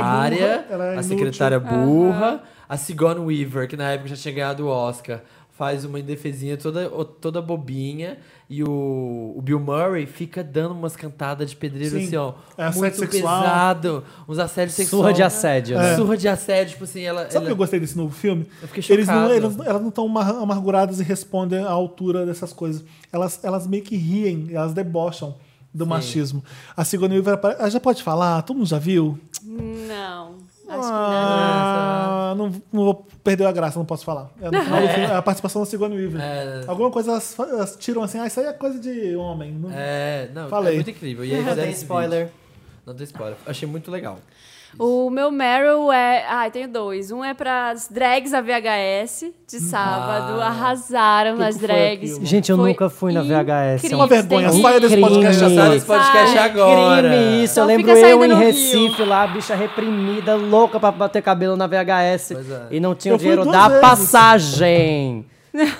Speaker 2: bibliotecária,
Speaker 1: burra, ela é
Speaker 2: a
Speaker 1: inútil.
Speaker 2: secretária burra, a Sigourney Weaver, que na época já tinha ganhado o Oscar, faz uma indefesinha toda, toda bobinha. E o, o Bill Murray fica dando umas cantadas de pedreiro
Speaker 1: Sim.
Speaker 2: assim, ó.
Speaker 1: É assédio
Speaker 2: muito
Speaker 1: sexual.
Speaker 2: pesado, uns assédios sexuais.
Speaker 3: Surra de assédio, né?
Speaker 2: Surra de assédio, tipo assim, ela...
Speaker 1: Sabe o
Speaker 2: ela-
Speaker 1: que eu gostei desse novo filme?
Speaker 2: Eu fiquei
Speaker 1: eles não,
Speaker 2: chocado.
Speaker 1: eles- elas não estão amarguradas e respondem à altura dessas coisas. Elas, elas meio que riem, elas debocham do machismo. A Sigourney Weaver apare- ah, já pode falar, todo mundo já viu?
Speaker 4: Não. Acho
Speaker 2: É,
Speaker 4: que não.
Speaker 1: Ah, não, não vou perder a graça, não posso falar. É, no final do filme, é a participação da Sigourney Weaver.
Speaker 2: É.
Speaker 1: Alguma coisa elas, fa- elas tiram assim, ah, isso aí é coisa de homem. Não,
Speaker 2: É, não,
Speaker 1: Falei.
Speaker 2: é muito incrível. E aí
Speaker 3: Não
Speaker 2: fizeram
Speaker 3: tem
Speaker 2: esse
Speaker 3: spoiler.
Speaker 2: vídeo. Não tem spoiler. Achei muito legal.
Speaker 4: O meu Meryl é. Ai, tenho dois. Um é pras drags da VHS
Speaker 1: Hum.
Speaker 4: de sábado.
Speaker 2: Ah.
Speaker 4: Arrasaram nas
Speaker 1: foi
Speaker 4: drags.
Speaker 1: aquilo?
Speaker 3: Gente, eu
Speaker 4: Foi
Speaker 3: nunca fui na VHS.
Speaker 4: incrível.
Speaker 1: Uma vergonha,
Speaker 4: Tem
Speaker 1: saia
Speaker 4: que-
Speaker 1: desse podcast
Speaker 3: Incrível.
Speaker 1: agora.
Speaker 2: Esse podcast
Speaker 4: Sai.
Speaker 2: agora.
Speaker 3: Crime É isso,
Speaker 4: Só
Speaker 3: eu lembro
Speaker 4: fica saindo
Speaker 3: eu em
Speaker 4: no Rio.
Speaker 3: Recife lá, a bicha reprimida, louca pra bater cabelo na VHS.
Speaker 2: Pois é.
Speaker 3: E não tinha
Speaker 1: Eu
Speaker 3: o
Speaker 1: fui
Speaker 3: dinheiro
Speaker 1: duas
Speaker 3: da
Speaker 1: vezes.
Speaker 3: passagem.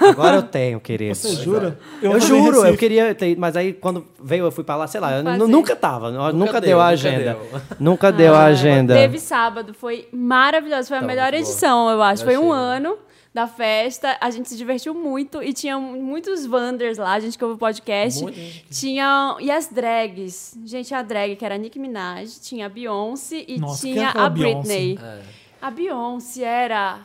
Speaker 3: Agora eu tenho, querido.
Speaker 1: Você jura?
Speaker 3: Eu,
Speaker 1: fui em
Speaker 3: juro, é eu
Speaker 1: Recife.
Speaker 3: queria ter, mas aí quando veio, eu fui pra lá, sei lá, eu
Speaker 4: Fazer. Ah,
Speaker 3: nu- nunca tava, eu- nunca,
Speaker 2: Nunca
Speaker 3: deu,
Speaker 2: deu,
Speaker 3: a
Speaker 2: nunca
Speaker 3: agenda.
Speaker 2: deu.
Speaker 3: Nunca deu a agenda.
Speaker 4: Teve sábado, foi maravilhoso. Foi a
Speaker 2: Tava
Speaker 4: melhor
Speaker 2: muito boa.
Speaker 4: edição, eu acho.
Speaker 2: Eu
Speaker 4: foi um
Speaker 2: achei.
Speaker 4: ano. da festa. A gente se divertiu muito e tinha muitos Wanders lá, a gente que ouve o podcast.
Speaker 2: Muita gente.
Speaker 4: Tinha. E as drags? Gente, a drag que era a Nicki Minaj, tinha a Beyoncé e
Speaker 1: Nossa, quem é
Speaker 4: tinha
Speaker 1: aquela
Speaker 4: a Britney.
Speaker 2: É.
Speaker 4: A Beyoncé era.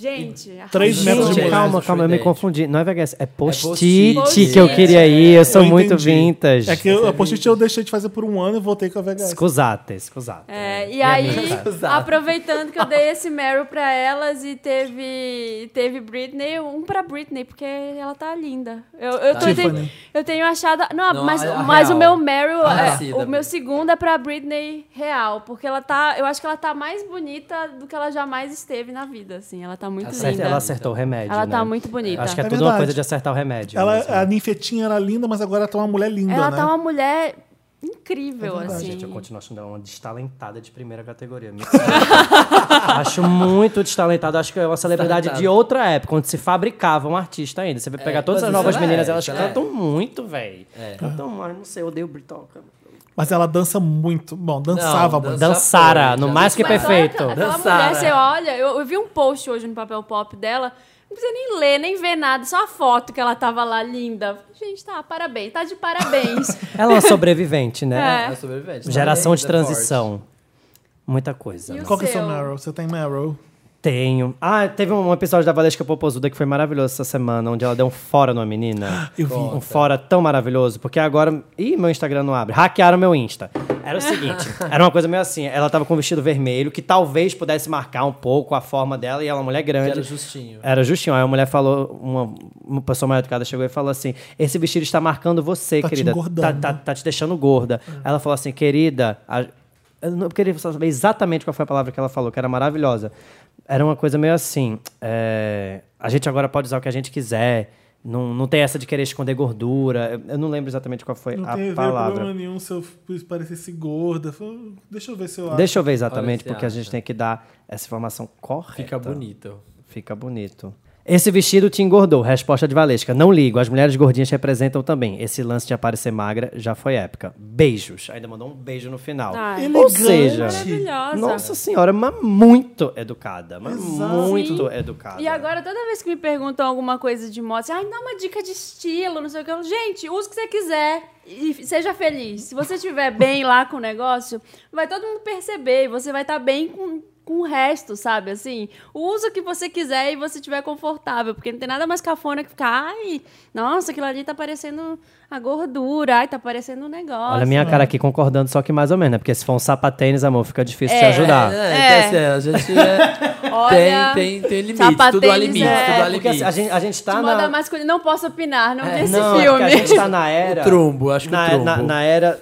Speaker 4: Gente, a
Speaker 1: Três
Speaker 4: rainha.
Speaker 1: metros de
Speaker 3: Gente,
Speaker 1: mulher.
Speaker 3: calma, calma, eu me
Speaker 2: Post-it.
Speaker 3: confundi. Não é VHS, é
Speaker 2: post-it.
Speaker 3: post-it que eu queria ir. Eu sou
Speaker 1: Eu
Speaker 3: muito
Speaker 1: entendi.
Speaker 3: vintage.
Speaker 1: É que eu, a post-it eu deixei de fazer por um ano e voltei com a VHS.
Speaker 3: Escusate, escusate.
Speaker 4: É, e
Speaker 3: Minha
Speaker 4: aí,
Speaker 3: amiga.
Speaker 2: Exato.
Speaker 4: aproveitando que eu dei esse Meryl pra elas e teve, teve Britney, um pra Britney, porque ela tá linda. Eu, eu, tô-
Speaker 1: Tiffany.
Speaker 4: eu tenho achado. Não,
Speaker 2: Não,
Speaker 4: mas,
Speaker 2: a- a
Speaker 4: mas o
Speaker 2: real.
Speaker 4: meu Meryl,
Speaker 2: A
Speaker 4: é,
Speaker 2: nascida,
Speaker 4: o meu
Speaker 2: Britney.
Speaker 4: segundo é pra Britney real, porque ela tá. Eu acho que ela tá mais bonita do que ela jamais esteve na vida, assim. Ela tá muito
Speaker 2: Tá certo,
Speaker 4: linda.
Speaker 3: Ela acertou o remédio.
Speaker 4: Ela
Speaker 3: né?
Speaker 4: tá muito bonita.
Speaker 3: Acho que
Speaker 1: É
Speaker 3: é, tudo uma
Speaker 1: verdade.
Speaker 3: coisa de acertar o remédio.
Speaker 1: Ela, é
Speaker 3: mesmo.
Speaker 1: a ninfetinha era linda, mas agora ela tá uma mulher linda,
Speaker 4: ela
Speaker 1: né?
Speaker 4: tá uma mulher incrível,
Speaker 3: Ah,
Speaker 4: assim.
Speaker 3: gente, eu continuo achando ela uma destalentada de primeira categoria. me desculpa. acho muito destalentada. Acho que é uma celebridade de
Speaker 2: Destalentada.
Speaker 3: outra época, onde se fabricava um artista ainda. Você vai pegar todas
Speaker 2: mas
Speaker 3: as
Speaker 2: isso
Speaker 3: novas
Speaker 2: ela é,
Speaker 3: meninas, elas
Speaker 2: isso ela é.
Speaker 3: cantam muito, velho. Cantam, mas não sei, eu odeio Britoca.
Speaker 1: Mas ela dança muito. Bom, dançava
Speaker 2: Não,
Speaker 1: muito.
Speaker 2: dança-
Speaker 3: Dançara,
Speaker 2: foi,
Speaker 3: no
Speaker 2: já
Speaker 3: mais que
Speaker 2: foi.
Speaker 4: Mas
Speaker 3: perfeito.
Speaker 4: Olha, aquela
Speaker 2: Dançar,
Speaker 4: mulher,
Speaker 2: né?
Speaker 4: você olha, eu, eu vi um post hoje no papel pop dela. Não precisa nem ler, nem ver nada, só a foto que ela tava lá, linda. Gente, tá, parabéns, tá de parabéns.
Speaker 3: Ela é uma sobrevivente, né?
Speaker 4: É.
Speaker 2: Ela sobrevivente. tá
Speaker 3: Geração
Speaker 2: bem,
Speaker 3: de
Speaker 2: tá forte.
Speaker 3: transição. Muita coisa.
Speaker 4: E
Speaker 3: né?
Speaker 4: o
Speaker 1: Qual que é o seu
Speaker 4: seu?
Speaker 1: Meryl? Você tem Meryl?
Speaker 3: Tenho. Ah, teve um episódio da Valesca Popozuda que foi maravilhoso essa semana, onde ela deu um fora numa menina.
Speaker 1: Eu vi.
Speaker 3: Um fora tão maravilhoso, porque agora. Ih, meu Instagram não abre. Hackearam meu Insta. Era o seguinte: era uma coisa meio assim. Ela tava com um vestido vermelho, que talvez pudesse marcar um pouco a forma dela, e ela é uma mulher grande.
Speaker 2: Que era justinho.
Speaker 3: Era justinho. Aí a mulher falou, uma, uma pessoa mais educada chegou e falou assim: Esse vestido está marcando você,
Speaker 1: Tá te
Speaker 3: querida. tá,
Speaker 1: engordando." É.
Speaker 3: tá, tá te deixando gorda. Aí ela falou assim: Querida, a- eu não eu queria saber exatamente qual foi a palavra que ela falou, que era maravilhosa. Era uma coisa meio assim: é, A gente agora pode usar o que a gente quiser. Não, não tem essa de querer esconder gordura. Eu, eu não lembro exatamente qual foi
Speaker 1: Não
Speaker 3: a
Speaker 1: tem
Speaker 3: palavra.
Speaker 1: problema nenhum se eu parecesse gorda. Foi- Deixa eu ver se eu acho.
Speaker 3: Deixa eu ver
Speaker 2: Olha
Speaker 3: exatamente,
Speaker 2: se
Speaker 3: porque a gente
Speaker 2: acha.
Speaker 3: tem que dar essa informação correta.
Speaker 2: Fica bonito.
Speaker 3: Fica bonito. Esse vestido te engordou. Resposta de Valesca. Não ligo. As mulheres gordinhas representam também. Esse lance de aparecer magra já foi épica. Beijos. Ainda mandou um beijo no final.
Speaker 4: Ai.
Speaker 1: Elegante.
Speaker 3: Ou seja,
Speaker 4: Maravilhosa.
Speaker 3: nossa senhora, mas muito educada. Mas
Speaker 1: Exato.
Speaker 3: muito educada.
Speaker 4: E agora, toda vez que me perguntam alguma coisa de moda, assim, ai, dá uma dica de estilo, não sei o que. Eu, gente, usa o que você quiser e f- seja feliz. Se você estiver bem lá com o negócio, vai todo mundo perceber e você vai estar bem com, com o resto, sabe? Assim, usa o que você quiser e você estiver confortável, porque não tem nada mais cafona que ficar, ai, nossa, aquilo ali tá parecendo a gordura, ai, tá parecendo um negócio.
Speaker 3: Olha a minha cara aqui concordando, só que mais ou menos, né? Porque se for um sapatênis, amor, fica difícil te
Speaker 4: É.
Speaker 3: ajudar.
Speaker 2: É, é, então, assim, a gente é-
Speaker 4: Olha,
Speaker 2: tem, tem, tem limite.
Speaker 4: sapatênis
Speaker 2: Tudo há limite,
Speaker 4: é-
Speaker 2: tudo há
Speaker 3: Porque
Speaker 2: limite.
Speaker 3: assim, a gente, a gente tá
Speaker 4: De
Speaker 3: na...
Speaker 4: moda masculina, não posso opinar, não vi esse
Speaker 3: não, é porque
Speaker 4: filme.
Speaker 3: a gente tá na era.
Speaker 2: trombo, acho que o
Speaker 3: na,
Speaker 2: trombo.
Speaker 3: Na, na era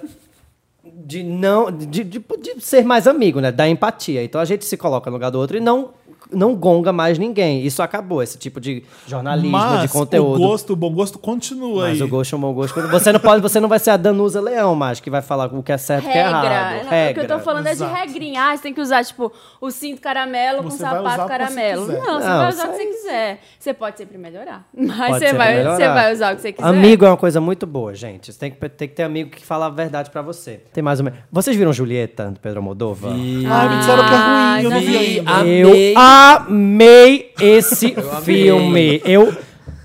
Speaker 3: de não. De, de, de ser mais amigo, né? Da empatia. Então a gente se coloca no lugar do outro e não, não gonga mais ninguém. Isso acabou, esse tipo de jornalismo,
Speaker 1: Mas
Speaker 3: de conteúdo.
Speaker 1: o gosto, o bom gosto continua
Speaker 3: mas
Speaker 1: aí.
Speaker 3: o gosto é um bom gosto. Você não, pode, você não vai ser a Danusa Leão mais, que vai falar o que é certo e o que é errado.
Speaker 4: regra. O que eu tô falando é de
Speaker 1: Exato.
Speaker 4: regrinha. Ah, você tem que usar, tipo, o cinto caramelo com
Speaker 1: Você vai usar o
Speaker 4: sapato
Speaker 1: que você
Speaker 4: caramelo.
Speaker 1: quiser.
Speaker 4: não, você
Speaker 3: Não,
Speaker 4: vai usar
Speaker 3: isso
Speaker 4: o que você
Speaker 3: aí-
Speaker 4: quiser. Você pode sempre melhorar. Mas
Speaker 3: Pode
Speaker 4: você
Speaker 3: ser pra
Speaker 4: vai,
Speaker 3: melhorar.
Speaker 4: você vai usar o que você quiser.
Speaker 3: Amigo é uma coisa muito boa, gente. Você tem que, tem que ter amigo que fala a verdade pra você. Tem mais uma. Vocês viram Julieta, do Pedro Moldova?
Speaker 1: Ai, me disseram que é ruim, eu não vi
Speaker 2: vi.
Speaker 3: Ah,
Speaker 1: ainda.
Speaker 2: Amei.
Speaker 3: Eu amei esse
Speaker 2: amei.
Speaker 3: filme. Eu.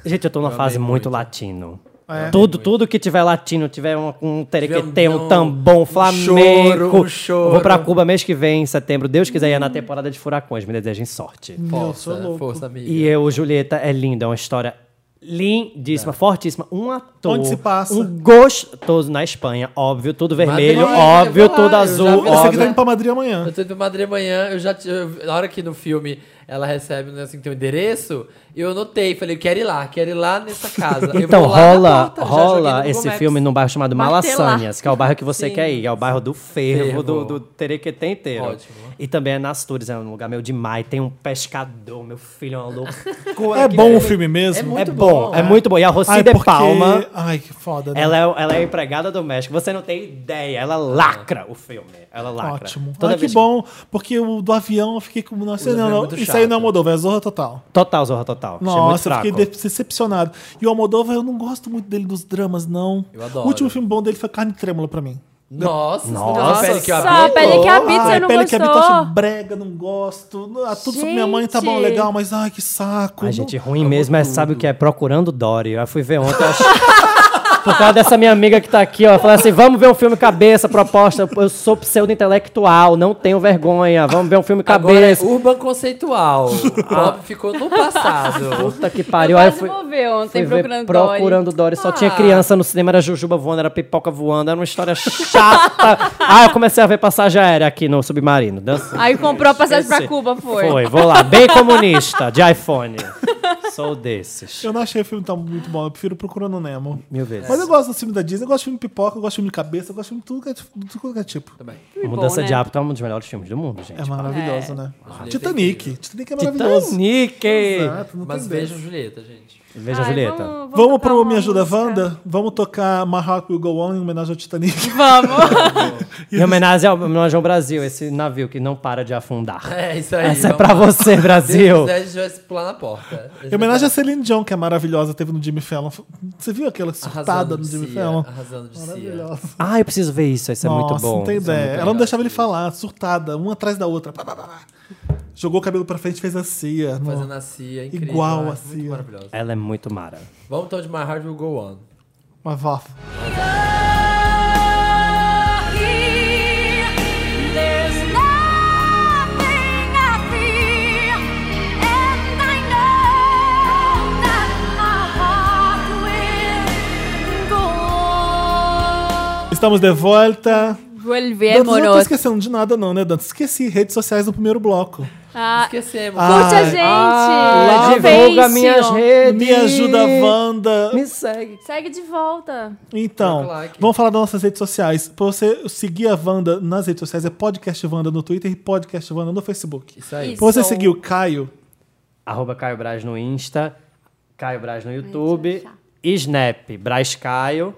Speaker 3: Gente, eu tô numa fase
Speaker 2: amei
Speaker 3: muito,
Speaker 2: muito.
Speaker 3: latino.
Speaker 1: É.
Speaker 3: Tudo, tudo que tiver latino, tiver um, um terequetê, um,
Speaker 2: um-
Speaker 3: tambom,
Speaker 2: um
Speaker 3: flamenco.
Speaker 2: choro, um choro. Hum.
Speaker 3: Vou pra Cuba mês que vem, em setembro. Deus quiser, e é na temporada de furacões. Me desejem sorte.
Speaker 1: Nossa, eu sou
Speaker 2: Força,
Speaker 1: louco.
Speaker 2: força, amiga.
Speaker 3: E eu, Julieta, é linda. É uma história lindíssima,
Speaker 2: Tá.
Speaker 3: fortíssima. Um ator.
Speaker 1: Onde se passa?
Speaker 3: Um gostoso na Espanha, óbvio. Tudo vermelho,
Speaker 2: Madrid,
Speaker 3: óbvio.
Speaker 2: é, eu vou lá,
Speaker 3: Tudo
Speaker 2: eu já
Speaker 3: azul,
Speaker 2: vi.
Speaker 1: Eu sei que
Speaker 3: óbvio.
Speaker 1: tá indo pra Madrid
Speaker 2: Eu
Speaker 1: amanhã.
Speaker 2: tô indo pra Madrid amanhã, eu já te- eu- na hora que no filme ela recebe né, assim, teu endereço, eu anotei, falei, quero ir lá, quero ir lá nessa casa. Eu
Speaker 3: Então
Speaker 2: vou lá na
Speaker 3: rola,
Speaker 2: porta, já joguei
Speaker 3: rola
Speaker 2: no
Speaker 3: esse
Speaker 2: Google
Speaker 3: filme
Speaker 2: Maps.
Speaker 3: num bairro chamado
Speaker 4: Vai ter lá.
Speaker 3: Malassanhas, que é o bairro que você
Speaker 2: Sim.
Speaker 3: quer ir, é o bairro do fervo,
Speaker 2: Fervo.
Speaker 3: do, do Terequetê inteiro.
Speaker 2: Ótimo.
Speaker 3: E também é Nastures, é um lugar meio demais, tem um pescador, meu filho, é uma loucura.
Speaker 1: É
Speaker 3: que
Speaker 1: bom
Speaker 3: tem.
Speaker 1: o filme mesmo?
Speaker 2: muito né?
Speaker 3: É bom, é muito bom. E a Rocinha
Speaker 1: Ai,
Speaker 3: de
Speaker 1: porque-
Speaker 3: Palma,
Speaker 1: Ai, que foda. né?
Speaker 3: ela é, ela é empregada doméstica, você não tem ideia, ela lacra o filme, ela lacra.
Speaker 1: Ótimo.
Speaker 3: Toda
Speaker 1: Ai, que
Speaker 3: vez-
Speaker 1: bom, porque o do avião eu fiquei com. Nossa,
Speaker 2: O do
Speaker 1: não,
Speaker 2: avião é
Speaker 1: não,
Speaker 2: muito
Speaker 1: isso aí não é
Speaker 2: chato.
Speaker 1: Moldova, é Zorra Total.
Speaker 3: Total, Zorra Total. achei muito
Speaker 1: Nossa, eu
Speaker 3: fraco.
Speaker 1: fiquei de- decepcionado. E o Almodóvar, eu não gosto muito dele dos dramas, não.
Speaker 2: Eu adoro.
Speaker 1: O último filme bom dele foi Carne Trêmula pra mim.
Speaker 2: Nossa,
Speaker 3: Nossa.
Speaker 2: pele que eu
Speaker 4: Só a
Speaker 2: habito.
Speaker 4: pele que habita,
Speaker 1: Ah,
Speaker 4: você não
Speaker 1: pele que habita, eu acho
Speaker 4: gostou?
Speaker 1: brega, não gosto. Ah, tudo sobre minha mãe tá bom,
Speaker 4: Gente.
Speaker 1: legal, mas ai, que saco.
Speaker 3: A gente ruim mesmo, mas sabe o que é? Procurando Dory. Eu fui ver ontem. eu ach- Por causa dessa minha amiga que tá aqui, ó. Falando assim: vamos ver um filme cabeça, proposta. Eu sou pseudo-intelectual, não tenho vergonha. Vamos ver um filme
Speaker 2: Agora é
Speaker 3: cabeça.
Speaker 2: urban conceitual. Pop ficou no passado.
Speaker 3: Puta que
Speaker 4: Eu
Speaker 3: pariu. Aí eu
Speaker 4: quase
Speaker 3: fui,
Speaker 4: moveu
Speaker 3: fui
Speaker 4: ontem
Speaker 3: ver
Speaker 4: procurando Dory.
Speaker 3: procurando Dory. Só
Speaker 2: Ah.
Speaker 3: tinha criança no cinema, era Jujuba voando, era pipoca voando. Era uma história chata. ah, eu comecei a ver passagem aérea aqui no submarino. Dançando.
Speaker 4: Aí comprou a passagem Ah, pra
Speaker 3: Esqueci.
Speaker 4: Cuba, foi.
Speaker 3: Foi. vou lá. Bem comunista, de iPhone. Sou desses.
Speaker 1: Eu não achei o filme tão muito bom, eu prefiro Procurando Nemo.
Speaker 3: Mil vezes.
Speaker 1: Mas eu gosto do filme da Disney, eu gosto de filme de pipoca, eu gosto de filme de cabeça, eu gosto de filme de tudo que é, de tudo que é tipo.
Speaker 4: Muito bom,
Speaker 3: Mudança
Speaker 4: né?
Speaker 3: de hábito é um dos melhores filmes do mundo, gente.
Speaker 1: É maravilhoso, né?
Speaker 2: Julieta
Speaker 1: Titanic. Titanic é maravilhoso.
Speaker 3: Titanic!
Speaker 1: Exato, não
Speaker 2: Mas
Speaker 1: tem
Speaker 2: vejam
Speaker 1: ideia.
Speaker 2: Julieta, gente.
Speaker 3: Veja,
Speaker 4: Ai,
Speaker 3: Julieta.
Speaker 4: Vamos,
Speaker 1: Vamos
Speaker 4: tocar
Speaker 1: pro
Speaker 4: uma
Speaker 1: Me Ajuda
Speaker 4: música.
Speaker 1: Wanda? Vamos tocar My Heart Will Go On em homenagem ao Titanic.
Speaker 4: Vamos.
Speaker 3: Em homenagem ao, homenagem ao Brasil, esse navio que não para de afundar.
Speaker 2: É isso aí.
Speaker 3: Essa é
Speaker 2: vamos
Speaker 3: pra
Speaker 2: lá.
Speaker 3: você,
Speaker 2: Se quiser,
Speaker 1: é
Speaker 3: Brasil.
Speaker 2: a gente vai se pular na porta.
Speaker 1: Em homenagem a Celine Dion, que é maravilhosa, teve no Jimmy Fallon. Você viu aquela surtada
Speaker 2: Arrasando
Speaker 1: no
Speaker 2: de
Speaker 1: Jimmy
Speaker 2: Cia,
Speaker 1: Fallon?
Speaker 2: Arrasando de Cia.
Speaker 1: Maravilhosa.
Speaker 3: Ah, eu preciso ver isso, isso é muito
Speaker 1: Nossa,
Speaker 3: bom.
Speaker 1: não tem
Speaker 3: isso é
Speaker 1: ideia.
Speaker 3: muito-
Speaker 1: Ela não deixava ele falar, surtada, uma atrás da outra. Pá, pá, pá, pá. Jogou o cabelo pra frente e fez a cia. no-
Speaker 2: Fazendo a Cia, incrível.
Speaker 1: Igual
Speaker 2: né?
Speaker 1: a
Speaker 2: Muito
Speaker 1: Cia.
Speaker 2: maravilhosa.
Speaker 3: Ela é muito mara.
Speaker 2: Vamos então de My Heart Will Go On.
Speaker 1: Uma vó.
Speaker 6: There's nothing I fear, and I know that my heart will go on.
Speaker 1: Estamos de volta. Dantas, eu não tô
Speaker 4: Volvemos.
Speaker 1: esquecendo de nada, não, né, Dantas? Esqueci redes sociais do primeiro bloco.
Speaker 4: Ah,
Speaker 2: Esquecemos.
Speaker 4: curte a
Speaker 1: Ai,
Speaker 4: gente.
Speaker 3: Ah,
Speaker 4: no
Speaker 3: divulga
Speaker 4: Face,
Speaker 3: minhas
Speaker 4: ó.
Speaker 3: redes.
Speaker 1: Me ajuda, Wanda.
Speaker 3: Me segue.
Speaker 4: Segue de volta.
Speaker 1: Então,
Speaker 2: Troca o um like.
Speaker 1: vamos falar das nossas redes sociais. Pra você seguir a Wanda nas redes sociais, é Podcast Wanda no Twitter e Podcast Wanda no Facebook.
Speaker 2: Isso aí.
Speaker 4: Isso.
Speaker 1: Pra você
Speaker 4: São-
Speaker 1: seguir o Caio,
Speaker 3: Arroba Caio Braz no Insta, Caio Braz no YouTube, Snap, Braz Caio.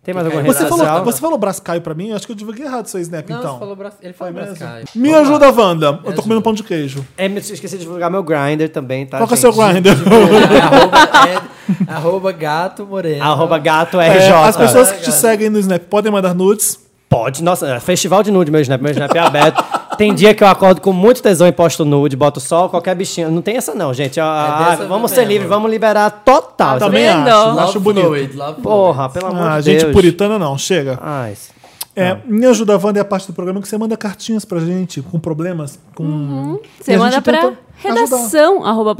Speaker 3: Tem mais alguma rede
Speaker 1: Você falou,
Speaker 3: social?
Speaker 1: você falou Brás Caio pra mim? Eu acho que eu divulguei errado seu Snap,
Speaker 2: Não,
Speaker 1: então.
Speaker 2: você falou braço. Ele falou braço. Caio.
Speaker 1: Me
Speaker 2: Vamos lá.
Speaker 1: ajuda, Wanda. eu tô
Speaker 2: ajuda.
Speaker 1: comendo pão de queijo.
Speaker 3: É, me- esqueci de divulgar meu Grindr também, tá?
Speaker 1: Qual que é o
Speaker 3: gente?
Speaker 1: seu grinder?
Speaker 2: É, arroba, é, arroba gato moreno.
Speaker 3: Arroba gato
Speaker 1: É,
Speaker 3: RJ.
Speaker 1: as pessoas que te seguem no Snap podem mandar nudes.
Speaker 3: Pode, nossa, é festival de nude, meu Snap, meu Snap é aberto. Tem dia que eu acordo com muito tesão e posto nude, boto sol, qualquer bichinho. Não tem essa não, gente. Ah,
Speaker 2: É dessa
Speaker 3: vamos
Speaker 2: mesmo.
Speaker 3: ser livres, vamos liberar total.
Speaker 1: Ah,
Speaker 3: é
Speaker 1: Também
Speaker 4: vendo?
Speaker 1: acho,
Speaker 2: Love
Speaker 1: acho bonito.
Speaker 2: Fluid, love
Speaker 3: Porra, pelo amor
Speaker 1: Ah,
Speaker 3: de Deus. Ah, tá.
Speaker 1: gente puritana não, chega.
Speaker 3: Ai, s-
Speaker 1: É, me ajuda, Wanda, é a parte do programa que você manda cartinhas pra gente com problemas, com... E
Speaker 2: Uhum.
Speaker 4: Você
Speaker 1: a
Speaker 4: manda
Speaker 1: gente
Speaker 4: pra
Speaker 1: tenta
Speaker 4: redação arroba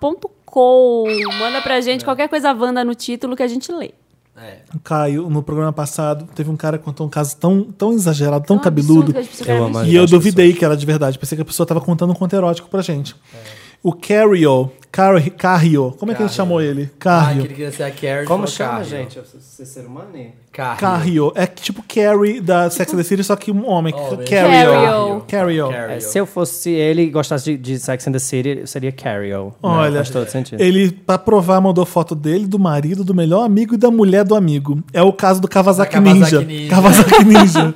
Speaker 4: papelpop.com. Manda pra
Speaker 2: É.
Speaker 4: gente qualquer coisa Wanda no título que a gente lê.
Speaker 2: Fluid. É.
Speaker 1: Caio, no programa passado, teve um cara que contou um caso tão, tão exagerado, tão
Speaker 4: Um absurdo
Speaker 1: cabeludo,
Speaker 4: que a gente precisa
Speaker 3: Eu
Speaker 4: gravar
Speaker 3: amo
Speaker 4: isso.
Speaker 3: a-
Speaker 1: e eu
Speaker 3: As
Speaker 1: duvidei que era de verdade. Pensei que a pessoa tava contando um conto erótico pra gente. O Carrio, Carrio, Carrio, como é que ele
Speaker 2: É. Carrio.
Speaker 1: chamou ele?
Speaker 2: Ah,
Speaker 1: Carrio.
Speaker 2: aquele que ia ser a Carrie. falou
Speaker 3: Como chama,
Speaker 2: Carrie.
Speaker 3: gente? Você ser humano?
Speaker 2: Carrie.
Speaker 1: Carrio. É que tipo Carrie da Sex and the City, só que um homem.
Speaker 2: Homem.
Speaker 1: Carrio. Carrio.
Speaker 3: É, se eu fosse ele e gostasse de, de Sex and the City, eu seria Carrio.
Speaker 1: Olha,
Speaker 3: Faz todo sentido.
Speaker 1: ele, pra provar, mandou foto dele, do marido, do melhor amigo e da mulher do amigo. É o caso do Kawasaki
Speaker 2: Da Kawasaki
Speaker 1: Ninja.
Speaker 2: Ninja.
Speaker 1: Kawasaki Ninja.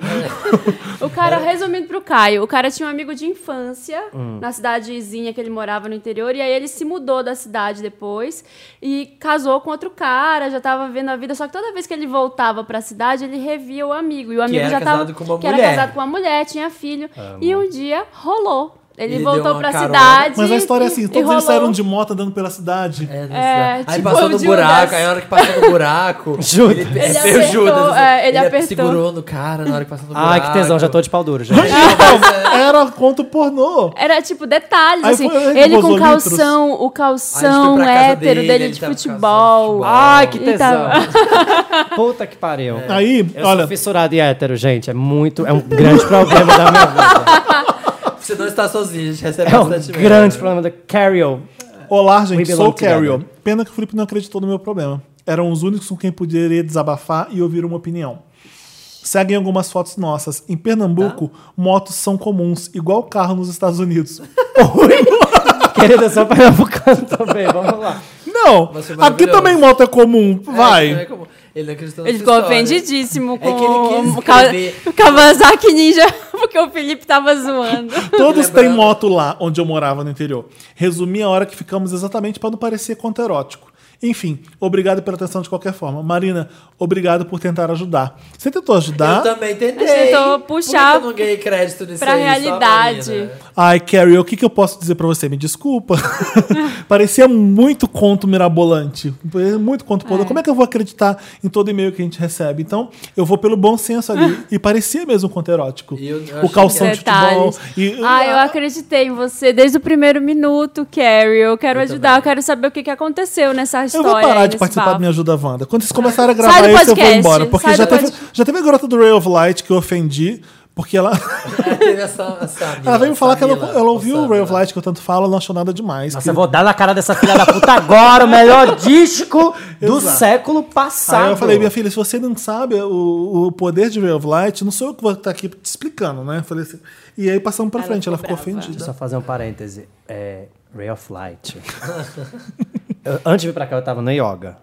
Speaker 4: O cara, resumindo pro Caio, o cara tinha um amigo de infância
Speaker 2: Hum.
Speaker 4: na cidadezinha que ele morava no interior, e aí ele se mudou da cidade depois e casou com outro cara, já tava vivendo a vida, só que toda vez que ele voltava pra cidade, ele revia o amigo. E o amigo
Speaker 2: era
Speaker 4: já tava.
Speaker 2: casado com uma
Speaker 4: que era
Speaker 2: mulher.
Speaker 4: casado com uma mulher, tinha filho. E um dia rolou. Ele,
Speaker 2: Ele deu
Speaker 4: voltou
Speaker 2: uma
Speaker 4: pra
Speaker 2: carona.
Speaker 4: cidade.
Speaker 1: Mas a história é
Speaker 4: e-
Speaker 1: assim:
Speaker 4: e
Speaker 1: todos
Speaker 4: rolou.
Speaker 1: eles saíram de moto andando pela cidade.
Speaker 2: É, não
Speaker 4: É,
Speaker 2: sei lá. aí
Speaker 4: tipo
Speaker 2: passou
Speaker 4: o
Speaker 2: no
Speaker 4: Judas.
Speaker 2: buraco, aí a hora que passou no buraco.
Speaker 3: né? Judas.
Speaker 2: Ele,
Speaker 1: um
Speaker 4: Ele
Speaker 2: é, seu
Speaker 4: apertou,
Speaker 2: Judas,
Speaker 4: é,
Speaker 2: assim,
Speaker 4: ele apertou.
Speaker 2: segurou no cara na hora que passou no buraco.
Speaker 3: Ai, Ah, que tesão, já tô de pau duro, já.
Speaker 1: Era conto pornô.
Speaker 4: Era tipo detalhes,
Speaker 1: Aí
Speaker 4: assim.
Speaker 1: foi ele que
Speaker 4: ele com
Speaker 1: vazou litros.
Speaker 2: Aí
Speaker 4: calção, o
Speaker 2: a gente
Speaker 4: calção
Speaker 2: foi pra casa
Speaker 4: hétero
Speaker 2: dele,
Speaker 4: dele,
Speaker 2: ele
Speaker 4: de
Speaker 2: tava com calção de
Speaker 4: futebol.
Speaker 2: futebol.
Speaker 3: Ai, que
Speaker 4: E
Speaker 3: tesão.
Speaker 4: tava-
Speaker 3: Puta que pariu.
Speaker 2: É,
Speaker 1: Aí,
Speaker 3: Eu
Speaker 1: olha,
Speaker 3: sou fissurado em hétero, gente. É muito. É um grande problema da minha vida.
Speaker 2: Você não está sozinho, a gente recebe
Speaker 3: É um
Speaker 2: bastante né?
Speaker 3: grande
Speaker 2: mesmo.
Speaker 3: problema da Carrion.
Speaker 2: um
Speaker 1: olá, gente,
Speaker 3: We
Speaker 1: sou o
Speaker 3: belong together.
Speaker 1: Carrio. Pena que o Felipe não acreditou no meu problema. Eram os únicos com quem poderia desabafar e ouvir uma opinião. Seguem algumas fotos nossas. Em Pernambuco,
Speaker 2: Tá.
Speaker 1: motos são comuns, igual carro nos Estados Unidos.
Speaker 3: Querida, sou pernambucano um também. Vamos lá.
Speaker 1: Não,
Speaker 2: Mas foi
Speaker 1: aqui
Speaker 2: maravilhoso.
Speaker 1: também moto é comum,
Speaker 2: É,
Speaker 1: vai.
Speaker 2: não é como- Ele não acreditou
Speaker 4: Ele
Speaker 2: nessa
Speaker 4: ficou
Speaker 2: história. É
Speaker 4: ofendidíssimo com
Speaker 2: que ele quis
Speaker 4: o, Ka-
Speaker 2: escrever.
Speaker 4: o Kawasaki Ninja, porque o Felipe tava zoando.
Speaker 1: Todos
Speaker 2: Lembrando-
Speaker 1: têm moto lá onde eu morava no interior. Resumi a hora que ficamos exatamente para não parecer conto erótico. Enfim, obrigado pela atenção de qualquer forma. Marina, obrigado por tentar ajudar. Você tentou
Speaker 2: Eu
Speaker 1: ajudar?
Speaker 2: também tentei.
Speaker 4: Ele tentou puxar
Speaker 2: Por que eu não ganhei crédito nisso
Speaker 4: pra
Speaker 2: aí, só a né?
Speaker 4: realidade.
Speaker 2: Marina?
Speaker 1: Ai, Carrie, o que, que eu posso dizer pra você? Me desculpa. Parecia muito conto mirabolante. Muito conto podre. Como é que eu vou acreditar em todo e-mail que a gente recebe? Então, eu vou pelo bom senso ali. E parecia mesmo um conto erótico.
Speaker 2: E eu- eu achei
Speaker 1: o calção de futebol.
Speaker 4: Detalhes.
Speaker 1: E,
Speaker 4: Ah, eu acreditei em você desde o primeiro minuto, Carrie. Eu quero ajudar, eu quero saber o que, que aconteceu nessa
Speaker 1: Eu
Speaker 4: história.
Speaker 1: vou
Speaker 4: aí,
Speaker 1: parar de
Speaker 4: nesse
Speaker 1: participar
Speaker 4: papo.
Speaker 1: do Me Ajuda Wanda. Quando vocês começarem a
Speaker 4: Sai
Speaker 1: gravar
Speaker 4: do
Speaker 1: isso, eu vou
Speaker 4: podcast,
Speaker 1: embora. Porque
Speaker 4: sai
Speaker 1: já
Speaker 4: do
Speaker 1: teve,
Speaker 4: podcast.
Speaker 1: já teve a garota do Ray of Light que eu ofendi, porque ela,
Speaker 2: É, teve essa, essa
Speaker 1: ela veio falar que ela, ela ouviu o Ray
Speaker 2: Rail
Speaker 1: of Light que eu tanto falo, ela não achou nada demais.
Speaker 3: é Nossa,
Speaker 1: que-
Speaker 3: eu vou dar na cara dessa filha da puta agora, o melhor disco do
Speaker 1: Exato.
Speaker 3: século passado.
Speaker 1: Aí eu falei, minha filha, se você não sabe o, o poder de Ray of Light, não sou eu que vou estar aqui te explicando, né? Eu Falei assim. E aí passamos pra
Speaker 4: Ela
Speaker 1: frente, ela ficou
Speaker 4: ficou brava.
Speaker 1: ofendida.
Speaker 3: Deixa eu só fazer um parêntese. É, Ray of Light. Eu- antes de vir pra cá, eu tava no yoga.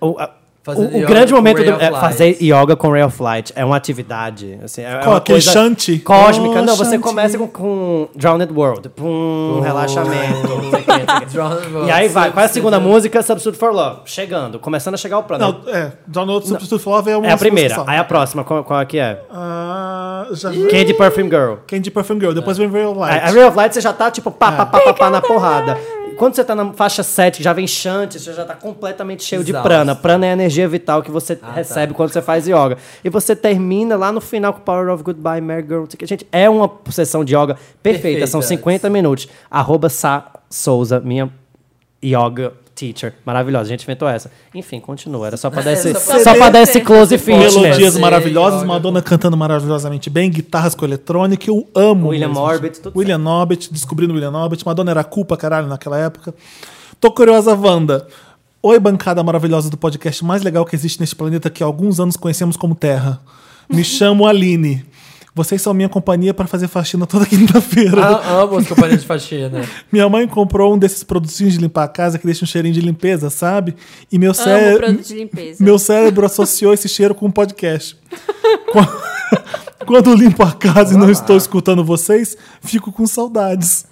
Speaker 3: O, a-
Speaker 2: Fazendo
Speaker 3: o- o
Speaker 2: yoga
Speaker 3: grande
Speaker 2: com
Speaker 3: momento
Speaker 2: Ray
Speaker 3: do,
Speaker 2: of
Speaker 3: é
Speaker 2: Light.
Speaker 3: fazer yoga com Ray of Light é uma atividade. Assim, é
Speaker 1: Qual,
Speaker 3: uma
Speaker 1: aquele
Speaker 3: coisa
Speaker 1: shanty?
Speaker 3: Cósmica.
Speaker 1: Oh,
Speaker 3: Não, você
Speaker 1: shanty.
Speaker 3: começa com, com Drowned World. Pum, um relaxamento. não sei o quê,
Speaker 2: é,
Speaker 3: não sei o quê. E aí vai, qual é a segunda música? Substitute for Love. Chegando, começando a chegar o plano.
Speaker 1: Não, é, Download Substitute for Love é uma
Speaker 3: é a primeira.
Speaker 1: solução.
Speaker 3: Aí a é próxima, qual, qual é que é?
Speaker 1: Ah, já...
Speaker 3: Candy Perfume Girl.
Speaker 1: Candy Perfume Girl,
Speaker 3: É.
Speaker 1: depois vem Ray of Light.
Speaker 3: A, a Ray of Light você já tá tipo pá, pá, pá, pá, pá na porrada. Quando você tá na faixa 7, que já vem chante, você já tá completamente cheio
Speaker 2: Exausto. Ah, tá.
Speaker 3: de prana. Prana é a energia vital que você recebe quando você faz yoga. E você termina lá no final com Power of Goodbye, Mary Girl. não sei o quê. Gente, é uma sessão de yoga perfeita. São
Speaker 2: Perfeita.
Speaker 3: 50 minutos. Arroba Sa Souza, minha yoga teacher. Maravilhosa. A gente inventou essa. Enfim, continua. Era só pra dar esse,
Speaker 2: É, Só pra-
Speaker 3: só pra dar esse close fitness.
Speaker 1: Melodias
Speaker 2: Sim,
Speaker 1: maravilhosas,
Speaker 2: olha.
Speaker 1: Madonna cantando maravilhosamente bem, guitarras com eletrônica, eu amo.
Speaker 3: William
Speaker 1: mesmo,
Speaker 3: Orbit,
Speaker 1: gente.
Speaker 3: tudo
Speaker 1: William Orbit, descobrindo William Orbit. Madonna era culpa, caralho, naquela época. Tô curiosa, Wanda. Oi, bancada maravilhosa do podcast mais legal que existe neste planeta que há alguns anos conhecemos como Terra. Me chamo Aline. Vocês são minha companhia para fazer faxina toda quinta-feira.
Speaker 2: Ah, amo os companheiros de faxina.
Speaker 1: Minha mãe comprou um desses produtinhos de limpar a casa que deixa um cheirinho de limpeza, sabe? E meu
Speaker 4: Amo
Speaker 1: cérebro.
Speaker 4: produto de
Speaker 1: é
Speaker 4: limpeza.
Speaker 1: Meu cérebro associou esse cheiro com um podcast. Qu- Quando eu limpo a casa e não estou escutando vocês, fico com saudades.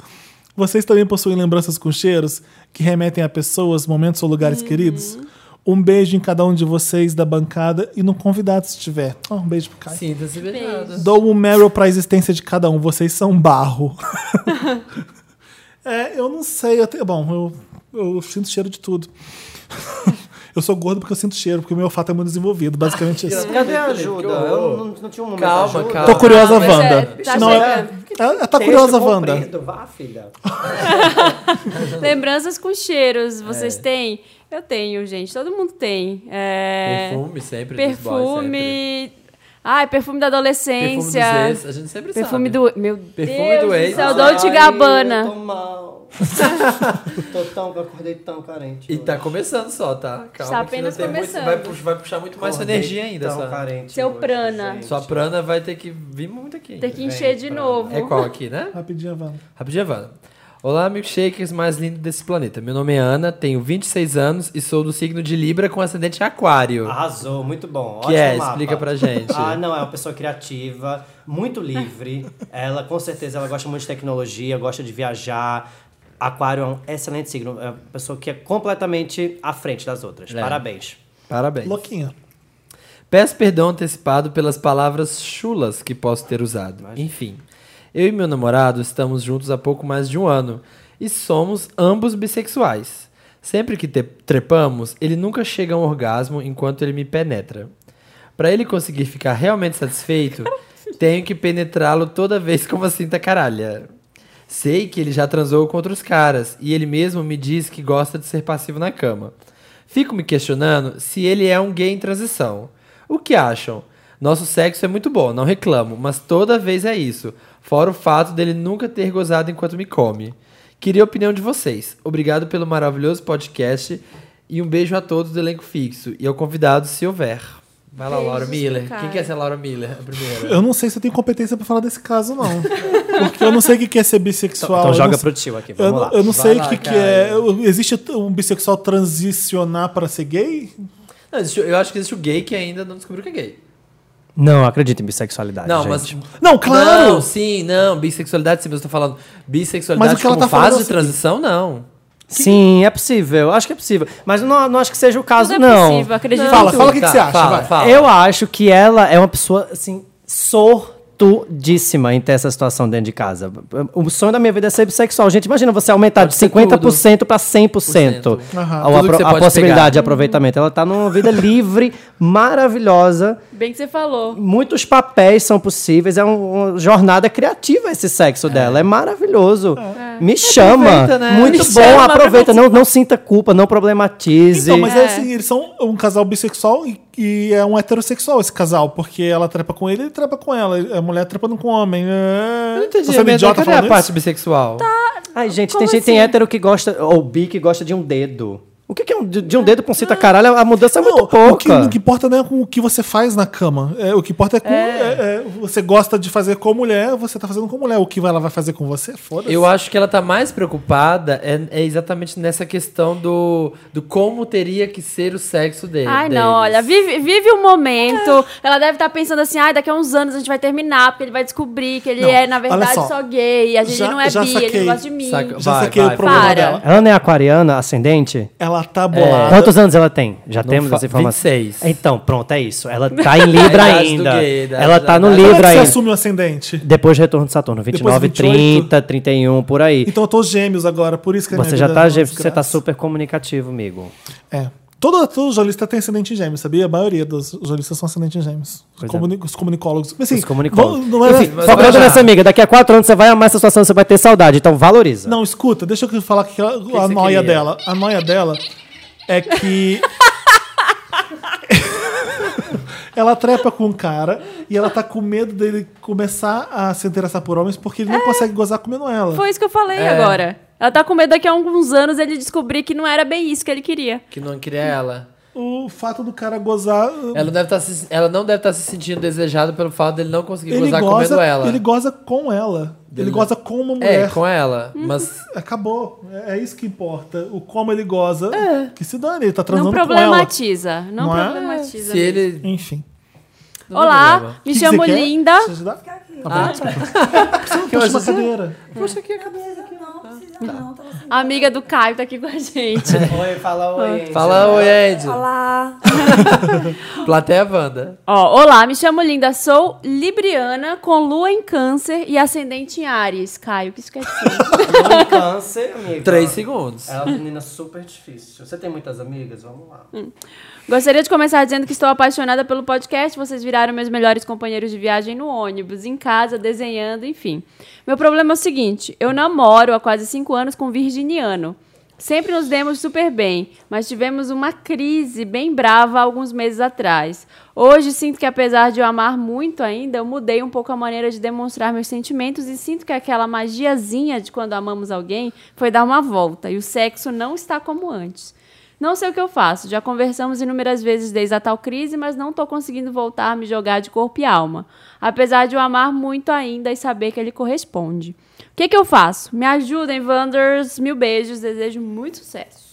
Speaker 1: Vocês também possuem lembranças com cheiros que remetem a pessoas, momentos ou lugares queridos? Um beijo em cada um de vocês da bancada e no convidado se tiver. Ó, um beijo pro Caio.
Speaker 2: Sinta-se beijado.
Speaker 1: Dou um Meryl pra existência de cada um. Vocês são barro. é, eu não sei. Eu tenho, bom, eu, eu sinto cheiro de tudo. eu sou gordo porque eu sinto cheiro, porque o meu olfato é muito desenvolvido. Basicamente isso.
Speaker 3: Cadê a ajuda? Eu não, não tinha um momento de
Speaker 2: Calma,
Speaker 3: ajuda.
Speaker 2: calma.
Speaker 1: Tô curiosa,
Speaker 4: Ah, mas
Speaker 1: Wanda.
Speaker 4: é, tá
Speaker 1: não, é,
Speaker 4: chegando.
Speaker 1: é, tá curiosa, Wanda.
Speaker 3: Vá, filha.
Speaker 4: Lembranças com cheiros,
Speaker 2: É.
Speaker 4: vocês têm? Eu tenho, gente. Todo mundo tem. É,
Speaker 2: Perfume sempre. dos boys, sempre.
Speaker 4: Perfume. Ai, perfume da
Speaker 2: Perfume dos
Speaker 4: adolescência.
Speaker 2: ex, a gente sempre
Speaker 4: Perfume
Speaker 2: sabe.
Speaker 4: do. Meu
Speaker 2: Perfume
Speaker 4: Deus
Speaker 2: do ex.
Speaker 4: céu, é Dolce Gabbana.
Speaker 3: tô mal. tô tão, eu acordei tão carente.
Speaker 2: E tá começando só, tá? Calma.
Speaker 4: Está apenas
Speaker 2: que ainda tem muito-
Speaker 4: começando.
Speaker 2: vai, pux- vai puxar muito Então, mais sua energia ainda.
Speaker 3: Tão
Speaker 2: Sua,
Speaker 3: carente
Speaker 4: Seu
Speaker 3: hoje,
Speaker 4: prana.
Speaker 3: gente.
Speaker 2: sua prana vai ter que vir muito aqui.
Speaker 4: Tem que encher de novo.
Speaker 2: É qual aqui, né?
Speaker 1: Rapidinho, Wanda.
Speaker 2: Rapidinho, Wanda. Olá, milkshakers mais lindos desse planeta. Meu nome é Ana, tenho 26 anos e sou do signo de Libra com ascendente em Aquário.
Speaker 3: Arrasou, muito bom.
Speaker 2: Que
Speaker 3: Ótimo
Speaker 2: é?
Speaker 3: mapa.
Speaker 2: Explica pra gente.
Speaker 3: Ah, não, é uma pessoa criativa, muito livre. Ela, com certeza, ela gosta muito de tecnologia, gosta de viajar. Aquário é um excelente signo. É uma pessoa que é completamente à frente das outras.
Speaker 2: É.
Speaker 3: Parabéns.
Speaker 2: Parabéns.
Speaker 1: Louquinha.
Speaker 2: Peço perdão antecipado pelas palavras chulas que posso ter usado. Enfim, eu e meu namorado estamos juntos há pouco mais de um ano e somos ambos bissexuais. Sempre que te- trepamos, ele nunca chega a um orgasmo enquanto ele me penetra. Para ele conseguir ficar realmente satisfeito, tenho que penetrá-lo toda vez com uma cinta caralha. Sei que ele já transou com outros caras e ele mesmo me diz que gosta de ser passivo na cama. Fico me questionando se ele é um gay em transição. O que acham? Nosso sexo é muito bom, não reclamo, mas toda vez é isso. Fora o fato dele nunca ter gozado enquanto me come. Queria a opinião de vocês. Obrigado pelo maravilhoso podcast e um beijo a todos do elenco fixo e ao convidado se houver. Vai lá, Laura
Speaker 4: Beijos,
Speaker 2: Miller.
Speaker 4: cara.
Speaker 2: Quem quer ser Laura Miller? A primeira.
Speaker 1: Eu não sei se eu tenho competência pra falar desse caso, não. Porque eu não sei o que que é ser bissexual.
Speaker 3: Então
Speaker 1: eu
Speaker 3: joga
Speaker 1: não-
Speaker 3: pro tio aqui,
Speaker 1: Eu,
Speaker 3: vamos lá.
Speaker 1: eu não
Speaker 2: Vai
Speaker 1: sei o
Speaker 2: lá,
Speaker 1: que, que
Speaker 2: Caio.
Speaker 1: é. eu- Existe um bissexual transicionar pra ser gay?
Speaker 2: Não, existe- eu acho que existe o gay que ainda não descobriu que é gay.
Speaker 3: Não, acredito em bissexualidade.
Speaker 2: Não,
Speaker 3: gente.
Speaker 2: mas.
Speaker 1: Não, claro!
Speaker 2: Não, sim, não. Bissexualidade, sim, mas eu tô falando. Bissexualidade
Speaker 1: Mas o que ela
Speaker 2: como
Speaker 1: tá falando
Speaker 2: fase
Speaker 1: é o
Speaker 2: de transição, não.
Speaker 3: Sim, é possível. Acho que é possível. Mas não, não acho que seja o caso,
Speaker 4: Tudo é
Speaker 3: não.
Speaker 4: possível, acredito.
Speaker 1: Fala,
Speaker 4: em
Speaker 1: fala o
Speaker 4: tudo.
Speaker 1: que, que você acha.
Speaker 2: Tá, Fala,
Speaker 1: vai.
Speaker 2: fala.
Speaker 3: Eu acho que ela é uma pessoa, assim, sortudíssima em ter essa situação dentro de casa. O sonho da minha vida é ser bissexual. Gente, imagina você aumentar
Speaker 2: Pode
Speaker 3: de
Speaker 2: ser
Speaker 3: 50% para 100%
Speaker 1: Aham.
Speaker 3: a,
Speaker 2: Tudo que
Speaker 3: apro-
Speaker 2: você
Speaker 3: a
Speaker 2: pode
Speaker 3: possibilidade
Speaker 2: pegar.
Speaker 3: de aproveitamento. Ela tá numa vida livre, maravilhosa.
Speaker 4: Bem que você falou.
Speaker 3: Muitos papéis são possíveis. É um- uma jornada criativa esse sexo dela. É maravilhoso.
Speaker 1: É.
Speaker 3: Me chama.
Speaker 2: Aproveita, né?
Speaker 3: Muito
Speaker 2: Me
Speaker 3: bom.
Speaker 4: chama pra
Speaker 3: aproveita. Não, não sinta culpa. Não problematize.
Speaker 1: Então, mas é.
Speaker 4: É.
Speaker 1: assim, eles são um casal bissexual e, e é um heterossexual esse casal, porque ela trepa com ele, ele trepa com ela, a mulher trepando com o homem. É...
Speaker 2: Eu não entendi.
Speaker 1: Tô sendo
Speaker 2: Amanda,
Speaker 1: idiota
Speaker 2: cadê a
Speaker 1: falando
Speaker 2: parte
Speaker 1: isso?
Speaker 2: bissexual?
Speaker 4: Tá.
Speaker 3: Ai, gente,
Speaker 4: Como
Speaker 3: tem gente, tem
Speaker 4: assim?
Speaker 3: hétero que gosta, ou bi que gosta de um dedo. O que, que é um, de, de um dedo pra um cita caralho? A mudança é muito
Speaker 1: Não,
Speaker 3: pouca.
Speaker 1: o, que, o que importa não é com o que você faz na cama. É, o que importa é com. é, é, você gosta de fazer com mulher, você tá fazendo com mulher. O que ela vai fazer com você, foda-se.
Speaker 2: Eu acho que ela tá mais preocupada é, é exatamente nessa questão do, do como teria que ser o sexo dele.
Speaker 4: Ai, não,
Speaker 2: deles.
Speaker 4: olha, vive, vive o momento. Ela deve estar pensando assim, ai, daqui a uns anos a gente vai terminar, porque ele vai descobrir que ele
Speaker 1: Não,
Speaker 4: é, na
Speaker 1: olha
Speaker 4: verdade,
Speaker 1: só.
Speaker 4: só, gay. A gente
Speaker 1: Já-
Speaker 4: não é bi,
Speaker 1: já
Speaker 4: ele
Speaker 1: saquei.
Speaker 4: não gosta de mim.
Speaker 2: Saca-
Speaker 1: Já
Speaker 2: Vai,
Speaker 1: saquei
Speaker 2: vai,
Speaker 1: o problema
Speaker 4: para.
Speaker 1: dela.
Speaker 3: Ana é aquariana, ascendente? É.
Speaker 1: Ela tá bolada.
Speaker 3: Quantos anos ela tem? Já
Speaker 2: Não
Speaker 3: temos
Speaker 2: fa-
Speaker 3: essa informação?
Speaker 2: 26.
Speaker 3: Então, pronto, é isso. Ela tá em Libra
Speaker 2: A idade do
Speaker 3: ainda.
Speaker 2: gay, da-
Speaker 3: ela
Speaker 2: da-
Speaker 3: tá no
Speaker 2: da-
Speaker 1: Como é que
Speaker 3: Libra
Speaker 1: você
Speaker 3: ainda.
Speaker 1: assume o ascendente?
Speaker 3: Depois do retorno de Saturno, 29,
Speaker 1: 28.
Speaker 3: 30, 31, por aí.
Speaker 1: Então eu tô gêmeos agora, por isso que a minha
Speaker 3: você já
Speaker 1: vida é
Speaker 3: tá,
Speaker 1: uma
Speaker 3: gente, você tá
Speaker 1: desgraça.
Speaker 3: super comunicativo, amigo.
Speaker 1: É. Todo, todo jornalista tem ascendente em gêmeos, sabia? A maioria dos jornalistas são ascendente em gêmeos. Os,
Speaker 3: Pois é.
Speaker 1: comuni- os comunicólogos. Mas, assim,
Speaker 3: Os comunicólogos.
Speaker 1: vamos- Não, é- era-
Speaker 3: Enfim,
Speaker 2: mas
Speaker 3: focando
Speaker 2: vai lá.
Speaker 3: nessa amiga, daqui a quatro anos você vai amar essa situação, você vai ter saudade, então valoriza.
Speaker 1: não, escuta, deixa eu falar que ela- a
Speaker 2: você
Speaker 1: noia
Speaker 2: queria?
Speaker 1: dela. A noia dela é que. ela trepa com um cara e ela tá com medo dele começar a se interessar por homens porque ele não consegue gozar comendo ela.
Speaker 4: Foi isso que eu falei
Speaker 1: É.
Speaker 4: agora. Ela tá com medo daqui a alguns anos ele descobrir que não era bem isso que ele queria.
Speaker 2: Que não queria ela.
Speaker 1: O fato do cara gozar.
Speaker 2: Ela, não deve tá se- ela não deve estar se sentindo desejada pelo fato dele não conseguir
Speaker 1: Ele
Speaker 2: gozar comendo
Speaker 1: goza,
Speaker 2: ela.
Speaker 1: ele goza com ela. Ele goza com uma mulher.
Speaker 2: É, com ela.
Speaker 4: Hum,
Speaker 2: Mas
Speaker 1: Acabou. É é isso que importa. O como ele goza. Que se dane, ele tá transando
Speaker 4: Não
Speaker 1: com ela.
Speaker 4: problematiza. Não,
Speaker 1: Não é?
Speaker 4: problematiza.
Speaker 2: se ele.
Speaker 1: Enfim.
Speaker 2: não tem
Speaker 4: Olá,
Speaker 2: problema.
Speaker 4: me
Speaker 1: O que que é?
Speaker 4: chamo
Speaker 1: você quer?
Speaker 4: Linda.
Speaker 1: Preciso ajudar? Tá bom, desculpa. Puxa uma cadeira.
Speaker 4: Amiga do Caio tá aqui com a gente.
Speaker 3: Oi, fala oi.
Speaker 2: Fala, oi, Ed.
Speaker 5: Olá.
Speaker 2: Plateia é Wanda.
Speaker 4: Ó, olá, me chamo Linda, sou libriana, com lua em câncer e ascendente em Ares. Caio, o que isso quer dizer?
Speaker 3: é um câncer, amiga.
Speaker 2: Três segundos.
Speaker 3: É uma menina super difícil. Você tem muitas amigas? Vamos lá.
Speaker 4: Gostaria de começar dizendo que estou apaixonada pelo podcast. Vocês viraram meus melhores companheiros de viagem no ônibus, em casa, desenhando, enfim. Meu problema é o seguinte: eu namoro há quase cinco anos com um virginiano. Sempre nos demos super bem, mas tivemos uma crise bem brava há alguns meses atrás. Hoje sinto que, apesar de eu amar muito ainda, eu mudei um pouco a maneira de demonstrar meus sentimentos e sinto que aquela magiazinha de quando amamos alguém foi dar uma volta e o sexo não está como antes. Não sei o que eu faço. Já conversamos inúmeras vezes desde a tal crise, mas não tô conseguindo voltar a me jogar de corpo e alma. Apesar de eu amar muito ainda e saber que ele corresponde. O que, que eu faço? Me ajudem, Wanders. Mil beijos. Desejo muito sucesso.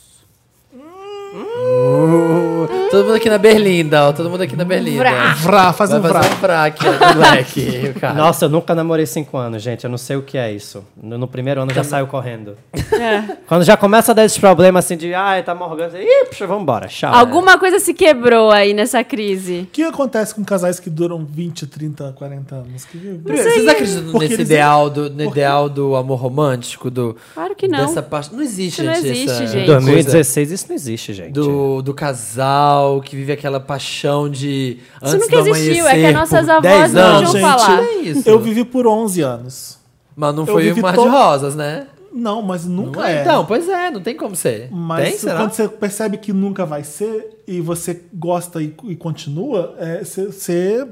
Speaker 2: Todo mundo aqui na Berlinda, ó. Todo mundo aqui na Berlinda.
Speaker 4: Vrá.
Speaker 1: Vrá, faz
Speaker 2: Vai
Speaker 1: um vrá.
Speaker 2: fazer um vrá aqui, ó, do Black. o cara.
Speaker 3: Nossa, eu nunca namorei cinco anos, gente. Eu não sei o que é isso. No, no primeiro ano eu já saio correndo. Quando já começa a dar esses problemas assim de, ai, tá morgando. Ih, puxa, vambora. Tchau.
Speaker 4: Alguma coisa se quebrou aí nessa crise.
Speaker 1: O que acontece com casais que duram 20, 30, 40 anos? Que- é
Speaker 2: Primeiro,
Speaker 4: é
Speaker 2: vocês acreditam
Speaker 1: Porque
Speaker 2: nesse
Speaker 1: eles-
Speaker 2: ideal do, no ideal do amor romântico? Do,
Speaker 4: Claro que não.
Speaker 2: Dessa parte. Não existe,
Speaker 4: Isso não
Speaker 2: gente.
Speaker 4: existe,
Speaker 2: essa
Speaker 4: gente.
Speaker 3: Em
Speaker 2: coisa
Speaker 3: 2016 isso não existe, gente.
Speaker 2: Do, do casal que vive aquela paixão de. Antes
Speaker 4: nunca
Speaker 2: do
Speaker 4: existiu, é
Speaker 2: amanhecer
Speaker 4: que as nossas
Speaker 2: por
Speaker 4: avós
Speaker 2: 10
Speaker 4: não
Speaker 2: anos.
Speaker 4: tinham
Speaker 2: Gente,
Speaker 4: falar.
Speaker 2: é isso.
Speaker 1: Eu vivi por 11 anos.
Speaker 2: Mas não
Speaker 1: eu
Speaker 2: foi
Speaker 1: vivi
Speaker 2: um mar
Speaker 1: todo-
Speaker 2: de rosas, né?
Speaker 1: Não, mas nunca
Speaker 2: Não é,
Speaker 1: é.
Speaker 2: Então, pois é, não tem como ser.
Speaker 1: Mas
Speaker 2: tem, será?
Speaker 1: quando você percebe que nunca vai ser e você gosta e, e continua, é, você, você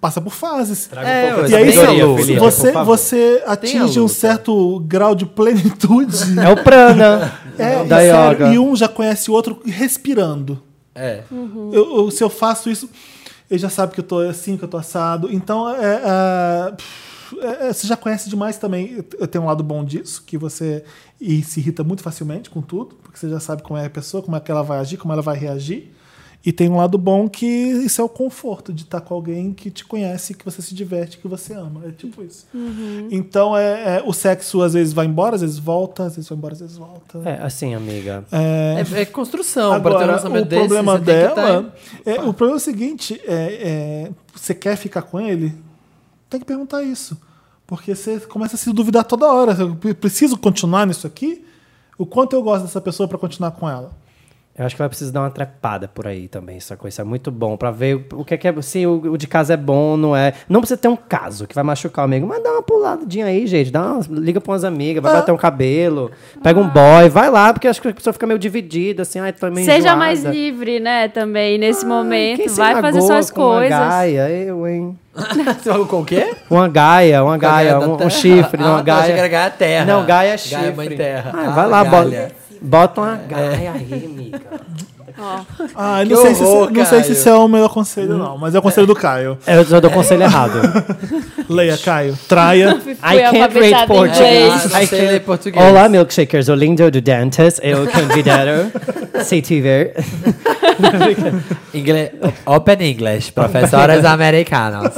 Speaker 1: passa por fases.
Speaker 2: É,
Speaker 3: pouco
Speaker 2: ué,
Speaker 3: de
Speaker 1: E aí,
Speaker 2: sabedoria,
Speaker 1: você-
Speaker 2: Felipe,
Speaker 1: você,
Speaker 3: por favor.
Speaker 1: você
Speaker 2: Tem a luta.
Speaker 1: atinge um certo grau de plenitude
Speaker 3: É o prana
Speaker 1: É,
Speaker 3: da
Speaker 1: e,
Speaker 3: yoga.
Speaker 1: sério, e um já conhece o outro respirando.
Speaker 2: É.
Speaker 1: Eu- eu- se eu faço isso, ele já sabe que eu tô assim, que eu tô assado. Então, é, ah, pff, é, é, você já conhece demais também. Eu tenho um lado bom disso, que você e se irrita muito facilmente com tudo, porque você já sabe como é a pessoa, como é que ela vai agir, como ela vai reagir. E tem um lado bom que isso é o conforto de estar com alguém que te conhece, que você se diverte, que você ama. É tipo isso. Então é, é, o sexo às vezes vai embora, às vezes volta, às vezes vai embora, às vezes volta.
Speaker 3: É, assim, amiga.
Speaker 1: É,
Speaker 2: É, é construção. pra ter um
Speaker 1: Agora,
Speaker 2: relacionamento
Speaker 1: o problema
Speaker 2: desse, você tem que
Speaker 1: dela.
Speaker 2: tá-
Speaker 1: é, o problema é o seguinte: é, é, você quer ficar com ele? Tem que perguntar isso. Porque você começa a se duvidar toda hora. Eu pre- preciso continuar nisso aqui? O quanto eu gosto dessa pessoa para continuar com ela?
Speaker 3: Eu acho que vai precisar dar uma trepada por aí também, essa coisa é muito bom pra ver o que é que é, se o, o de casa é bom, não é. Não precisa ter um caso que vai machucar o amigo, mas dá uma puladinha aí, gente, dá uma, liga pra umas amigas, vai bater um cabelo, pega um boy, vai lá, porque acho que a pessoa fica meio dividida, assim, ai, também
Speaker 4: Seja mais livre, né, também, nesse momento. Vai fazer suas coisas.
Speaker 3: Uma gaia, eu, hein?
Speaker 2: Você falou com o quê?
Speaker 3: Uma gaia, uma gaia,
Speaker 2: da
Speaker 3: um,
Speaker 2: terra?
Speaker 3: um chifre,
Speaker 2: Ah,
Speaker 3: uma
Speaker 2: tá,
Speaker 3: gaia.
Speaker 2: achei que era gaia terra.
Speaker 3: Não, gaia é chifre.
Speaker 2: Gaia mãe terra.
Speaker 3: Ah,
Speaker 2: Ah, É.
Speaker 3: vai lá,
Speaker 2: galha.
Speaker 3: bota, bota uma gaia aí, amiga.
Speaker 1: Ah,
Speaker 2: Que
Speaker 1: não, sei,
Speaker 2: horror,
Speaker 1: se, não sei se
Speaker 2: Caio.
Speaker 1: isso é o melhor conselho, não, mas é o conselho do Caio.
Speaker 3: Eu já dou conselho errado.
Speaker 1: Leia, Caio. Traia.
Speaker 3: I
Speaker 4: Fui
Speaker 3: can't read
Speaker 4: alfabetizada em
Speaker 3: Portuguese.
Speaker 2: inglês. Ah, não
Speaker 3: I
Speaker 2: sei
Speaker 3: can't-
Speaker 2: ler português.
Speaker 3: Olá, milkshakers. O lindo do dentist. Eu convidero. Se tiver.
Speaker 2: Ingle... Open English, professoras americanas.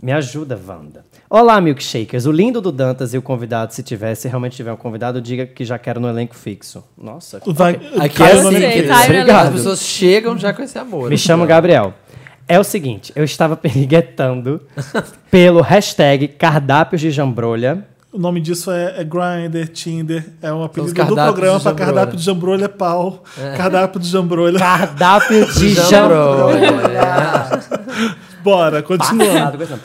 Speaker 3: Me ajuda, Wanda. Olá, milkshakers. O lindo do Dantas e o convidado, se tiver, se realmente tiver um convidado, diga que já quero no elenco fixo. Nossa.
Speaker 1: Vai,
Speaker 2: Aqui é
Speaker 1: Caio não
Speaker 2: assim,
Speaker 1: nem
Speaker 4: sei,
Speaker 2: querido.
Speaker 1: quer.
Speaker 4: tá?
Speaker 2: As
Speaker 3: Obrigado.
Speaker 2: pessoas chegam já com esse amor.
Speaker 3: Me chamo Gabriel. É o seguinte, eu estava periguetando pelo hashtag cardápios de jambrolha.
Speaker 1: O nome disso é, é Grindr, Tinder, é um apelido do
Speaker 2: cardápios
Speaker 1: programa
Speaker 2: de
Speaker 1: para
Speaker 2: jambrolha.
Speaker 1: cardápio de jambrolha é pau, cardápio de jambrolha.
Speaker 3: Cardápio
Speaker 2: Então,
Speaker 3: de
Speaker 2: Jambrou.
Speaker 3: jambrolha.
Speaker 1: Bora, continuando.
Speaker 3: Errado, coisa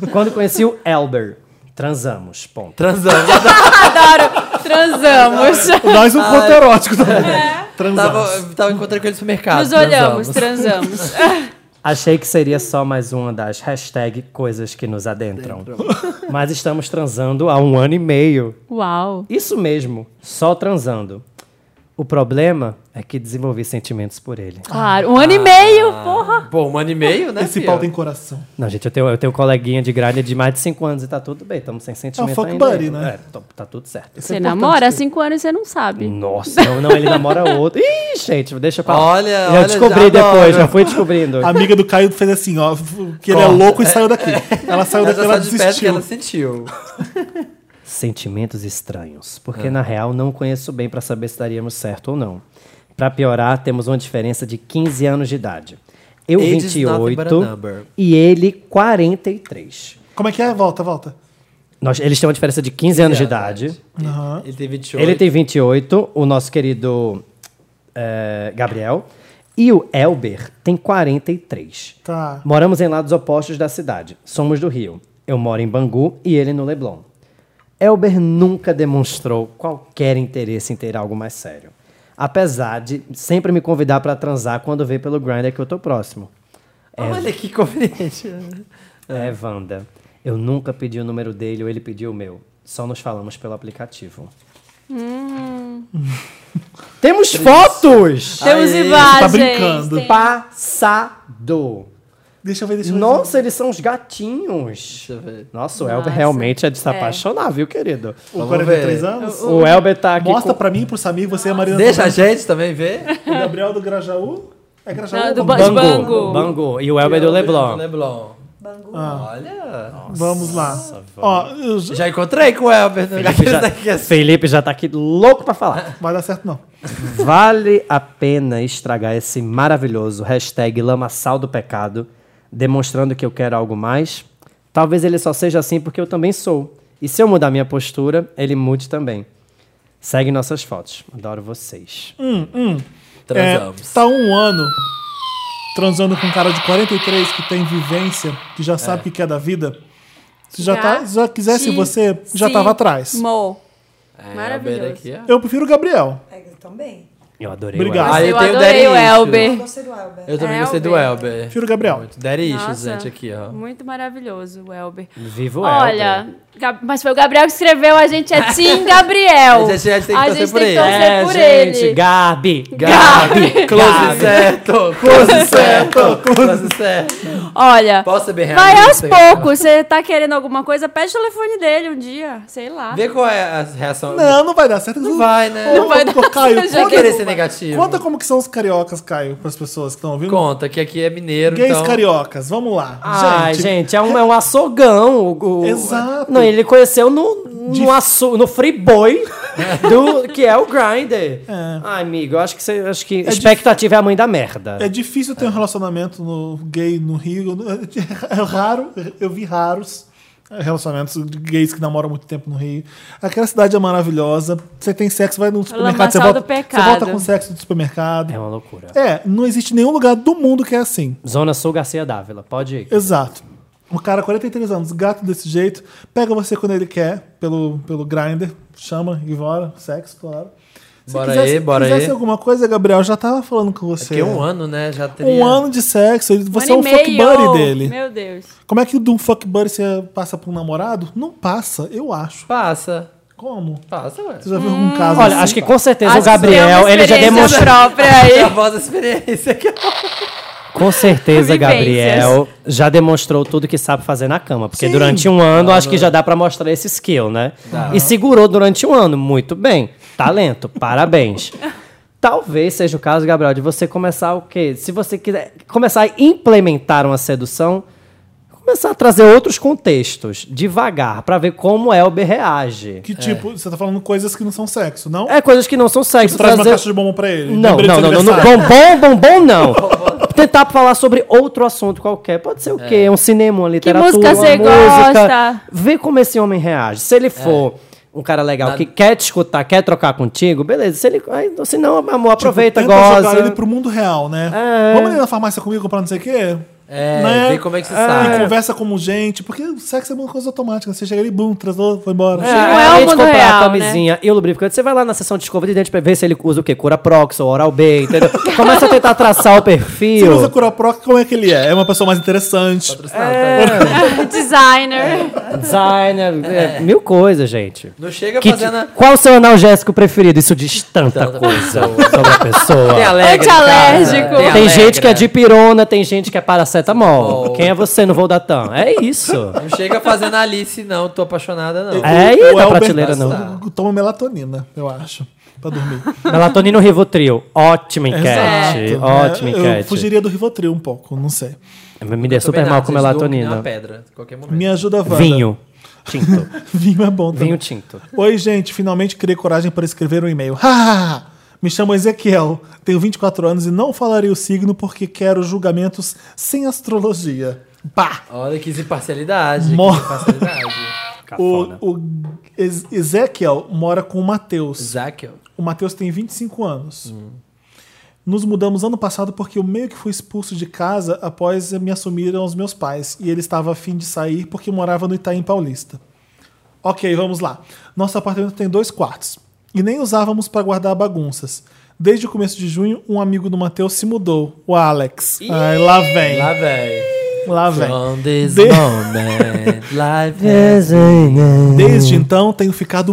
Speaker 3: não. Quando conheci o Elber, transamos, ponto.
Speaker 2: Transando.
Speaker 4: Adoro. Transamos.
Speaker 1: Nós um
Speaker 2: Ah,
Speaker 1: ponto
Speaker 2: é.
Speaker 1: erótico também. Transar.
Speaker 2: Tava, tava encontrando com ele no supermercado.
Speaker 4: Nos olhamos,
Speaker 2: transamos.
Speaker 4: transamos.
Speaker 3: Achei que seria só mais uma das hashtag coisas que nos adentram. Mas estamos transando há um ano e meio.
Speaker 4: Uau.
Speaker 3: Isso mesmo, só transando. O problema é que desenvolvi sentimentos por ele.
Speaker 4: Claro. Um ano e meio, porra.
Speaker 2: Pô, um ano e meio, né?
Speaker 1: Esse
Speaker 2: filho?
Speaker 1: pau tem coração.
Speaker 3: Não, gente, eu tenho, eu tenho coleguinha de grade de mais de 5 anos e tá tudo bem, estamos sem sentimento
Speaker 1: fuck
Speaker 3: ainda.
Speaker 1: buddy, né?
Speaker 3: É, tô- tá tudo certo.
Speaker 4: Você namora há cinco anos e você não
Speaker 1: Hum.
Speaker 4: sabe.
Speaker 3: Nossa, não, não, ele namora outro. Ih, gente, deixa pra lá.
Speaker 2: Olha,
Speaker 3: Eu
Speaker 2: olha,
Speaker 3: descobri
Speaker 2: já adoro.
Speaker 3: depois, já fui descobrindo.
Speaker 1: A amiga do Caio fez assim, ó, f- que ele é
Speaker 2: Corta.
Speaker 1: louco e saiu daqui. Ela saiu
Speaker 2: É. Ela
Speaker 1: daqui,
Speaker 2: já
Speaker 1: ela
Speaker 2: saiu de perto que
Speaker 1: desistiu.
Speaker 2: ela sentiu.
Speaker 3: Sentimentos estranhos, porque na real não conheço bem para saber se daríamos certo ou não. Para piorar, temos uma diferença de 15 anos de idade. Eu
Speaker 2: Age is nothing but a
Speaker 3: 28
Speaker 2: number.
Speaker 3: e ele 43.
Speaker 1: Como é que é? Volta, volta.
Speaker 3: Nós, eles têm uma diferença de 15 anos de
Speaker 2: anos de
Speaker 3: idade.
Speaker 1: Aham.
Speaker 2: Ele tem 28.
Speaker 3: Ele tem 28, o nosso querido eh, Gabriel. E o Elber tem 43.
Speaker 1: Tá.
Speaker 3: Moramos em lados opostos da cidade. Somos do Rio. Eu moro em Bangu e ele no Leblon. Elber nunca demonstrou qualquer interesse em ter algo mais sério. Apesar de sempre me convidar para transar quando vê pelo Grindr que eu tô próximo.
Speaker 2: Olha que conveniente.
Speaker 3: É, Wanda. Eu nunca pedi o número dele ou ele pediu o meu. Só nos falamos pelo aplicativo. Temos fotos!
Speaker 4: Temos
Speaker 2: Aê,
Speaker 4: imagens.
Speaker 1: tá brincando.
Speaker 4: Tem-
Speaker 3: Passado!
Speaker 1: Deixa eu ver, deixa eu ver.
Speaker 3: Nossa, eles são os gatinhos!
Speaker 2: Deixa eu ver.
Speaker 3: Nossa, o Elber realmente é de se apaixonar, viu, querido?
Speaker 1: O
Speaker 2: Vamos
Speaker 1: 43
Speaker 2: ver.
Speaker 1: anos?
Speaker 3: O Elber tá aqui.
Speaker 1: Mostra
Speaker 3: com-
Speaker 1: pra mim e pro Samir, você é a Marina
Speaker 2: Deixa a gente também ver.
Speaker 1: O Gabriel do Grajaú? É Grajaú?
Speaker 4: Não, do
Speaker 1: ou
Speaker 4: Ba-
Speaker 3: Bangu.
Speaker 4: Bangu.
Speaker 3: Bangu. E É o Elber do Leblon.
Speaker 2: Leblon. Ah. Olha.
Speaker 1: Vamos lá. Ó, eu já-
Speaker 2: Já encontrei com o Elber. Né?
Speaker 3: Felipe já, Felipe já tá aqui louco pra falar.
Speaker 1: vai dar certo não.
Speaker 3: Vale a pena estragar esse maravilhoso hashtag lamaçal do pecado, demonstrando que eu quero algo mais? Talvez ele só seja assim porque eu também sou. E se eu mudar minha postura, ele mude também. Segue nossas fotos. Adoro vocês.
Speaker 1: É,
Speaker 2: Transamos.
Speaker 1: tá um ano transando com um cara de 43 que tem vivência, que já sabe o que que é da vida. Se já,
Speaker 4: Já
Speaker 1: tá, se já quisesse
Speaker 4: Ti-
Speaker 1: você, já
Speaker 4: si-
Speaker 1: tava atrás.
Speaker 4: Mo.
Speaker 2: É,
Speaker 4: Maravilhoso.
Speaker 2: Elber aqui, ó.
Speaker 1: Eu prefiro o Gabriel.
Speaker 7: Eu também.
Speaker 3: Eu adorei.
Speaker 1: Obrigado.
Speaker 3: o Elber.
Speaker 2: Ah, eu
Speaker 4: eu
Speaker 2: tenho
Speaker 4: adorei o
Speaker 2: Derecho.
Speaker 7: Eu
Speaker 4: Elber. É
Speaker 7: gostei do Elber.
Speaker 2: Eu também gostei do
Speaker 4: Elber.
Speaker 2: Elber.
Speaker 1: Prefiro o Gabriel.
Speaker 2: Derixos,
Speaker 4: Nossa,
Speaker 2: gente, aqui, ó.
Speaker 4: Muito maravilhoso o Elber.
Speaker 3: Viva o Elber.
Speaker 4: Olha, Gab- mas foi o Gabriel que escreveu, a gente é Tim Gabriel.
Speaker 2: A gente- a gente tem que torcer por
Speaker 4: tem
Speaker 2: ele.
Speaker 4: torcer
Speaker 3: É,
Speaker 4: então por
Speaker 3: gente,
Speaker 4: ele.
Speaker 3: Gabi.
Speaker 2: Gabi! Close certo! Close certo! Close certo!
Speaker 4: Olha,
Speaker 2: Posso ser bem
Speaker 4: vai aos
Speaker 2: realista?
Speaker 4: poucos. Você tá querendo alguma coisa? Pede o telefone dele um dia, sei lá.
Speaker 2: Vê qual é a reação.
Speaker 1: Não, não vai dar certo. Não
Speaker 2: vai, né?
Speaker 1: Ô,
Speaker 2: Não
Speaker 4: vai dar
Speaker 1: Caio,
Speaker 4: certo.
Speaker 2: Vai
Speaker 4: Conta-
Speaker 2: querer ser negativo.
Speaker 1: Conta como que são os cariocas, Caio, pras pessoas que estão ouvindo.
Speaker 2: Conta que aqui é mineiro,
Speaker 1: Gays
Speaker 2: então...
Speaker 1: cariocas, vamos lá.
Speaker 3: Ah, gente, é, um, é um açogão. O, o-
Speaker 1: Exato.
Speaker 3: Não, ele conheceu no, no, aço, no Free Boy, do, que é o Grindr. Ai, amigo, eu acho que, você, acho que expectativa é a mãe da merda.
Speaker 1: É difícil ter um relacionamento no gay no Rio. É raro, eu vi raros relacionamentos de gays que namoram há muito tempo no Rio. Aquela cidade é maravilhosa. Você tem sexo, vai no supermercado, você
Speaker 4: lamaçal
Speaker 1: volta,
Speaker 4: do
Speaker 1: você
Speaker 4: pecado.
Speaker 1: volta com sexo do supermercado.
Speaker 3: É uma loucura.
Speaker 1: É, não existe nenhum lugar do mundo que é assim.
Speaker 3: Zona Sul Garcia Dávila, pode ir.
Speaker 1: Exato. O cara, 43 anos, gato desse jeito, pega você quando ele quer, pelo, pelo grinder, chama e bora, sexo, claro. Se
Speaker 2: Bora
Speaker 1: quisesse,
Speaker 2: aí, bora
Speaker 1: quisesse
Speaker 2: aí.
Speaker 1: alguma coisa, Gabriel, já tava falando com você.
Speaker 2: Porque um ano, né? Já teria...
Speaker 1: Um ano de sexo, ele- você
Speaker 4: Um ano
Speaker 1: é
Speaker 4: e
Speaker 1: um fuck
Speaker 4: meio.
Speaker 1: buddy dele.
Speaker 4: Meu Deus.
Speaker 1: Como é que de um fuck buddy você passa pra um namorado? Não passa, eu acho.
Speaker 2: Passa.
Speaker 1: Como?
Speaker 2: Passa, ué.
Speaker 1: Você já viu
Speaker 4: Hum.
Speaker 1: algum caso
Speaker 3: Olha,
Speaker 1: assim?
Speaker 3: acho que com certeza
Speaker 4: Acho
Speaker 3: o
Speaker 4: que tem
Speaker 3: Gabriel,
Speaker 4: uma
Speaker 3: ele já
Speaker 4: experiência
Speaker 3: demonstrou.
Speaker 4: própria
Speaker 2: A
Speaker 4: aí.
Speaker 2: voz experiência aqui.
Speaker 3: Com certeza,
Speaker 4: Vivências.
Speaker 3: Gabriel já demonstrou tudo que sabe fazer na cama. Porque
Speaker 1: Sim.
Speaker 3: durante um ano, acho que já dá pra mostrar esse skill, né? E segurou durante um ano. Muito bem. Talento. Parabéns. Talvez seja o caso, Gabriel, de você começar o quê? Se você quiser começar a implementar uma sedução, começar a trazer outros contextos, devagar, pra ver como o Elber reage.
Speaker 1: Que tipo, você tá falando coisas que não são sexo, não?
Speaker 3: É coisas que não são sexo.
Speaker 1: Você traz uma
Speaker 3: trazer-
Speaker 1: caixa de bombom pra ele.
Speaker 3: não,
Speaker 1: lembrete
Speaker 3: não,
Speaker 1: de
Speaker 3: não, não, não.
Speaker 1: aniversário.
Speaker 3: Bombom, bombom, não. Tentar falar sobre outro assunto qualquer. Pode ser o quê? Um cinema, uma literatura,
Speaker 4: É. música
Speaker 3: uma
Speaker 4: você
Speaker 3: música.
Speaker 4: gosta? É.
Speaker 3: Ver como esse homem reage. Se ele for um cara legal
Speaker 2: Na-
Speaker 3: que quer te escutar, quer trocar contigo, beleza. Se ele, aí, se não, amor,
Speaker 1: Tipo,
Speaker 3: aproveita,
Speaker 1: tenta jogar
Speaker 3: goza. É.
Speaker 1: ele pro mundo real, né? Vamos ali na farmácia comigo comprar não sei o quê?
Speaker 2: É,
Speaker 1: Né?
Speaker 2: vê como é que você
Speaker 1: E
Speaker 2: sabe.
Speaker 1: conversa como gente, porque o sexo é uma coisa automática. Você chega ali, bum, trazou, foi embora.
Speaker 3: É,
Speaker 4: Não é
Speaker 3: além
Speaker 4: o
Speaker 3: de
Speaker 4: mundo
Speaker 3: comprar
Speaker 4: real,
Speaker 3: a camisinha e o lubrificante, você vai lá na sessão de escova de dente pra ver se ele usa o quê? Cura Prox ou Oral B, entendeu? Começa a tentar traçar o
Speaker 1: Se
Speaker 3: perfil.
Speaker 1: usa Curaproc, como é que ele é? É uma pessoa mais interessante.
Speaker 2: tá
Speaker 3: É.
Speaker 4: Designer.
Speaker 3: designer, é, mil coisas, gente.
Speaker 2: Não chega
Speaker 3: Que-
Speaker 2: fazendo... a-
Speaker 3: Qual o seu analgésico preferido? Isso diz tanta
Speaker 2: Tanta
Speaker 3: coisa sobre a pessoa.
Speaker 2: Tem alegre,
Speaker 4: Antialérgico.
Speaker 2: cara.
Speaker 3: Tem gente que é
Speaker 2: alegra.
Speaker 3: dipirona, tem gente que é paracetamol.
Speaker 2: Oh.
Speaker 3: Quem é você no Voldatão? É isso.
Speaker 2: Não chega fazendo Alice, não. Tô apaixonada, não.
Speaker 3: É
Speaker 1: O-
Speaker 3: aí
Speaker 1: o
Speaker 3: da
Speaker 1: Elber
Speaker 3: prateleira, não.
Speaker 1: Toma melatonina, eu acho, pra dormir.
Speaker 3: Melatonina ou Rivotril. Ótima
Speaker 1: Exato,
Speaker 3: enquete.
Speaker 1: né?
Speaker 3: Ótima
Speaker 1: Eu
Speaker 3: enquete.
Speaker 1: fugiria do Rivotril um pouco, não sei.
Speaker 3: Me dei
Speaker 2: Eu também
Speaker 3: super mal é
Speaker 2: nada,
Speaker 3: com
Speaker 2: vocês dormem que nem
Speaker 3: melatonina.
Speaker 2: é uma pedra, a qualquer momento.
Speaker 1: Me ajuda, Wanda.
Speaker 3: Vinho. Tinto.
Speaker 1: Vinho é bom também.
Speaker 3: Vinho tinto.
Speaker 1: Oi, gente, finalmente criei coragem para escrever um e-mail. Ha! Me chamo Ezequiel, tenho 24 anos e não falarei o signo porque quero julgamentos sem astrologia. Pá!
Speaker 2: Olha que imparcialidade. que
Speaker 1: Mo-
Speaker 2: imparcialidade.
Speaker 3: Cafona.
Speaker 1: O, o Ez- Ezequiel mora com o Matheus.
Speaker 2: Zaquel.
Speaker 1: O Matheus tem 25 anos. Nos mudamos ano passado porque eu meio que fui expulso de casa após me assumirem aos meus pais. E ele estava afim de sair porque morava no Itaim Paulista. Ok, vamos lá. Nosso apartamento tem dois quartos. E nem usávamos para guardar bagunças. Desde o começo de junho, um amigo do Matheus se mudou, o Alex. Ai, lá vem.
Speaker 2: Lá, véi.
Speaker 1: Lá vem.
Speaker 2: From this
Speaker 1: De-
Speaker 2: moment, life has...
Speaker 1: Desde então, tenho ficado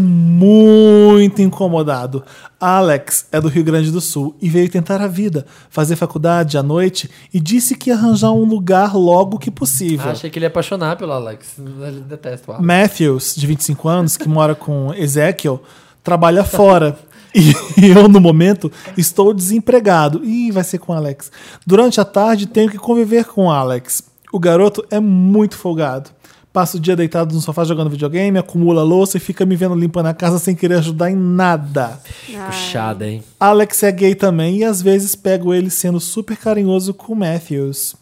Speaker 1: muito incomodado. Alex é do Rio Grande do Sul e veio tentar a vida, fazer faculdade à noite e disse que ia arranjar um lugar logo que possível.
Speaker 2: Achei que ele ia apaixonar pelo Alex. Ele detesta o Alex.
Speaker 1: Matthews, de 25 anos, que mora com Ezekiel, trabalha fora. E eu, no momento, estou desempregado. Ih, vai ser com o Alex. Durante a tarde, tenho que conviver com o Alex. O garoto é muito folgado. Passa o dia deitado no sofá jogando videogame, acumula louça e fica me vendo limpando a casa sem querer ajudar em nada.
Speaker 2: Puxada, hein?
Speaker 1: Alex é gay também e às vezes pego ele sendo super carinhoso com Matthews.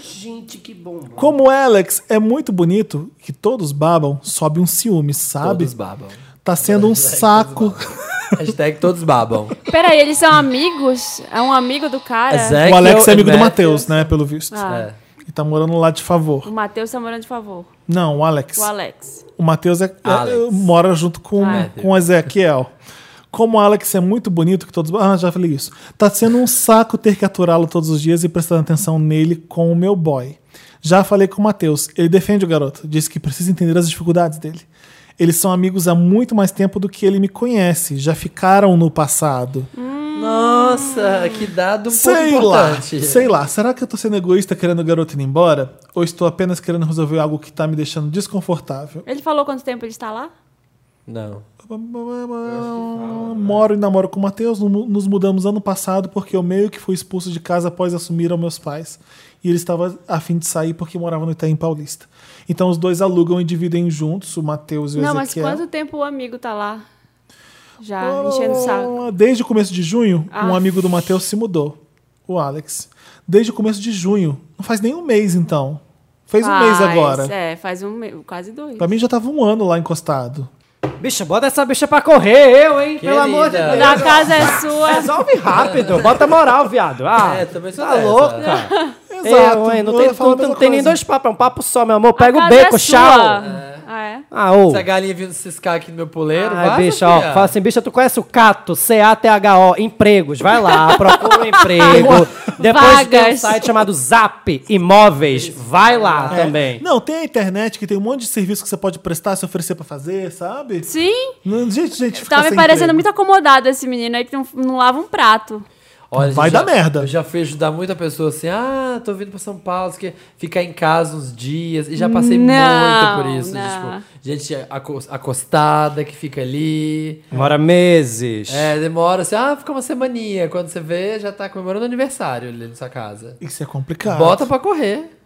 Speaker 3: Gente, que bom.
Speaker 1: Como Alex é muito bonito, que todos babam, sobe um ciúme, sabe?
Speaker 2: Todos babam.
Speaker 1: Tá sendo um saco.
Speaker 2: Hashtag todos babam.
Speaker 4: Peraí, eles são amigos? É um amigo do cara?
Speaker 1: O
Speaker 2: Ezequiel
Speaker 1: Alex é
Speaker 2: e
Speaker 1: amigo do
Speaker 2: Matthews.
Speaker 1: Matheus, né? Pelo visto.
Speaker 3: Ah.
Speaker 2: É.
Speaker 1: E tá morando lá de
Speaker 4: O
Speaker 1: favor.
Speaker 4: Matheus tá morando de favor.
Speaker 1: Não, o Alex.
Speaker 4: O Alex.
Speaker 1: O Matheus é- é-
Speaker 2: Alex.
Speaker 1: mora junto com,
Speaker 4: Ah.
Speaker 1: com o Ezequiel. Como o Alex é muito bonito, que todos. Ah, já falei isso. Tá sendo um saco ter que aturá-lo todos os dias e prestando atenção nele com o meu boy. Já falei com o Matheus. Ele defende o garoto. Diz que precisa entender as dificuldades dele. Eles são amigos há muito mais tempo do que ele me conhece. Já ficaram no passado.
Speaker 2: Nossa, que dado um
Speaker 1: Sei
Speaker 2: pouco
Speaker 1: lá,
Speaker 2: importante.
Speaker 1: sei lá. Será que eu tô sendo egoísta querendo o garoto ir embora? Ou estou apenas querendo resolver algo que tá me deixando desconfortável?
Speaker 4: Ele falou quanto tempo ele está lá?
Speaker 2: Não.
Speaker 1: Moro e namoro com o Matheus. Nos nos mudamos ano passado porque eu meio que fui expulso de casa após assumir aos meus pais. E ele estava a fim de sair porque morava no Itaim Paulista. Então os dois alugam e dividem juntos, o Matheus e o
Speaker 4: Não, mas
Speaker 1: Ezequiel.
Speaker 4: quanto tempo o amigo tá lá? Já,
Speaker 1: Oh,
Speaker 4: enchendo o saco.
Speaker 1: Desde o começo de junho, um
Speaker 4: Ah.
Speaker 1: amigo do Matheus se mudou. O Alex. Desde o começo de junho. Não faz nem um mês, então. Fez um mês
Speaker 4: Faz,
Speaker 1: agora.
Speaker 4: É, faz um mês, quase dois.
Speaker 1: Pra mim já tava um ano lá encostado.
Speaker 3: Bicha, bota essa bicha pra correr, eu, hein? Pelo
Speaker 2: Querida.
Speaker 3: amor de Deus.
Speaker 4: Quando a casa é
Speaker 1: um
Speaker 4: sua.
Speaker 3: Resolve rápido, bota moral, viado. Ah,
Speaker 2: É, também sou
Speaker 3: tá
Speaker 2: dessa.
Speaker 3: louca.
Speaker 1: Exato.
Speaker 3: Eu, hein, não
Speaker 1: Eu
Speaker 3: tem,
Speaker 1: ia falar a
Speaker 3: não
Speaker 1: mesma
Speaker 3: tem nem
Speaker 1: coisa.
Speaker 3: dois papos, é um papo só, meu amor. Pega
Speaker 4: A
Speaker 3: o
Speaker 4: casa
Speaker 3: beco,
Speaker 4: é
Speaker 3: tchau.
Speaker 4: sua. Ah, é?
Speaker 3: Ah, ô.
Speaker 2: Se a galinha vindo ciscar aqui no meu poleiro,
Speaker 3: Ai,
Speaker 2: vaza,
Speaker 3: bicha, ó,
Speaker 2: fia.
Speaker 3: fala assim, bicha, tu conhece o Cato, C-A-T-H-O, empregos, vai lá, procura um emprego. Depois tem um
Speaker 4: Vagas.
Speaker 3: site chamado Zap Imóveis, vai lá
Speaker 1: É.
Speaker 3: também.
Speaker 1: Não, tem a internet que tem um monte de serviço que você pode prestar, se oferecer pra fazer, sabe?
Speaker 4: Sim.
Speaker 1: Não, gente, gente, fica
Speaker 4: Tá me
Speaker 1: sem
Speaker 4: parecendo
Speaker 1: emprego.
Speaker 4: muito acomodado esse menino aí que não, não lava um prato.
Speaker 2: Olha,
Speaker 1: Vai
Speaker 2: eu já-
Speaker 1: dar merda.
Speaker 2: Eu já fui ajudar muita pessoa assim, ah, tô vindo pra São Paulo, que ficar em casa uns dias. E já passei
Speaker 4: Não,
Speaker 2: muito por isso. de,
Speaker 4: não.
Speaker 2: tipo, gente aco- acostada que fica ali.
Speaker 3: Demora meses.
Speaker 2: É, demora assim, ah, fica uma semaninha. Quando você vê, já tá comemorando aniversário ali na sua casa.
Speaker 1: Isso é complicado.
Speaker 2: Bota pra correr.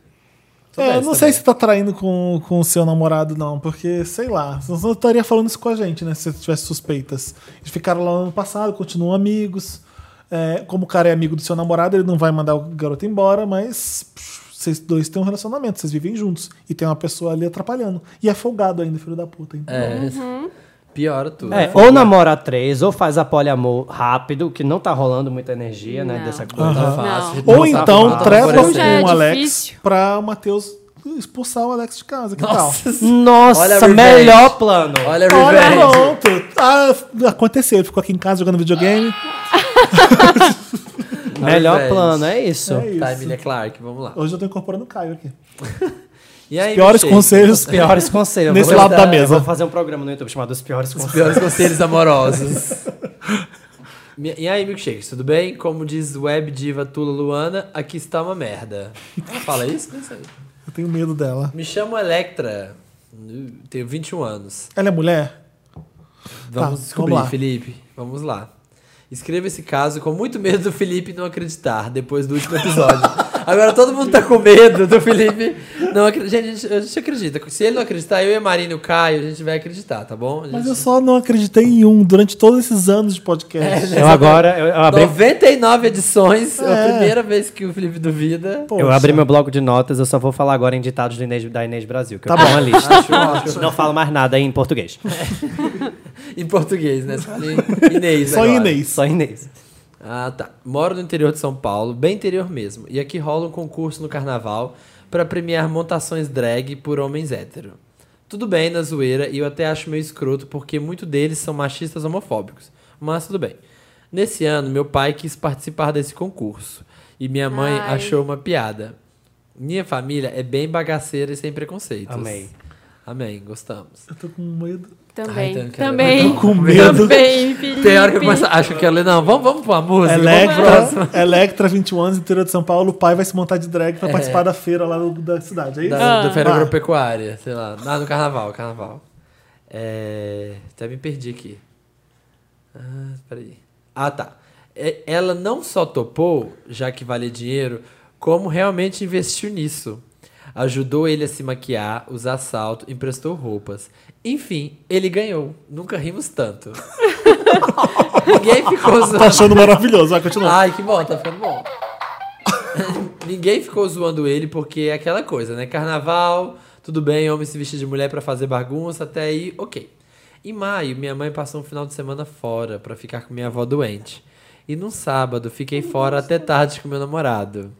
Speaker 2: Sou
Speaker 1: É, eu
Speaker 2: dessa
Speaker 1: não sei
Speaker 2: também.
Speaker 1: se tá traindo com, com o seu namorado, não, porque, sei lá, senão você não estaria falando isso com a gente, né? Se você tivesse suspeitas. Eles ficaram lá no ano passado, continuam amigos. É, como o cara é amigo do seu namorado, ele não vai mandar o garoto embora, mas pff, vocês dois têm um relacionamento, vocês vivem juntos. E tem uma pessoa ali atrapalhando. E é folgado ainda, filho da puta. Então.
Speaker 2: É, piora tudo.
Speaker 3: É, ou namora três, ou faz a poliamor rápido, que não tá rolando muita energia, né,
Speaker 4: Não.
Speaker 3: dessa coisa.
Speaker 2: Não é
Speaker 1: Aham.
Speaker 2: fácil.
Speaker 1: Ou
Speaker 2: Não tá
Speaker 1: então,
Speaker 2: fácil.
Speaker 1: treva
Speaker 2: Agora
Speaker 1: com
Speaker 4: Um já é
Speaker 1: o Alex
Speaker 4: difícil.
Speaker 1: pra o Matheus expulsar o Alex de casa. Que tal?
Speaker 2: Nossa, Olha
Speaker 3: Nossa,
Speaker 2: a revenge.
Speaker 3: melhor plano.
Speaker 2: olha a
Speaker 1: Olha,
Speaker 2: revenge.
Speaker 1: pronto. Ah, aconteceu. Ele ficou aqui em casa jogando videogame.
Speaker 3: melhor
Speaker 2: revenge.
Speaker 3: plano, é isso.
Speaker 1: É isso.
Speaker 2: Tá, Emília Clark, vamos lá.
Speaker 1: Hoje eu tô incorporando o Caio aqui.
Speaker 2: E aí,
Speaker 1: Piores
Speaker 2: Michele?
Speaker 1: conselhos.
Speaker 3: Piores conselhos.
Speaker 1: Nesse
Speaker 3: Vou
Speaker 1: lado
Speaker 3: botar-
Speaker 1: da mesa.
Speaker 3: Vou fazer um programa no YouTube chamado Os Piores Conselhos.
Speaker 2: Piores conselhos amorosos. Mi- E aí, milkshakes, tudo bem? Como diz web diva Tula Luana, aqui está uma merda. Ela fala isso? Não sei.
Speaker 1: Eu tenho medo dela.
Speaker 2: Me chamo Electra, nu- tenho 21 anos.
Speaker 1: Ela é mulher?
Speaker 2: Vamos
Speaker 1: Tá,
Speaker 2: descobrir,
Speaker 1: vamos lá.
Speaker 2: Felipe. Vamos lá. Escreva esse caso com muito medo do Felipe não acreditar depois do último episódio. Agora todo mundo tá com medo do Felipe não acreditar. Gente, a gente acredita. Se ele não acreditar, eu e a Marina e o Caio, a gente vai acreditar, tá bom? A
Speaker 1: Mas
Speaker 2: gente-
Speaker 1: eu só não acreditei em um durante todos esses anos de
Speaker 2: É,
Speaker 1: podcast.
Speaker 2: né?
Speaker 3: Eu agora, eu, eu abri
Speaker 2: 99 edições, é.
Speaker 1: É.
Speaker 2: a primeira vez que o Felipe duvida.
Speaker 1: Poxa.
Speaker 3: Eu abri meu bloco de notas, eu só vou falar agora em ditados do Inês, da Inês Brasil, que
Speaker 1: Tá
Speaker 3: eu tenho
Speaker 1: bom.
Speaker 3: uma lista. não falo mais nada em português.
Speaker 2: Em português, né? Só falei Inês
Speaker 1: Só
Speaker 2: agora.
Speaker 1: Inês.
Speaker 3: Só Inês.
Speaker 2: Ah, tá. Moro no interior de São Paulo, bem interior mesmo. E aqui rola um concurso no carnaval pra premiar montações drag por homens hétero. Tudo bem na zoeira e eu até acho meio escroto porque muitos deles são machistas homofóbicos. Mas tudo bem. Nesse ano, meu pai quis participar desse concurso e minha mãe
Speaker 4: Ai.
Speaker 2: achou uma piada. Minha família é bem bagaceira e sem preconceitos.
Speaker 3: Amei.
Speaker 2: Amém, gostamos.
Speaker 1: Eu tô com medo.
Speaker 2: Ai,
Speaker 4: Também.
Speaker 2: então eu quero-
Speaker 4: também.
Speaker 2: eu tô com
Speaker 1: medo.
Speaker 4: Também, Felipe.
Speaker 2: Tem hora que eu começo, acho que eu falei, não, vamos, vamos pra música.
Speaker 1: É
Speaker 2: vamos pra próxima.
Speaker 1: Electra, Electra, 21 anos, interior de São Paulo. O pai vai se montar de drag pra participar da feira lá no- da cidade, é isso?
Speaker 2: É. Da, da feira
Speaker 1: Ah.
Speaker 2: agropecuária, sei lá. Ah, no carnaval, carnaval. É, até me perdi aqui. Ah, peraí. Ah, tá. É, ela não só topou, já que valia dinheiro, como realmente investiu nisso. Ajudou ele a se maquiar, usar salto, emprestou roupas. Enfim, ele ganhou. Nunca rimos tanto. Ninguém ficou
Speaker 1: Tô
Speaker 2: zoando.
Speaker 1: achando maravilhoso. Vai, continuar.
Speaker 2: Ai, que bom, tá ficando bom. Ninguém ficou zoando ele porque é aquela coisa, né? Carnaval, tudo bem, homem se vestir de mulher pra fazer bagunça, até aí, ok. Em maio, minha mãe passou um final de semana fora pra ficar com minha avó doente. E num sábado, fiquei fora até tarde com meu namorado.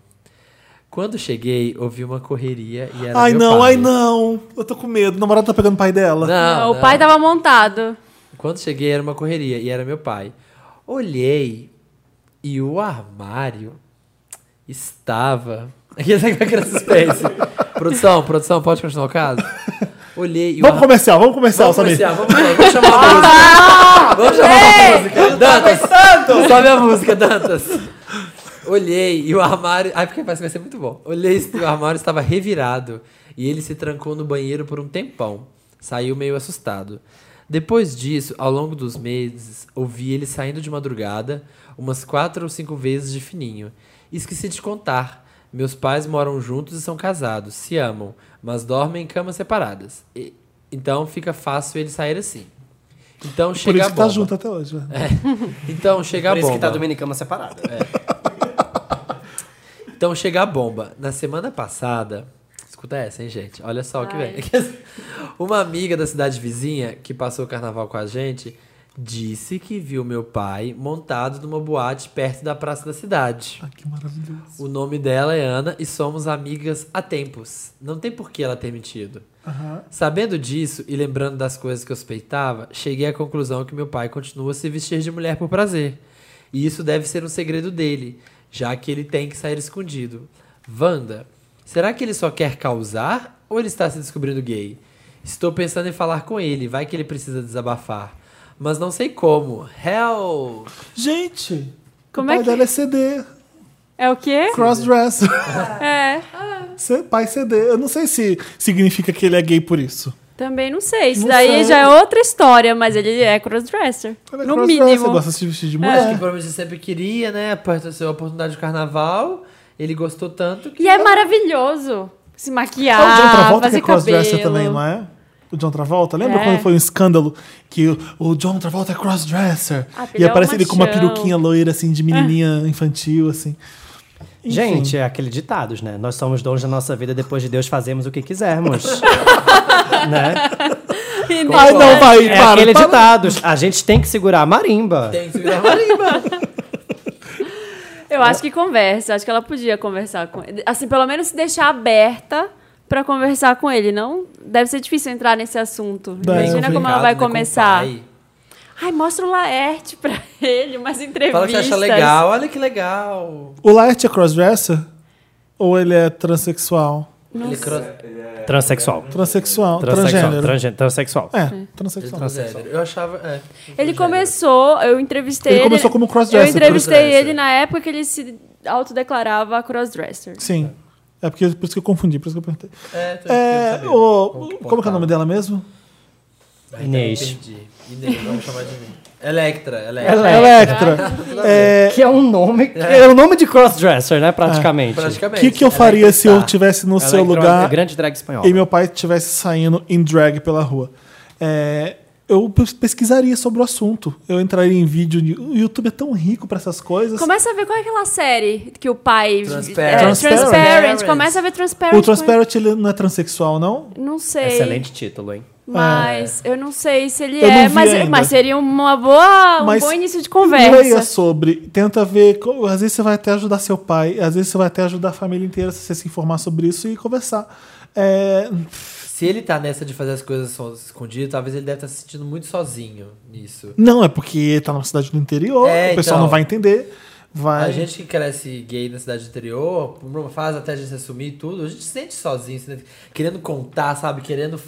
Speaker 2: Quando cheguei, ouvi uma correria e era
Speaker 1: Ai,
Speaker 2: meu
Speaker 1: não,
Speaker 2: pai.
Speaker 1: ai, não. Eu tô com medo. O namorado tá pegando o pai dela.
Speaker 2: Não,
Speaker 4: Não, o pai tava montado.
Speaker 2: Quando cheguei era uma correria e era meu pai. Olhei e o armário estava. Aqui tá com aquela suspense. produção, produção, pode continuar o caso? olhei e
Speaker 1: Vamos
Speaker 2: o
Speaker 1: comercial, vamos comercial,
Speaker 2: Vamos começar,
Speaker 1: Samir.
Speaker 2: vamos, lá, vamos chamar a música. Vamos chamar a música. Dantas, sobe a música, Dantas. Olhei e o armário... Ai, porque parece que vai ser muito bom. Olhei e o armário estava revirado. E ele se trancou no banheiro por um tempão. Saiu meio assustado. Depois disso, ao longo dos meses, ouvi ele saindo de madrugada umas quatro ou cinco vezes de fininho. Esqueci de contar. Meus pais moram juntos e são casados, se amam, mas dormem em camas separadas. E- então fica fácil ele sair assim. Então
Speaker 1: Por
Speaker 2: chega
Speaker 1: isso
Speaker 2: a
Speaker 1: que
Speaker 2: bomba.
Speaker 1: tá junto até hoje. né?
Speaker 2: Então chega
Speaker 3: Por
Speaker 2: a
Speaker 3: isso
Speaker 2: bomba.
Speaker 3: que tá Dominicama separada.
Speaker 2: Então chega a bomba. Na semana passada. Escuta essa, hein, gente? Olha só o que vem.
Speaker 4: Ai.
Speaker 2: Uma amiga da cidade vizinha, que passou o carnaval com a gente, disse que viu meu pai montado numa boate perto da praça da cidade.
Speaker 1: Ah, que maravilhoso.
Speaker 2: O nome dela é Ana e somos amigas há tempos. Não tem por que ela ter mentido. Sabendo disso e lembrando das coisas que eu suspeitava, cheguei à conclusão que meu pai continua a se vestir de mulher por prazer. E isso deve ser um segredo dele, já que ele tem que sair escondido. Wanda, será que ele só quer causar ou ele está se descobrindo gay? Estou pensando em falar com ele, vai que ele precisa desabafar. Mas não sei como. Hell!
Speaker 1: Gente,
Speaker 4: Como
Speaker 1: o pai
Speaker 4: é que-
Speaker 1: dela é CD,
Speaker 4: É o quê?
Speaker 1: crossdresser.
Speaker 4: É.
Speaker 1: Cê- pai CD. Eu não sei se significa que ele é gay por isso.
Speaker 4: Também não sei. Isso
Speaker 1: Não
Speaker 4: daí
Speaker 1: sei.
Speaker 4: já é outra história, mas ele é crossdresser.
Speaker 1: Ele é
Speaker 4: no
Speaker 1: crossdresser,
Speaker 4: mínimo. É.
Speaker 1: gosta de se vestir de
Speaker 2: Acho que
Speaker 1: mulher.
Speaker 2: provavelmente ele sempre queria, né? Apareceu a oportunidade de carnaval. Ele gostou tanto que.
Speaker 4: E é maravilhoso se maquiar,
Speaker 1: Ah, o John Travolta que
Speaker 4: fazer
Speaker 1: é crossdresser
Speaker 4: cabelo.
Speaker 1: também, não é? O John Travolta, lembra
Speaker 4: É.
Speaker 1: quando foi um escândalo que o, o John Travolta é crossdresser?
Speaker 4: Ah, porque
Speaker 1: e
Speaker 4: ele é
Speaker 1: aparece
Speaker 4: um
Speaker 1: ele com uma
Speaker 4: machão. É.
Speaker 1: peruquinha loira, assim, de menininha infantil, assim. Enfim.
Speaker 3: Gente, é aquele ditados, né? Nós somos donos da nossa vida, depois de Deus fazemos o que quisermos. né?
Speaker 4: E nem-
Speaker 1: Ai, não, vai,
Speaker 3: É
Speaker 1: para.
Speaker 3: aquele
Speaker 1: para.
Speaker 3: ditados. A gente tem que segurar a marimba.
Speaker 2: Tem que segurar uma língua.
Speaker 4: Eu acho que conversa. Acho que ela podia conversar com ele. Assim, pelo menos se deixar aberta pra conversar com ele. Não deve ser difícil entrar nesse assunto.
Speaker 1: Bem
Speaker 4: Imagina como
Speaker 2: né,
Speaker 4: ela vai começar. Ai, mostra o Laerte pra ele, umas entrevistas.
Speaker 2: Fala que acha legal, olha que legal.
Speaker 1: O Laerte é crossdresser? Ou ele é transexual?
Speaker 2: Ele é cross-
Speaker 3: Transsexual.
Speaker 1: Transexual,
Speaker 3: Transexual.
Speaker 1: transgênero.
Speaker 3: transgê- Transexual.
Speaker 1: É,
Speaker 2: ele é
Speaker 1: transexual.
Speaker 2: transgênero. Eu achava. É,
Speaker 4: Ele
Speaker 2: transgênero.
Speaker 4: começou, eu entrevistei
Speaker 1: Ele
Speaker 4: ele.
Speaker 1: começou como
Speaker 4: Eu
Speaker 1: crossdresser,
Speaker 4: entrevistei
Speaker 2: crossdresser.
Speaker 4: ele na época que ele se autodeclarava crossdresser.
Speaker 1: Sim. É porque, por isso que eu confundi, por isso que eu perguntei.
Speaker 2: É, tô
Speaker 1: É,
Speaker 2: é,
Speaker 1: o- como que é o nome dela mesmo?
Speaker 3: Inês.
Speaker 2: então Entendi. Inês, vamos chamar de Inês. Electra, Electra.
Speaker 3: Ela é.
Speaker 1: Electra. É,
Speaker 3: Que é um nome. que- É o nome de crossdresser, né? Praticamente.
Speaker 1: O
Speaker 2: Praticamente.
Speaker 1: que, que eu
Speaker 2: Electra
Speaker 1: faria se eu
Speaker 2: tá.
Speaker 1: estivesse É, no
Speaker 3: Ela
Speaker 1: seu
Speaker 3: entrou-
Speaker 1: lugar
Speaker 3: é Grande drag espanhola.
Speaker 1: e meu pai estivesse saindo em drag pela rua? É, eu pes- pesquisaria sobre o assunto. Eu entraria em vídeo. no- O YouTube é tão rico pra essas coisas.
Speaker 4: Começa a ver qual é aquela série que o pai.
Speaker 2: Transparent.
Speaker 4: É,
Speaker 1: Transparent.
Speaker 4: Transparent. Começa a ver Transparent.
Speaker 1: o Transparent ele não é transexual, não?
Speaker 4: Não sei.
Speaker 3: Excelente título, hein?
Speaker 4: Mas eu não sei se ele
Speaker 1: Eu não
Speaker 4: é.
Speaker 1: vi
Speaker 4: Mas,
Speaker 1: ainda.
Speaker 4: mas seria uma boa, um
Speaker 1: Mas
Speaker 4: bom início de
Speaker 1: Leia
Speaker 4: conversa.
Speaker 1: sobre, tenta ver. co- Às vezes você vai até ajudar seu pai, às vezes você vai até ajudar a família inteira se você se informar sobre isso e conversar. É,
Speaker 2: Se ele tá nessa de fazer as coisas so- escondidas, talvez ele deve estar se sentindo muito sozinho nisso.
Speaker 1: não, é porque tá numa cidade do interior,
Speaker 2: É,
Speaker 1: o pessoal
Speaker 2: então.
Speaker 1: não vai entender. Vai...
Speaker 2: A gente que cresce gay na cidade do interior, por uma fase até a gente se assumir e tudo, a gente se sente sozinho, se sente- querendo contar, sabe? Querendo,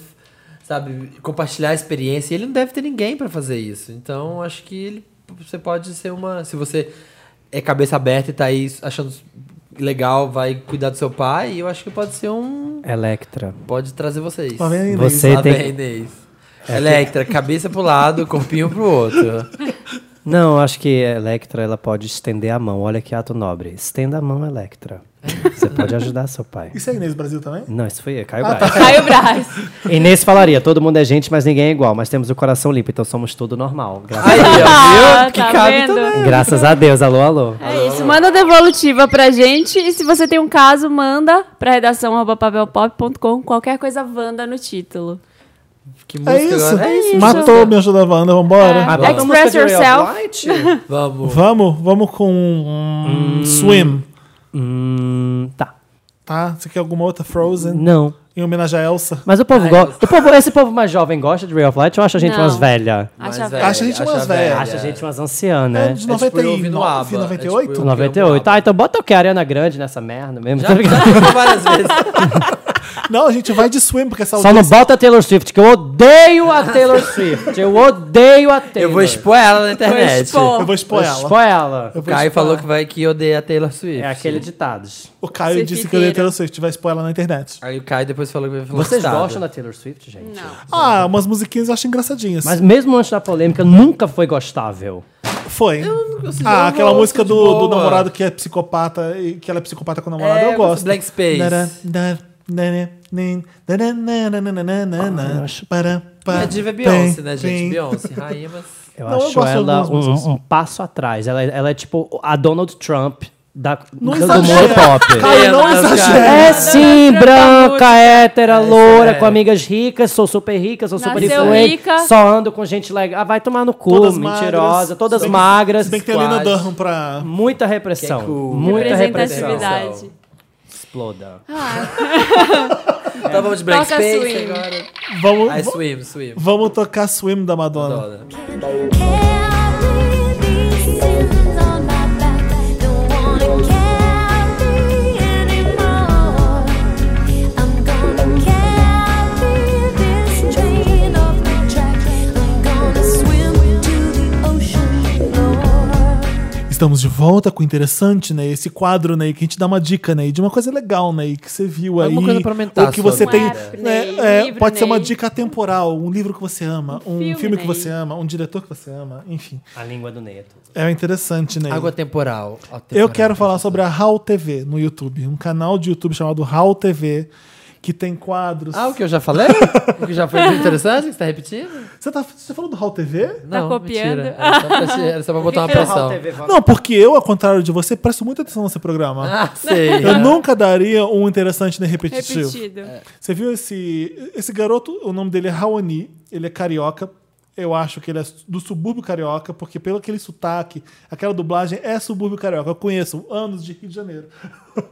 Speaker 2: sabe, compartilhar a experiência. E ele não deve ter ninguém pra fazer isso. Então, acho que ele, você pode ser uma. Se você é cabeça aberta e tá aí achando legal, vai cuidar do seu pai, eu acho que pode ser um.
Speaker 3: Electra.
Speaker 2: Pode trazer vocês.
Speaker 1: Lá vem a Inês.
Speaker 3: Você
Speaker 2: Lá
Speaker 3: tem
Speaker 2: vem a Inês. Electra, cabeça pro lado, corpinho pro outro.
Speaker 3: Não, acho que a Electra ela pode estender a mão. Olha que ato nobre. Estenda a mão, Electra. Você pode ajudar seu pai.
Speaker 1: Isso Ah, tá. é Inês Brasil também?
Speaker 3: Não, isso foi Caio Braz.
Speaker 4: Caio Braz.
Speaker 3: Inês falaria, todo mundo é gente, mas ninguém é igual. Mas temos o coração limpo, então somos tudo normal. Graças,
Speaker 2: Aí, ó,
Speaker 4: Ah,
Speaker 2: viu?
Speaker 4: tá
Speaker 2: cabe
Speaker 4: vendo?
Speaker 2: também.
Speaker 3: graças a Deus. Alô, alô.
Speaker 4: É isso. Manda devolutiva pra gente. E se você tem um caso, manda pra redação arroba papelpop.com. Qualquer coisa Wanda no título.
Speaker 2: Que
Speaker 1: É
Speaker 2: música
Speaker 1: isso.
Speaker 2: agora? É isso.
Speaker 1: Matou, me ajuda a Wanda, vambora.
Speaker 4: É.
Speaker 3: Agora,
Speaker 4: Express
Speaker 3: música de Ray of
Speaker 4: Yourself.
Speaker 3: Light?
Speaker 2: Vamos.
Speaker 1: Vamos, vamos com hum, Swim,
Speaker 3: hum, tá.
Speaker 1: tá? Você quer alguma outra Frozen?
Speaker 3: Não.
Speaker 1: Em homenagem a Elsa?
Speaker 3: Mas o povo
Speaker 2: Ai,
Speaker 3: gosta. Povo, esse povo mais jovem gosta de Ray of Light ou acha a gente
Speaker 4: Não.
Speaker 3: umas velhas?
Speaker 2: Mais
Speaker 4: Acha-
Speaker 2: velha,
Speaker 1: Acha a gente umas
Speaker 2: É.
Speaker 1: velhas.
Speaker 3: Acha a gente umas anciãs, né?
Speaker 1: É de
Speaker 2: tipo eu ouvindo
Speaker 1: 99,
Speaker 2: ABBA, é
Speaker 1: 98?
Speaker 2: tipo eu- tá
Speaker 3: 98. Ah, então bota o que a Ariana Grande nessa merda mesmo.
Speaker 2: Já, já falou várias vezes.
Speaker 1: Não, a gente vai de swim, porque essa
Speaker 3: Só não
Speaker 1: audiência...
Speaker 3: bota a Taylor Swift, que eu odeio a Taylor Swift. Eu odeio a Taylor.
Speaker 2: Eu vou expor ela na
Speaker 4: Vou
Speaker 2: internet.
Speaker 4: expor.
Speaker 1: Eu vou expor ela.
Speaker 3: Expor ela.
Speaker 1: Eu
Speaker 2: O
Speaker 1: vou
Speaker 2: Caio
Speaker 1: expor.
Speaker 2: falou que vai que odeia a Taylor Swift.
Speaker 3: É aquele ditados.
Speaker 1: O Caio disse que eu ia ter o Swift, vai expor ela na internet.
Speaker 2: Aí o Caio depois falou que vai falar
Speaker 3: Vocês
Speaker 2: gostado.
Speaker 3: gostam da Taylor Swift, gente?
Speaker 1: Ah, umas musiquinhas eu acho engraçadinhas.
Speaker 3: Mas mesmo antes da polêmica, nunca foi gostável.
Speaker 1: Foi.
Speaker 2: gosto de
Speaker 1: ah,
Speaker 2: amor,
Speaker 1: aquela
Speaker 2: eu
Speaker 1: música
Speaker 2: gosto de
Speaker 1: do, do
Speaker 2: boa.
Speaker 1: namorado que é psicopata e que ela é psicopata com o namorado,
Speaker 2: É,
Speaker 1: eu
Speaker 2: eu gosto
Speaker 1: gosto.
Speaker 2: de Blank Space.
Speaker 1: Nara, nara, nara, nin, nara, nara, nara, nara,
Speaker 2: Ah,
Speaker 1: nara, para, para,
Speaker 2: A diva é Beyoncé,
Speaker 1: pim,
Speaker 2: né,
Speaker 1: pim.
Speaker 2: gente? Beyoncé, rainha, mas...
Speaker 3: Eu
Speaker 1: Não, eu
Speaker 3: acho
Speaker 1: gosto de
Speaker 3: ela
Speaker 1: algumas músicas.
Speaker 3: um, um passo atrás. Ela, ela é tipo a Donald Trump da,
Speaker 1: Não
Speaker 3: do
Speaker 1: exagera.
Speaker 3: mundo pop.
Speaker 1: Caio, não
Speaker 2: Apenas,
Speaker 1: exagera.
Speaker 2: cara.
Speaker 3: É sim,
Speaker 4: Trump
Speaker 3: branca, hétera, loura,
Speaker 2: é.
Speaker 3: com amigas ricas, sou super rica, sou super
Speaker 4: Nasceu
Speaker 3: influente,
Speaker 4: rica.
Speaker 3: só ando com gente legal. Ah, vai tomar no cu,
Speaker 1: Todas
Speaker 3: mentirosa,
Speaker 1: magras.
Speaker 3: todas
Speaker 1: Se bem que-
Speaker 3: magras.
Speaker 1: Se bem que tem a Lena
Speaker 2: Quase.
Speaker 1: Durham pra...
Speaker 3: Muita repressão,
Speaker 2: Que é cool.
Speaker 3: muita repressão.
Speaker 2: Representatividade.
Speaker 3: Exploda.
Speaker 2: Então vamos de Blank
Speaker 4: Toca
Speaker 2: Space
Speaker 4: swing.
Speaker 2: agora.
Speaker 1: Vamos,
Speaker 2: Aí
Speaker 1: va-
Speaker 2: swim, swim.
Speaker 1: vamos tocar Swim da Madonna.
Speaker 2: Dona.
Speaker 6: É Carry these feelings on my back. Don't wanna carry anymore. I'm gonna carry this train off my track. I'm gonna swim to the ocean floor.
Speaker 1: Estamos de volta com o interessante, né? Esse quadro, né? Que a gente dá uma dica, né? De uma coisa legal, né? Que você viu aí.
Speaker 2: Alguma coisa pra aumentar
Speaker 1: Ou que
Speaker 2: a sua
Speaker 1: você
Speaker 2: vida.
Speaker 1: tem.
Speaker 4: Um app, Ney,
Speaker 1: né, é,
Speaker 4: livro,
Speaker 1: pode ser uma
Speaker 4: Ney.
Speaker 1: dica temporal, um livro que você ama, um, filme,
Speaker 4: filme,
Speaker 1: que
Speaker 4: Ney.
Speaker 1: você ama, um diretor que você ama, enfim.
Speaker 3: A língua do Neto.
Speaker 1: É interessante, né?
Speaker 2: Água temporal. Ó,
Speaker 1: Eu
Speaker 2: temporal. né?
Speaker 1: quero falar sobre a Hall TV no YouTube, um canal de YouTube chamado Hall TV. Que tem quadros.
Speaker 2: Ah, o que eu já falei? o que já foi muito interessante? que Você tá repetindo?
Speaker 1: Você, tá, você falou do Hall TV?
Speaker 2: Não,
Speaker 4: Tá copiando?
Speaker 2: mentira. Era só pra, te- era só pra botar uma pressão.
Speaker 1: Não, porque eu, ao contrário de você, presto muita atenção nesse programa.
Speaker 2: Ah, sei.
Speaker 1: Eu nunca daria um interessante nem repetitivo.
Speaker 4: Repetido.
Speaker 1: Você viu esse esse garoto? O nome dele é Raoni. Ele é carioca. Eu acho que ele é do subúrbio carioca, porque pelo aquele sotaque, aquela dublagem é subúrbio carioca. Eu conheço anos de Rio de Janeiro.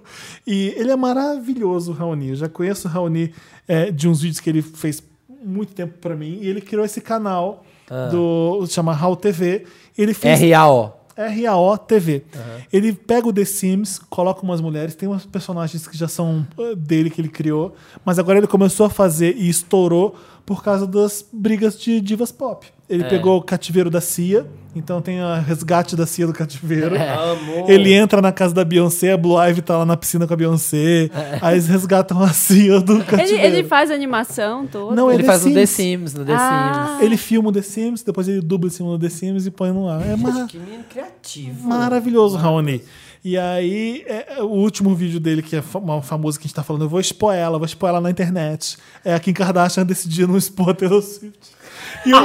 Speaker 1: e ele é maravilhoso, o Raoni. Eu já conheço o Raoni é, de uns vídeos que ele fez muito tempo pra mim. E ele criou esse canal do chama Raul TV. Ele
Speaker 2: É
Speaker 1: fez
Speaker 2: R.A.O.
Speaker 1: RAO TV. Ele pega o The Sims, coloca umas mulheres, tem umas personagens que já são uh, dele que ele criou, mas agora ele começou a fazer e estourou por causa das brigas de divas pop. Ele pegou o cativeiro da Cia, então tem a resgate da Cia do cativeiro. Ele entra na casa da Beyoncé, a Blue Ivy tá lá na piscina com a Beyoncé, aí eles resgatam a Cia do
Speaker 4: Ele,
Speaker 1: cativeiro.
Speaker 4: ele faz animação toda.
Speaker 1: É. Não,
Speaker 2: Ele
Speaker 1: The
Speaker 2: faz no The
Speaker 1: Sims.
Speaker 2: Sims, no The
Speaker 4: Ah.
Speaker 2: Sims.
Speaker 1: Ele filma o The Sims, depois ele dubla em cima do The Sims e põe no ar. É uma...
Speaker 3: Que menino criativo.
Speaker 1: Maravilhoso, Raoni. E aí, é, o último vídeo dele, que é fa- uma famosa que a gente tá falando, eu vou expor ela, vou expor ela na internet. É a Kim Kardashian decidiu não expor a Taylor Swift. E o, e o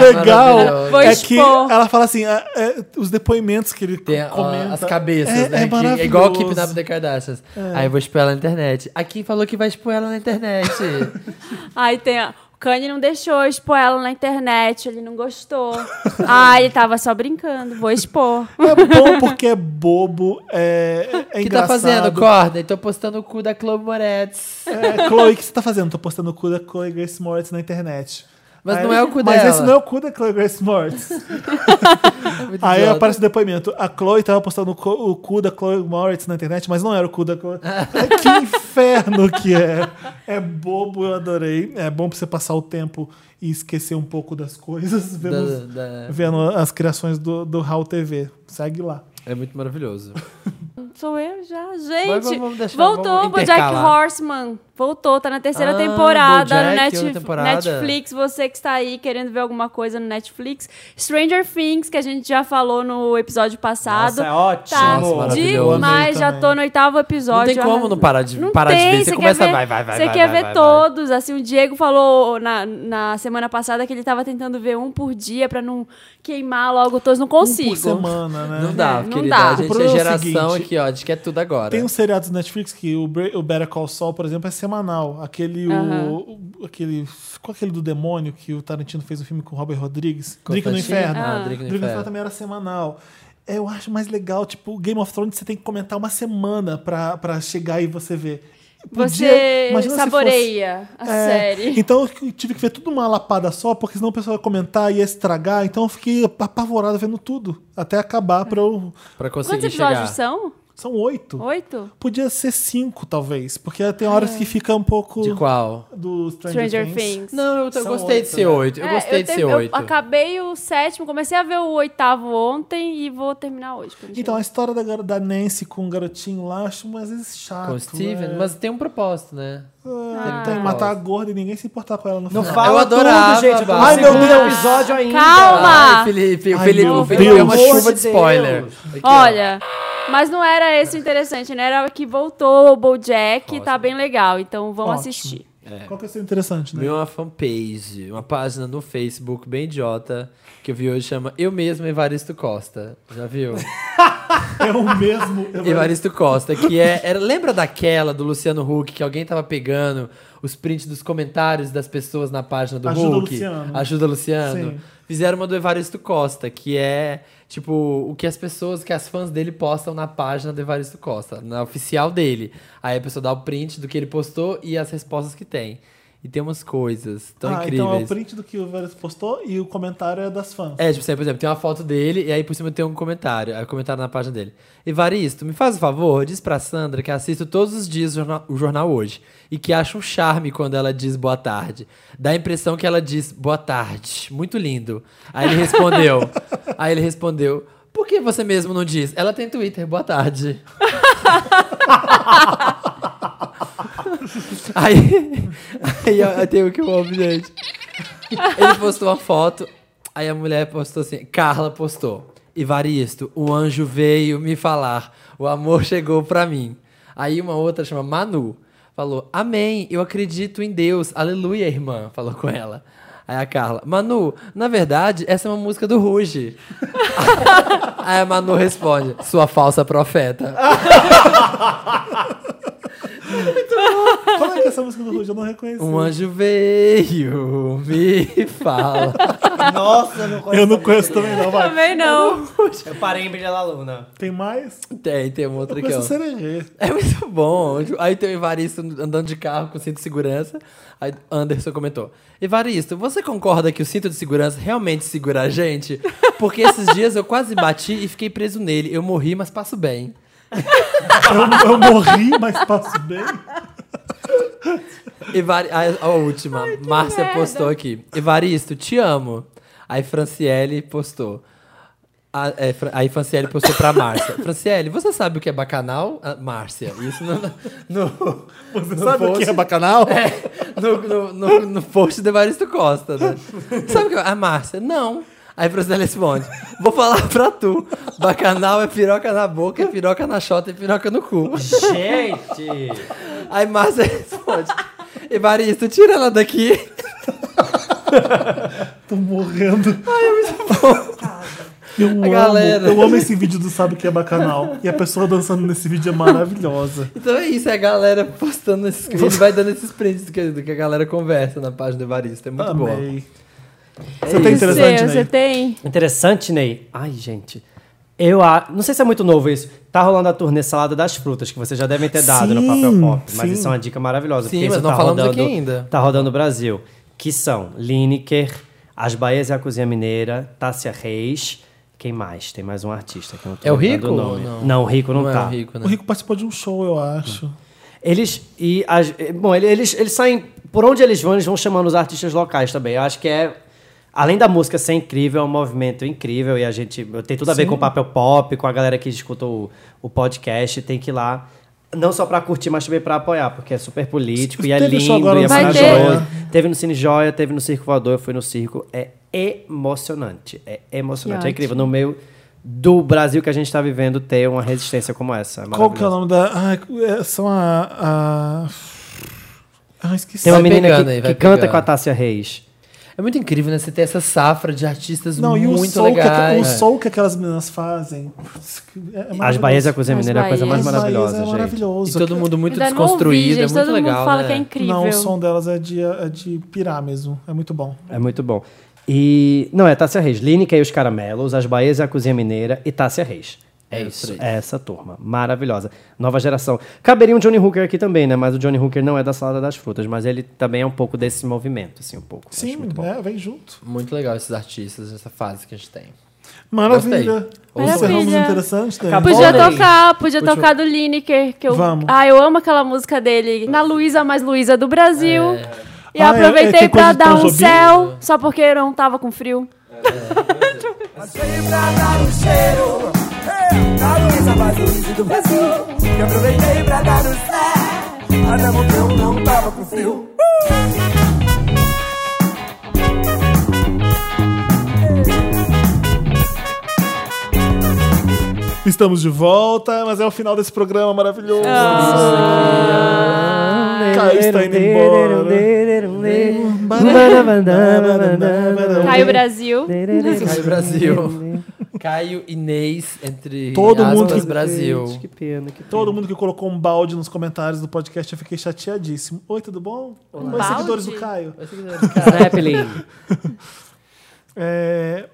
Speaker 1: legal
Speaker 2: Maravilhoso.
Speaker 4: Vou
Speaker 1: é
Speaker 4: expor.
Speaker 1: que ela fala assim, é, é, os depoimentos que ele
Speaker 2: Tem
Speaker 1: co-
Speaker 2: a-
Speaker 1: comenta.
Speaker 2: as cabeças,
Speaker 1: é,
Speaker 2: né?
Speaker 1: É
Speaker 2: que- É, igual o
Speaker 1: maravilhoso. É.
Speaker 2: Keep da Kardashians. Aí eu vou expor ela na internet. A Kim falou que vai expor ela na internet.
Speaker 4: Aí tem a... O Kanye não deixou eu expor ela na internet, ele não gostou. ah, ele tava só brincando, vou expor.
Speaker 1: É bom porque é bobo, é,
Speaker 2: O
Speaker 1: é
Speaker 2: que tá
Speaker 1: engraçado.
Speaker 2: fazendo, Corda? Tô postando o cu da Chloe Moretz.
Speaker 1: É, Chloe, o que você tá fazendo? Tô postando o cu da Chloe Grace Moritz na internet.
Speaker 2: Mas
Speaker 1: Aí-
Speaker 2: não é o cu
Speaker 1: Mas
Speaker 2: dela.
Speaker 1: esse não é o cu da Chloe Grace Moritz.
Speaker 2: Muito
Speaker 1: Aí
Speaker 2: idiota.
Speaker 1: aparece o depoimento. A Chloe tava postando o co- o cu da Chloe Moritz na internet, mas não era o cu da Chloe. que inferno que é. É bobo, eu adorei. É bom pra você passar o tempo e esquecer um pouco das coisas, vendo, os-
Speaker 2: Da- da-
Speaker 1: vendo as criações do, do Hall TV. Segue lá.
Speaker 2: É muito maravilhoso.
Speaker 4: Sou eu já,
Speaker 2: Mas
Speaker 4: gente.
Speaker 2: vamos- vamos deixar-
Speaker 4: voltou o
Speaker 2: vamos
Speaker 4: Bojack
Speaker 2: intercalar.
Speaker 4: Horseman. Voltou, tá na terceira
Speaker 2: Ah,
Speaker 4: temporada no
Speaker 2: BoJack,
Speaker 4: Netf-
Speaker 2: outra temporada.
Speaker 4: Netflix. Você que está aí querendo ver alguma coisa no Netflix. Stranger Things, que a gente já falou no episódio passado.
Speaker 3: Nossa, é ótimo.
Speaker 4: Tá
Speaker 2: Nossa, maravilhoso.
Speaker 4: demais,
Speaker 1: Eu amei
Speaker 4: já tô no oitavo episódio.
Speaker 2: não tem
Speaker 4: já-
Speaker 2: como não parar de,
Speaker 4: Não
Speaker 2: parar
Speaker 4: tem,
Speaker 2: de ver. Você
Speaker 4: quer
Speaker 2: começa,
Speaker 4: ver-
Speaker 2: vai, vai, vai.
Speaker 4: Você
Speaker 2: vai,
Speaker 4: quer
Speaker 2: vai,
Speaker 4: ver
Speaker 2: vai,
Speaker 4: todos. Assim, o Diego falou na, na semana passada que ele tava tentando ver um por dia pra não queimar logo todos. Não
Speaker 1: Um por
Speaker 4: consigo.
Speaker 1: semana, né?
Speaker 2: vai. Não dá,
Speaker 4: É, não
Speaker 2: querida.
Speaker 4: dá.
Speaker 2: A
Speaker 4: O
Speaker 2: gente é
Speaker 1: problema é o
Speaker 2: geração
Speaker 1: seguinte,
Speaker 2: aqui, ó. A gente quer tudo agora.
Speaker 1: Tem um seriado do Netflix que o, Bre- o Better Call Saul, por exemplo, é semanal. Aquele, o-
Speaker 4: Aham.
Speaker 1: o, aquele. Qual aquele do demônio que o Tarantino fez o filme com o Robert Rodrigues? Drink no
Speaker 2: Constantine?
Speaker 1: Inferno.
Speaker 2: Ah,
Speaker 1: Drake
Speaker 2: Drake
Speaker 1: no
Speaker 2: no
Speaker 1: Inferno
Speaker 2: Inferno.
Speaker 1: também era semanal. É, Eu acho mais legal, tipo, Game of Thrones você tem que comentar uma semana pra, pra chegar e você ver.
Speaker 4: Você
Speaker 1: imagina se
Speaker 4: saboreia a
Speaker 1: fosse- É,
Speaker 4: série.
Speaker 1: Então eu tive que ver tudo numa lapada só, porque senão o pessoal ia comentar e ia estragar. Então eu fiquei apavorado vendo tudo, até acabar pra eu.
Speaker 2: Pra conseguir
Speaker 4: Quantos
Speaker 2: assim, chegar.
Speaker 4: episódios são?
Speaker 1: São oito.
Speaker 4: Oito?
Speaker 1: Podia ser cinco, talvez, porque tem horas que fica um pouco
Speaker 2: De qual?
Speaker 1: do Stranger,
Speaker 4: Stranger
Speaker 1: Things.
Speaker 4: Things.
Speaker 2: Não, eu, t- eu
Speaker 3: São
Speaker 2: gostei de
Speaker 3: oito,
Speaker 2: ser
Speaker 3: né?
Speaker 2: oito. Eu
Speaker 4: É,
Speaker 2: gostei de
Speaker 4: teve-
Speaker 2: ser oito.
Speaker 4: Eu acabei o sétimo, comecei a ver o oitavo ontem e vou terminar hoje. porque eu não
Speaker 1: Então, a
Speaker 4: cheguei.
Speaker 1: história da, gar- da Nancy com o garotinho lá, acho às vezes chato.
Speaker 2: Com o Steven,
Speaker 1: né?
Speaker 2: mas tem um propósito, né?
Speaker 1: É, tem que matar a gorda e ninguém se importar com ela no
Speaker 3: Não
Speaker 1: final.
Speaker 3: fala
Speaker 2: Eu adorava,
Speaker 3: tudo, gente. Eu tô no
Speaker 2: Ai,
Speaker 1: meu
Speaker 3: segundo
Speaker 1: Deus.
Speaker 3: episódio ainda.
Speaker 4: Calma!
Speaker 2: Ah, Ai, Felipe, o
Speaker 1: Ai,
Speaker 2: Felipe,
Speaker 1: meu
Speaker 2: o Felipe é uma
Speaker 1: Deus.
Speaker 2: chuva de
Speaker 3: Deus.
Speaker 2: spoiler. Aqui, ó.
Speaker 4: Olha, mas não era esse o interessante, né? Era que voltou o BoJack e tá bem legal, então vamos
Speaker 1: Ótimo.
Speaker 4: assistir.
Speaker 1: Qual que é o seu interessante, né?
Speaker 2: Meu uma fanpage, uma página no Facebook bem idiota que eu vi hoje chama Eu Mesmo Evaristo Costa. Já viu?
Speaker 1: É o mesmo.
Speaker 2: Evaristo Costa, que é. Era, lembra daquela do Luciano Huck que alguém tava pegando os prints dos comentários das pessoas na página do
Speaker 1: Ajuda
Speaker 2: Huck?
Speaker 1: Luciano.
Speaker 2: Ajuda Luciano.
Speaker 1: Sim.
Speaker 2: Fizeram uma do Evaristo Costa, que é tipo o que as pessoas, que as fãs dele postam na página do Evaristo Costa, na oficial dele. Aí a pessoa dá o print do que ele postou e as respostas que tem. E tem umas coisas tão
Speaker 1: ah,
Speaker 2: incríveis.
Speaker 1: então é o print do que o Varys postou e o comentário é das fãs.
Speaker 2: É, tipo, assim, por exemplo, tem uma foto dele e aí por cima tem um comentário. Aí o comentário na página dele. Evaristo, me faz o favor, diz pra Sandra que assisto todos os dias o jornal, o jornal hoje. E que acho um charme quando ela diz boa tarde. Dá a impressão que ela diz boa tarde. Muito lindo. Aí ele respondeu. aí ele respondeu. Por que você mesmo não diz? Ela tem Twitter, boa tarde. aí, aí eu, eu tenho que eu amo, gente. Ele postou uma foto, aí a mulher postou assim, Carla postou. Ivaristo, o anjo veio me falar, o amor chegou pra mim. Aí uma outra chama Manu, falou, amém, eu acredito em Deus, aleluia, irmã, falou com ela. Aí a Carla, Manu, na verdade, essa é uma música do Ruge. aí a Manu responde, sua falsa profeta.
Speaker 1: Qual é que é essa música do Ruge? Eu não reconheci.
Speaker 2: Um anjo veio me fala.
Speaker 3: Nossa, eu não conheço.
Speaker 1: Eu não conheço também, não,
Speaker 2: É.
Speaker 1: vai.
Speaker 4: Também não.
Speaker 3: Eu parei em Brilha da Luna.
Speaker 1: Tem mais?
Speaker 2: Tem, tem uma outra
Speaker 1: Eu
Speaker 2: aqui,
Speaker 1: conheço
Speaker 2: ó.
Speaker 1: o Sererê.
Speaker 2: É muito bom. Aí tem o Evaristo andando de carro com cinto de segurança. Aí Anderson comentou: Evaristo, você concorda que o cinto de segurança realmente segura a gente? Porque esses dias eu quase bati e fiquei preso nele. Eu morri, mas passo bem.
Speaker 1: Eu, eu morri, mas passo bem.
Speaker 2: Evari... A, a última. Márcia postou aqui. Evaristo, te amo. Aí Franciele postou. A- é, Fra- aí Franciele postou pra Márcia. Franciele, você sabe o que é bacanal? Ah, Márcia, isso no, no,
Speaker 1: Você
Speaker 2: no
Speaker 1: sabe o que
Speaker 2: post.
Speaker 1: é bacanal?
Speaker 2: É, no, no, no, no post do Evaristo Costa, né? Sabe o que é? A Márcia, não. Aí você responde, vou falar pra tu. Bacanal é piroca na boca, é piroca na chota e é piroca no cu.
Speaker 3: Gente!
Speaker 2: Aí Márcia responde, Evaristo, tira ela daqui.
Speaker 1: Tô morrendo. Ai, é muito bom. Eu
Speaker 2: A
Speaker 1: amo,
Speaker 2: galera.
Speaker 1: eu amo esse vídeo do Sabe o que é bacanal. E a pessoa dançando nesse vídeo é maravilhosa.
Speaker 2: Então é isso, é a galera postando esses... Ele vai dando esses prints do que, do que a galera conversa na página do Evaristo, é muito bom.
Speaker 1: Amei.
Speaker 2: tá
Speaker 1: Você tem
Speaker 4: E o
Speaker 1: interessante,
Speaker 4: seu,
Speaker 1: né?
Speaker 4: É Você tem?
Speaker 3: Interessante, Ney. Ai, gente. Eu a... não sei se é muito novo isso. Tá rolando a turnê Salada das Frutas, que vocês já devem ter dado no
Speaker 1: Sim,
Speaker 3: papel pop. Mas
Speaker 1: sim.
Speaker 3: isso é uma dica maravilhosa.
Speaker 2: Sim,
Speaker 3: porque
Speaker 2: mas
Speaker 3: isso
Speaker 2: não
Speaker 3: tá
Speaker 2: falamos
Speaker 3: rodando,
Speaker 2: aqui ainda.
Speaker 3: Tá rodando o Brasil. Que são Lineker, As Baías e a Cozinha Mineira, Tássia Reis. Quem mais? Tem mais um artista que eu não tô
Speaker 2: É o
Speaker 3: lembrando
Speaker 2: Rico
Speaker 3: nome.
Speaker 2: ou não?
Speaker 3: Não? o Rico não,
Speaker 2: é
Speaker 3: tá.
Speaker 2: o rico, né?
Speaker 1: O Rico participou de um show, eu acho.
Speaker 3: Eles e as- bom, ele- eles, eles saem por onde eles vão, eles vão chamando os artistas locais também. Eu acho que é além da música ser incrível, é um movimento incrível e a gente tem tudo a ver com o papel pop, com a galera que escuta o, o podcast, tem que ir lá não só pra curtir, mas também pra apoiar, porque é super político e é
Speaker 1: Teve show
Speaker 3: lindo
Speaker 1: agora
Speaker 3: e é
Speaker 1: no
Speaker 4: Vai ter.
Speaker 3: maravilhoso. Teve no Cine Joia, teve no Circo Voador, eu fui no circo, é emocionante, é emocionante,
Speaker 4: Que
Speaker 3: é incrível no meio do Brasil que a gente tá vivendo ter uma resistência como essa.
Speaker 1: Qual que é o
Speaker 3: maravilhoso.
Speaker 1: nome da. Ai, é, são a. a... Ah, esqueci.
Speaker 3: Tem uma
Speaker 2: Vai
Speaker 3: menina
Speaker 2: pegando
Speaker 3: que,
Speaker 2: aí,
Speaker 3: que
Speaker 2: vai
Speaker 3: canta
Speaker 2: pegando.
Speaker 3: com a Tássia Reis.
Speaker 2: É muito incrível, né? Você ter essa safra de artistas
Speaker 1: Não, e o
Speaker 2: muito é.
Speaker 1: soul, que, o
Speaker 2: legais.
Speaker 1: soul que aquelas meninas fazem. é- é
Speaker 3: As
Speaker 1: maravilhoso.
Speaker 3: Baías e a Cozinha
Speaker 4: As
Speaker 3: Mineira é a coisa mais
Speaker 1: As Baías
Speaker 3: maravilhosa,
Speaker 1: é
Speaker 3: gente.
Speaker 2: E
Speaker 1: maravilhoso.
Speaker 2: todo mundo muito
Speaker 4: Ainda não ouvi,
Speaker 2: desconstruído,
Speaker 4: gente,
Speaker 2: é muito
Speaker 4: todo
Speaker 2: legal,
Speaker 4: mundo fala
Speaker 2: né?
Speaker 4: que é incrível.
Speaker 1: Não, o som delas é de, é de pirar mesmo. É muito bom.
Speaker 3: É muito bom. E. Não, é Tássia Reis. Línica e os Caramelos, As Baías e a Cozinha Mineira e Tássia Reis. É
Speaker 2: os
Speaker 3: isso.
Speaker 2: três.
Speaker 3: É essa turma. Maravilhosa. Nova geração. Caberia um Johnny Hooker aqui também, né? Mas o Johnny Hooker não é da Salada das Frutas, mas ele também é um pouco desse movimento, assim, um pouco. Acho
Speaker 1: Sim,
Speaker 3: muito bom.
Speaker 1: né? Vem junto.
Speaker 2: Muito legal esses artistas, essa fase que a gente tem.
Speaker 1: Maravilha.
Speaker 2: Gostei.
Speaker 1: Encerramos
Speaker 4: Maravilha.
Speaker 1: interessante,
Speaker 2: Tá
Speaker 1: né?
Speaker 3: Acabou.
Speaker 4: Podia
Speaker 3: Olha aí.
Speaker 4: tocar, podia
Speaker 2: Última-
Speaker 4: tocar do Lineker, que eu.
Speaker 1: Vamos.
Speaker 4: Ah, eu amo aquela música dele. Na Luísa mais Luísa do Brasil. E eu
Speaker 1: Ah, é- é
Speaker 4: aproveitei
Speaker 1: que
Speaker 4: pra
Speaker 1: coisa de
Speaker 4: dar um
Speaker 1: transfobia.
Speaker 4: céu, só porque eu não tava com frio.
Speaker 7: Veio pra dar um cheiro é, Da Luísa Mazuzi do Brasil E aproveitei pra dar um sé Até porque eu não tava com frio
Speaker 1: Estamos de volta, mas é o final desse programa maravilhoso.
Speaker 4: Ah.
Speaker 2: Ah.
Speaker 1: Caio está indo né? embora.
Speaker 4: Caiu Brasil.
Speaker 2: Caio Brasil. Caio Inês entre
Speaker 1: Todo
Speaker 2: aspas,
Speaker 1: mundo que-
Speaker 2: Brasil.
Speaker 3: Gente, que pena, que pena.
Speaker 1: Todo mundo que colocou um balde nos comentários do podcast, eu fiquei chateadíssimo. Oi, tudo bom?
Speaker 4: Um
Speaker 1: Oi,
Speaker 4: balde?
Speaker 1: seguidores do Caio.
Speaker 3: Zeppelin.
Speaker 1: É,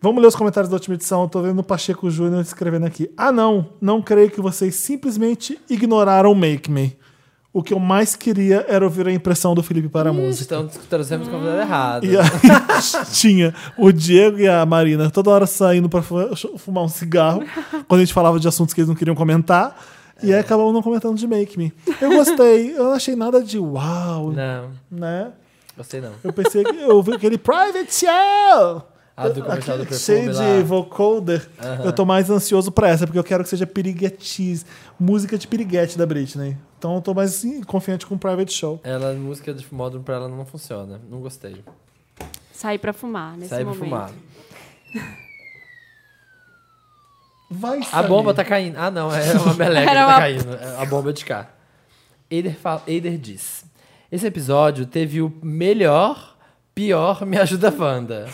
Speaker 1: Vamos ler os comentários da última edição. Eu tô vendo o Pacheco Júnior escrevendo aqui. Ah, não. Não creio que vocês simplesmente ignoraram o Make Me. O que eu mais queria era ouvir a impressão do Felipe para a música.
Speaker 2: Estão trazendo convidado errado.
Speaker 1: E aí tinha o Diego e a Marina toda hora saindo pra fu- fumar um cigarro quando a gente falava de assuntos que eles não queriam comentar. E aí acabamos não comentando de Make Me. Eu gostei, eu não achei nada de uau,
Speaker 2: Não,
Speaker 1: né?
Speaker 2: gostei não.
Speaker 1: Eu pensei que eu vi aquele Private Show!
Speaker 2: A do comercial do
Speaker 1: Aquele
Speaker 2: perfume
Speaker 1: cheio
Speaker 2: lá.
Speaker 1: de vocoder. Eu tô mais ansioso pra essa, porque eu quero que seja piriguetis, música de piriguete da Britney. Então eu tô mais assim, confiante com o Private Show.
Speaker 2: Ela, música de módulo pra ela não funciona. Não gostei.
Speaker 4: Saí pra fumar nesse
Speaker 2: Sai pra
Speaker 4: momento.
Speaker 2: fumar.
Speaker 1: Vai
Speaker 2: A
Speaker 1: saber.
Speaker 2: bomba tá caindo. Ah, não, é uma meleca
Speaker 4: Era
Speaker 2: que
Speaker 4: uma-
Speaker 2: tá caindo. É A bomba de cá. Eider, fala- Eider diz: Esse episódio teve o melhor, pior Me Ajuda Wanda.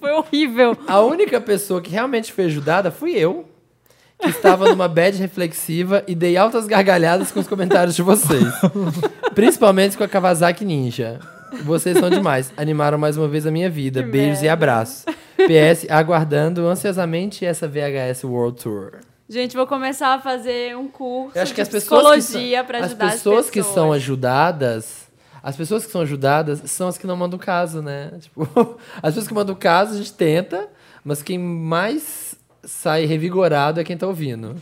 Speaker 4: Foi horrível.
Speaker 2: A única pessoa que realmente foi ajudada fui eu, que estava numa bad reflexiva e dei altas gargalhadas com os comentários de vocês. Principalmente com a Kawasaki Ninja. Vocês são demais. Animaram mais uma vez a minha vida.
Speaker 4: Que
Speaker 2: Beijos e
Speaker 4: merda.
Speaker 2: abraços. PS, aguardando ansiosamente essa VHS World Tour.
Speaker 4: Gente, vou começar a fazer um curso
Speaker 2: Eu acho que
Speaker 4: de
Speaker 2: as pessoas que são,
Speaker 4: psicologia pra ajudar
Speaker 2: as
Speaker 4: as
Speaker 2: pessoas que são
Speaker 4: pessoas.
Speaker 2: ajudadas, as pessoas que são ajudadas são as que não mandam caso, né? Tipo, as pessoas que mandam caso a gente tenta, mas quem mais sai revigorado é quem tá ouvindo.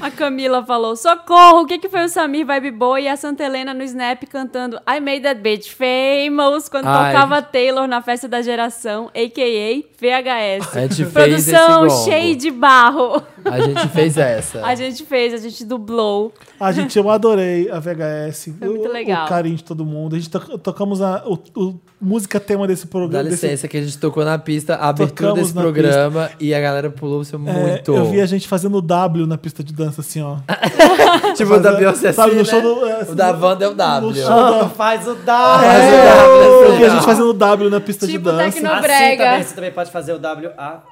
Speaker 4: A Camila falou: Socorro, o que, que foi o Samir Vibe Boy e a Santa Helena no Snap cantando I Made That Bitch Famous quando
Speaker 2: Ai.
Speaker 4: tocava Taylor na festa da geração, a.k.a. VHS.
Speaker 2: A
Speaker 1: É
Speaker 2: gente fez esse
Speaker 4: Produção
Speaker 2: gongo.
Speaker 4: cheia de barro.
Speaker 2: A gente fez
Speaker 1: Tá.
Speaker 2: essa.
Speaker 4: A gente fez, a gente dublou.
Speaker 1: A gente, eu adorei a VHS.
Speaker 4: Foi muito
Speaker 1: o,
Speaker 4: legal.
Speaker 1: O carinho de todo mundo. A gente to- tocamos a o, o música tema desse
Speaker 2: Dá
Speaker 1: programa. desse-
Speaker 2: licença que a gente tocou na pista, a abertura
Speaker 1: Tocamos
Speaker 2: desse
Speaker 1: na
Speaker 2: programa e a galera pulou o seu
Speaker 1: É,
Speaker 2: muito.
Speaker 1: eu vi a gente fazendo o W na pista de dança, assim, ó.
Speaker 2: tipo o da
Speaker 1: Mas,
Speaker 2: Beyoncé assim,
Speaker 1: sabe, no
Speaker 2: né?
Speaker 1: show do- é,
Speaker 2: O da Wanda é o W.
Speaker 1: No show-
Speaker 3: Faz o W.
Speaker 2: Mas o W,
Speaker 1: Eu vi a
Speaker 2: assim, ó.
Speaker 1: gente fazendo o W na pista
Speaker 4: Tipo
Speaker 1: de dança.
Speaker 4: tecno-
Speaker 3: Assim
Speaker 4: Brega.
Speaker 3: também, você também pode fazer o WA.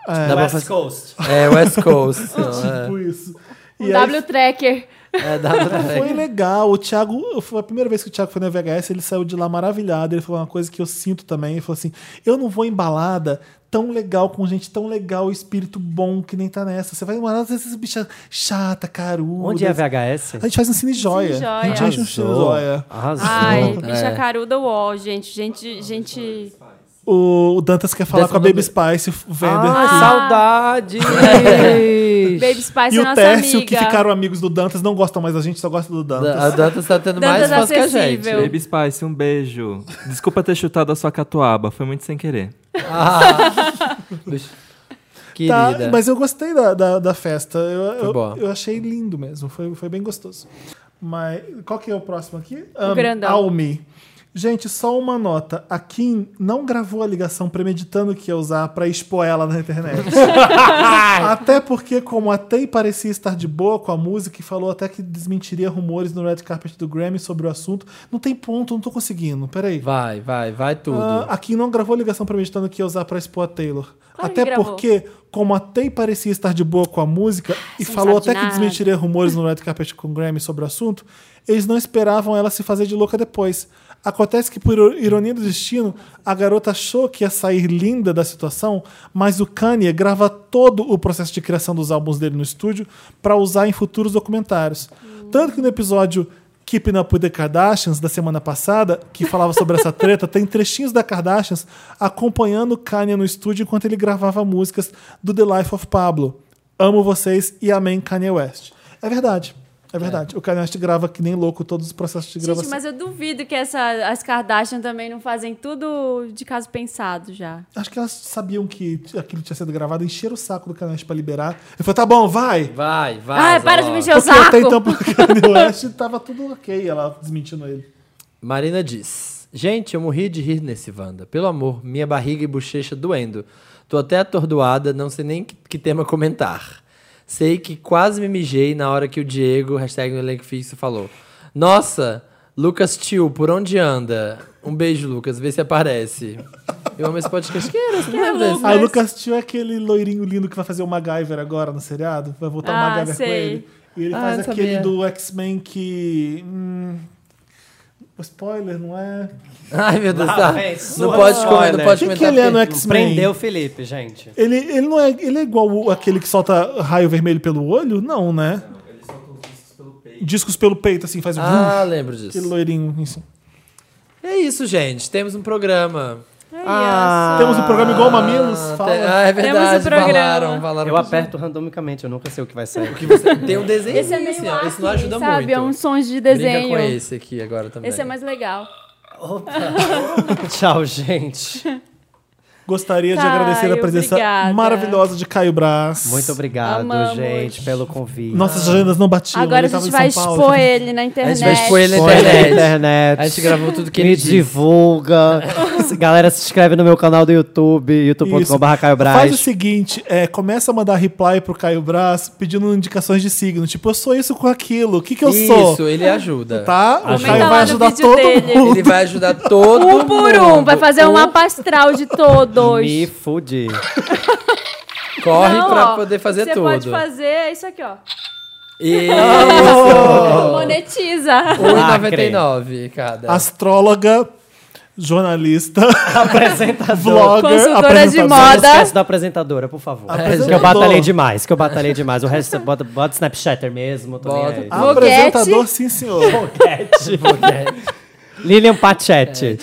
Speaker 1: É. Dá
Speaker 3: Tipo
Speaker 2: pra
Speaker 3: West
Speaker 2: fazer-
Speaker 3: Coast.
Speaker 2: É, West Coast. não,
Speaker 1: Tipo isso.
Speaker 4: Um
Speaker 1: E aí
Speaker 4: W-Tracker.
Speaker 2: é, é W.
Speaker 1: Foi legal. O Thiago, foi a primeira vez que o Thiago foi na VHS, ele saiu de lá maravilhado. Ele falou uma coisa que eu sinto também. Ele falou assim: eu não vou em balada tão legal, com gente tão legal, espírito bom que nem tá nessa. Você vai em balada, essas bichas chata, caruda.
Speaker 3: Onde é a VHS?
Speaker 1: A gente faz um cine joia.
Speaker 4: Cine joia.
Speaker 1: A gente acha um cine joia.
Speaker 3: Arrasou.
Speaker 4: Ai,
Speaker 2: Zoou.
Speaker 4: bicha
Speaker 2: É.
Speaker 4: caruda uó, gente. Gente, gente.
Speaker 1: O, o Dantas quer falar
Speaker 2: Dantas
Speaker 1: com a
Speaker 2: mandou
Speaker 1: Baby Spice, o
Speaker 4: Ah,
Speaker 1: Vander.
Speaker 3: Ai, saudades.
Speaker 4: Baby Spice
Speaker 1: e
Speaker 4: é
Speaker 1: o
Speaker 4: nossa
Speaker 1: Tércio,
Speaker 4: amiga.
Speaker 1: que ficaram amigos do Dantas, não gostam mais da gente, só gostam do Dantas.
Speaker 2: A Dantas tá tendo mais
Speaker 4: Dantas
Speaker 2: fãs que a gente.
Speaker 4: acessível.
Speaker 8: Baby Spice, um beijo. Desculpa ter chutado a sua catuaba, foi muito sem querer.
Speaker 2: Bicho.
Speaker 1: Tá,
Speaker 2: Querida.
Speaker 1: mas eu gostei da, da, da festa. Eu,
Speaker 2: Foi
Speaker 1: eu-
Speaker 2: boa.
Speaker 1: eu achei lindo mesmo. Foi, foi bem gostoso. Mas qual que é o próximo aqui?
Speaker 4: O grandão.
Speaker 1: Almi. Gente, só uma nota. A Kim não gravou a ligação premeditando que ia usar pra expor ela na internet. até porque, como a Tay parecia estar de boa com a música e falou até que desmentiria rumores no red carpet do Grammy sobre o assunto, não tem ponto, não tô conseguindo. Peraí.
Speaker 2: Vai, vai, vai tudo.
Speaker 1: Ah, a Kim não gravou a ligação premeditando que ia usar pra expor a Taylor.
Speaker 4: Claro que
Speaker 1: até
Speaker 4: gravou.
Speaker 1: porque, como a Tay parecia estar de boa com a música e
Speaker 4: Você não
Speaker 1: falou
Speaker 4: sabe de
Speaker 1: até que
Speaker 4: nada.
Speaker 1: desmentiria rumores no Red Carpet com o Grammy sobre o assunto, eles não esperavam ela se fazer de louca depois. Acontece que, por ironia do destino, a garota achou que ia sair linda da situação, mas o Kanye grava todo o processo de criação dos álbuns dele no estúdio pra usar em futuros documentários. Tanto que no episódio Keeping Up with the Kardashians da semana passada, que falava sobre essa treta, tem trechinhos da Kardashians acompanhando Kanye no estúdio enquanto ele gravava músicas do The Life of Pablo. Amo vocês e amém Kanye West. É verdade. É verdade. O Kanye West grava que nem louco todos os processos de gravação.
Speaker 4: Gente, mas eu duvido que essa, as Kardashian também não fazem tudo de caso pensado já.
Speaker 1: Acho que elas sabiam que aquilo tinha sido gravado, encheram o saco do Kanye West pra liberar. Ele falou, tá bom, vai!
Speaker 2: Vai, vai.
Speaker 4: Ai, Ah, para de me encher o
Speaker 1: Porque até
Speaker 4: saco!
Speaker 1: então, pro Kanye West, tava tudo ok, ela desmentindo ele.
Speaker 2: Marina diz: Gente, eu morri de rir nesse Wanda. Pelo amor, minha barriga e bochecha doendo. Tô até atordoada, não sei nem que, que tema comentar. Sei que quase me mijei na hora que o Diego, hashtag no elenco fixo, falou. Nossa, Lucas Tio, por onde anda? Um beijo, Lucas, vê se aparece. Eu amo esse podcast. Que era, que era desse?
Speaker 1: Aí o Lucas Tio é aquele loirinho lindo que vai fazer o MacGyver agora no seriado. Vai voltar
Speaker 4: Ah,
Speaker 1: o MacGyver com
Speaker 4: sei.
Speaker 1: ele. E ele
Speaker 2: Ah,
Speaker 1: faz
Speaker 2: eu
Speaker 1: aquele
Speaker 2: sabia.
Speaker 1: do X-Men que. hum, spoiler, não é?
Speaker 2: Ai, meu Deus,
Speaker 3: Lá
Speaker 2: tá.
Speaker 3: vem,
Speaker 2: Não
Speaker 3: Ah, sua
Speaker 2: pode comer, não
Speaker 3: spoiler.
Speaker 2: pode
Speaker 1: Que que
Speaker 2: comentar.
Speaker 1: ele é no
Speaker 2: porque-
Speaker 1: X-Men.
Speaker 3: Prendeu o Felipe, gente.
Speaker 1: Ele, ele não é. Ele é igual o- aquele que solta raio vermelho pelo olho? Não, né? Discos pelo peito, assim, faz um.
Speaker 2: Ah, lembro disso.
Speaker 1: aquele loirinho. assim.
Speaker 2: É isso, gente. Temos um programa.
Speaker 4: Ai,
Speaker 1: Temos um programa igual o Mamilos?
Speaker 2: Ah,
Speaker 1: Fala.
Speaker 2: te- Ah, é
Speaker 4: Temos
Speaker 2: verdade.
Speaker 4: o programa.
Speaker 2: Falaram, falaram.
Speaker 3: Eu
Speaker 2: que-
Speaker 3: aperto randomicamente, eu nunca sei o que vai sair.
Speaker 2: que você- Tem um desenho
Speaker 4: Esse é meio
Speaker 2: assim, ó. Isso não
Speaker 4: acne,
Speaker 2: ajuda
Speaker 4: sabe?
Speaker 2: muito.
Speaker 4: É uns sons de
Speaker 2: Brinca
Speaker 4: desenho.
Speaker 2: com esse aqui agora também.
Speaker 4: Esse é mais legal.
Speaker 3: Tchau, gente.
Speaker 1: Gostaria de
Speaker 4: Caio,
Speaker 1: agradecer a presença
Speaker 4: obrigada.
Speaker 1: maravilhosa de Caio Brás.
Speaker 3: Muito obrigado,
Speaker 4: Amamos.
Speaker 3: gente, pelo convite.
Speaker 1: Nossas agendas não batiam.
Speaker 4: Agora
Speaker 1: ele
Speaker 4: a
Speaker 1: tava
Speaker 4: gente
Speaker 1: em
Speaker 4: vai
Speaker 1: São Paulo.
Speaker 4: expor ele na internet.
Speaker 2: gente vai expor ele na
Speaker 3: Foi na
Speaker 2: internet.
Speaker 3: internet.
Speaker 2: A gente gravou tudo que
Speaker 3: me
Speaker 2: ele disse.
Speaker 3: divulga. Galera, se inscreve no meu canal do YouTube,
Speaker 1: Isso.
Speaker 3: youtube.com.br Caio
Speaker 1: Faz o
Speaker 3: Braz.
Speaker 1: seguinte, é, começa a mandar reply pro Caio Brás pedindo indicações de signo. Tipo, eu sou isso com aquilo. O que que eu sou?
Speaker 2: Isso, ele ajuda.
Speaker 1: Tá? O
Speaker 4: Comenta
Speaker 1: Caio
Speaker 4: lá
Speaker 1: vai
Speaker 4: no
Speaker 1: ajudar
Speaker 4: vídeo
Speaker 1: todo
Speaker 4: dele.
Speaker 1: mundo.
Speaker 2: Ele vai ajudar todo
Speaker 4: Um por um,
Speaker 2: mundo.
Speaker 4: vai fazer um
Speaker 2: Um
Speaker 4: mapa astral de todos.
Speaker 3: Me fudi.
Speaker 2: Corre
Speaker 4: Não,
Speaker 2: pra
Speaker 4: ó,
Speaker 2: poder fazer
Speaker 4: Você
Speaker 2: tudo.
Speaker 4: pode fazer é isso aqui, ó.
Speaker 2: E
Speaker 4: Monetiza.
Speaker 3: Ah,
Speaker 2: 1,99 cada.
Speaker 1: Astróloga, jornalista,
Speaker 3: Apresentador.
Speaker 1: vlogger,
Speaker 4: Consultora de
Speaker 1: apresentadora.
Speaker 3: Não
Speaker 4: moda.
Speaker 3: esquece da apresentadora, por favor.
Speaker 1: Apresentador.
Speaker 3: Que eu batalhei demais, que eu batalhei demais. O resto você bota, bota Snapchatter mesmo. Tô nem
Speaker 2: Bota
Speaker 3: aí.
Speaker 2: tudo.
Speaker 1: Apresentador, sim senhor.
Speaker 3: Lilian Pachete.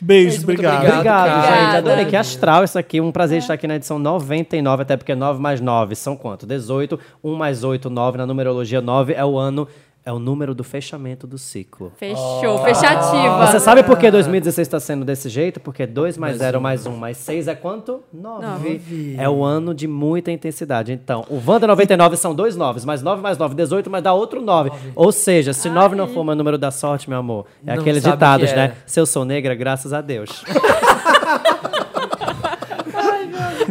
Speaker 1: Beijo,
Speaker 2: Muito
Speaker 1: obrigado.
Speaker 2: É, obrigado.
Speaker 3: Obrigado,
Speaker 2: cara. É.
Speaker 3: gente. Adorei. Que
Speaker 2: Obrigada.
Speaker 3: astral isso aqui. Um prazer estar aqui na edição 99, até porque 9 mais 9 são quanto? 18. 1 mais 8, 9. Na numerologia, 9 é o ano, é o número do fechamento do ciclo.
Speaker 4: Fechou, fechativa.
Speaker 3: Você sabe por que 2016 está tá sendo desse jeito? Porque 2 mais
Speaker 2: um.
Speaker 3: 0 mais 1 mais 6 é quanto? 9. É o ano de muita intensidade. Então, o Wanda 99 são dois 9, mais 9 mais 9, 18, mas dá outro 9. Ou seja, se 9 não for meu número da sorte, meu amor, é
Speaker 2: Não
Speaker 3: aquele
Speaker 2: sabe o
Speaker 3: ditado,
Speaker 2: que é.
Speaker 3: né? Se eu sou negra, graças a Deus.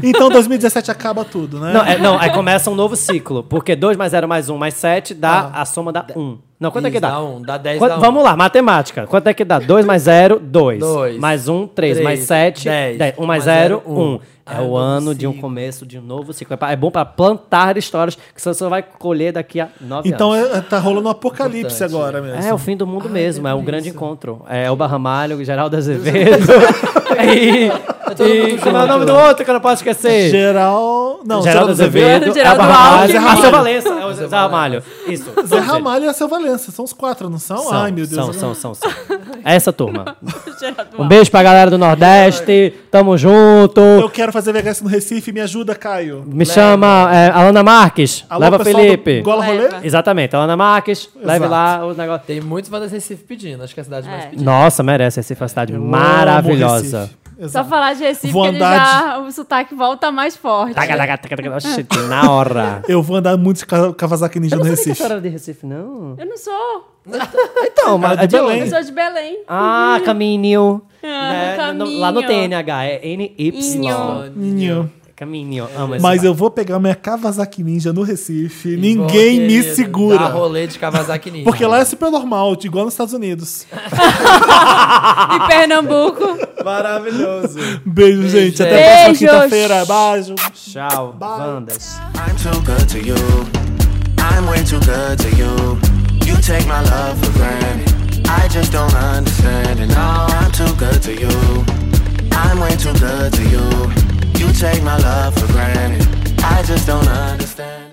Speaker 1: Então 2017 acaba tudo, né?
Speaker 3: Não, é, não, aí começa um novo ciclo. Porque 2 mais 0 mais 1 mais 7 dá a soma da 1. Não, quanto é que
Speaker 2: Ah. Isso,
Speaker 3: dá?
Speaker 2: Dá um, dá 10,
Speaker 3: Quanto-
Speaker 2: dá um.
Speaker 3: Vamos lá, matemática. Quanto é que dá? 2 mais 0, 2.
Speaker 2: Dois.
Speaker 3: Mais 1, 3.
Speaker 2: Três.
Speaker 3: Mais 7,
Speaker 2: Dez.
Speaker 3: 10. 1 mais
Speaker 2: Mais zero,
Speaker 3: 0, 1.
Speaker 2: um.
Speaker 3: É
Speaker 2: Ah,
Speaker 3: o
Speaker 2: novo
Speaker 3: ano de um
Speaker 2: ciclo.
Speaker 3: começo de um novo ciclo. É pra- É bom pra plantar histórias que você só vai colher daqui a 9
Speaker 1: Então
Speaker 3: anos.
Speaker 1: é- tá rolando um apocalipse
Speaker 2: Importante,
Speaker 1: agora mesmo.
Speaker 3: É o fim do mundo mesmo, é um grande encontro. É o Barramalho, Geraldo Azevedo.
Speaker 2: todo mundo
Speaker 3: e. e como é o
Speaker 2: junto.
Speaker 3: nome do outro que eu não posso esquecer?
Speaker 1: Geral. Não,
Speaker 3: Geraldo Azevedo, é
Speaker 4: Geraldo Geraldo
Speaker 3: Elba Ramalho,
Speaker 1: Alckmin.
Speaker 3: Marcel Valença, é o Zé Ramalho. Isso. todos
Speaker 1: Zé
Speaker 3: eles.
Speaker 1: Ramalho e a Seu Valença. São os quatro, não são?
Speaker 3: São,
Speaker 1: Ai, meu Deus.
Speaker 3: São, são, são, são. É essa turma. Um beijo pra galera do Nordeste. Tamo junto.
Speaker 1: Eu quero fazer VHS no Recife, me ajuda, Caio.
Speaker 3: Me chama é, Alana Marques.
Speaker 1: Alô,
Speaker 3: leva
Speaker 1: pessoal
Speaker 3: Felipe.
Speaker 1: do Gola Rolê?
Speaker 4: Leva.
Speaker 3: Exatamente, Alana Marques. Leve lá o negócio.
Speaker 2: Tem muitos Wanda Recife pedindo. Acho que é a cidade mais
Speaker 4: É.
Speaker 2: pedida.
Speaker 3: Nossa, merece essa é uma cidade
Speaker 1: Eu amo
Speaker 3: maravilhosa.
Speaker 1: Recife.
Speaker 4: Só
Speaker 1: Exato.
Speaker 4: falar de Recife,
Speaker 1: Vou
Speaker 4: que ele
Speaker 1: andar
Speaker 4: já, o sotaque volta mais forte.
Speaker 3: Taca, taca, taca, taca. Oxi, na hora.
Speaker 1: Eu vou andar muito de ca- Kawasaki Ninja
Speaker 3: Eu
Speaker 1: no
Speaker 3: não sei que
Speaker 1: Recife.
Speaker 3: a era de Recife, não.
Speaker 4: Eu não sou,
Speaker 3: Então,
Speaker 1: mas
Speaker 3: mas
Speaker 1: é de Belém.
Speaker 4: eu sou de Belém.
Speaker 3: Ah, caminho. Né,
Speaker 4: Ah, caminho.
Speaker 3: no- lá no TNH, é NY.
Speaker 4: Inho.
Speaker 1: Ninho.
Speaker 3: Caminho, amo esse
Speaker 1: Mas
Speaker 3: bar.
Speaker 1: eu vou pegar minha Kawasaki Ninja no Recife.
Speaker 2: E vou,
Speaker 1: Ninguém me
Speaker 2: querido, Dá
Speaker 1: segura.
Speaker 2: rolê de Kawasaki Ninja.
Speaker 1: Porque lá é super normal, igual nos Estados Unidos.
Speaker 4: E Pernambuco.
Speaker 3: Maravilhoso.
Speaker 1: Beijo, gente. Até a
Speaker 4: gente.
Speaker 1: próxima
Speaker 4: Beijos.
Speaker 1: quinta-feira. Beijo.
Speaker 3: Tchau, bandas.
Speaker 9: I'm too good to you. I'm way too good to you. You take my love for granted. I just don't understand it. No, I'm too good to you. I'm way too good to you. You take my love for granted. I just don't understand.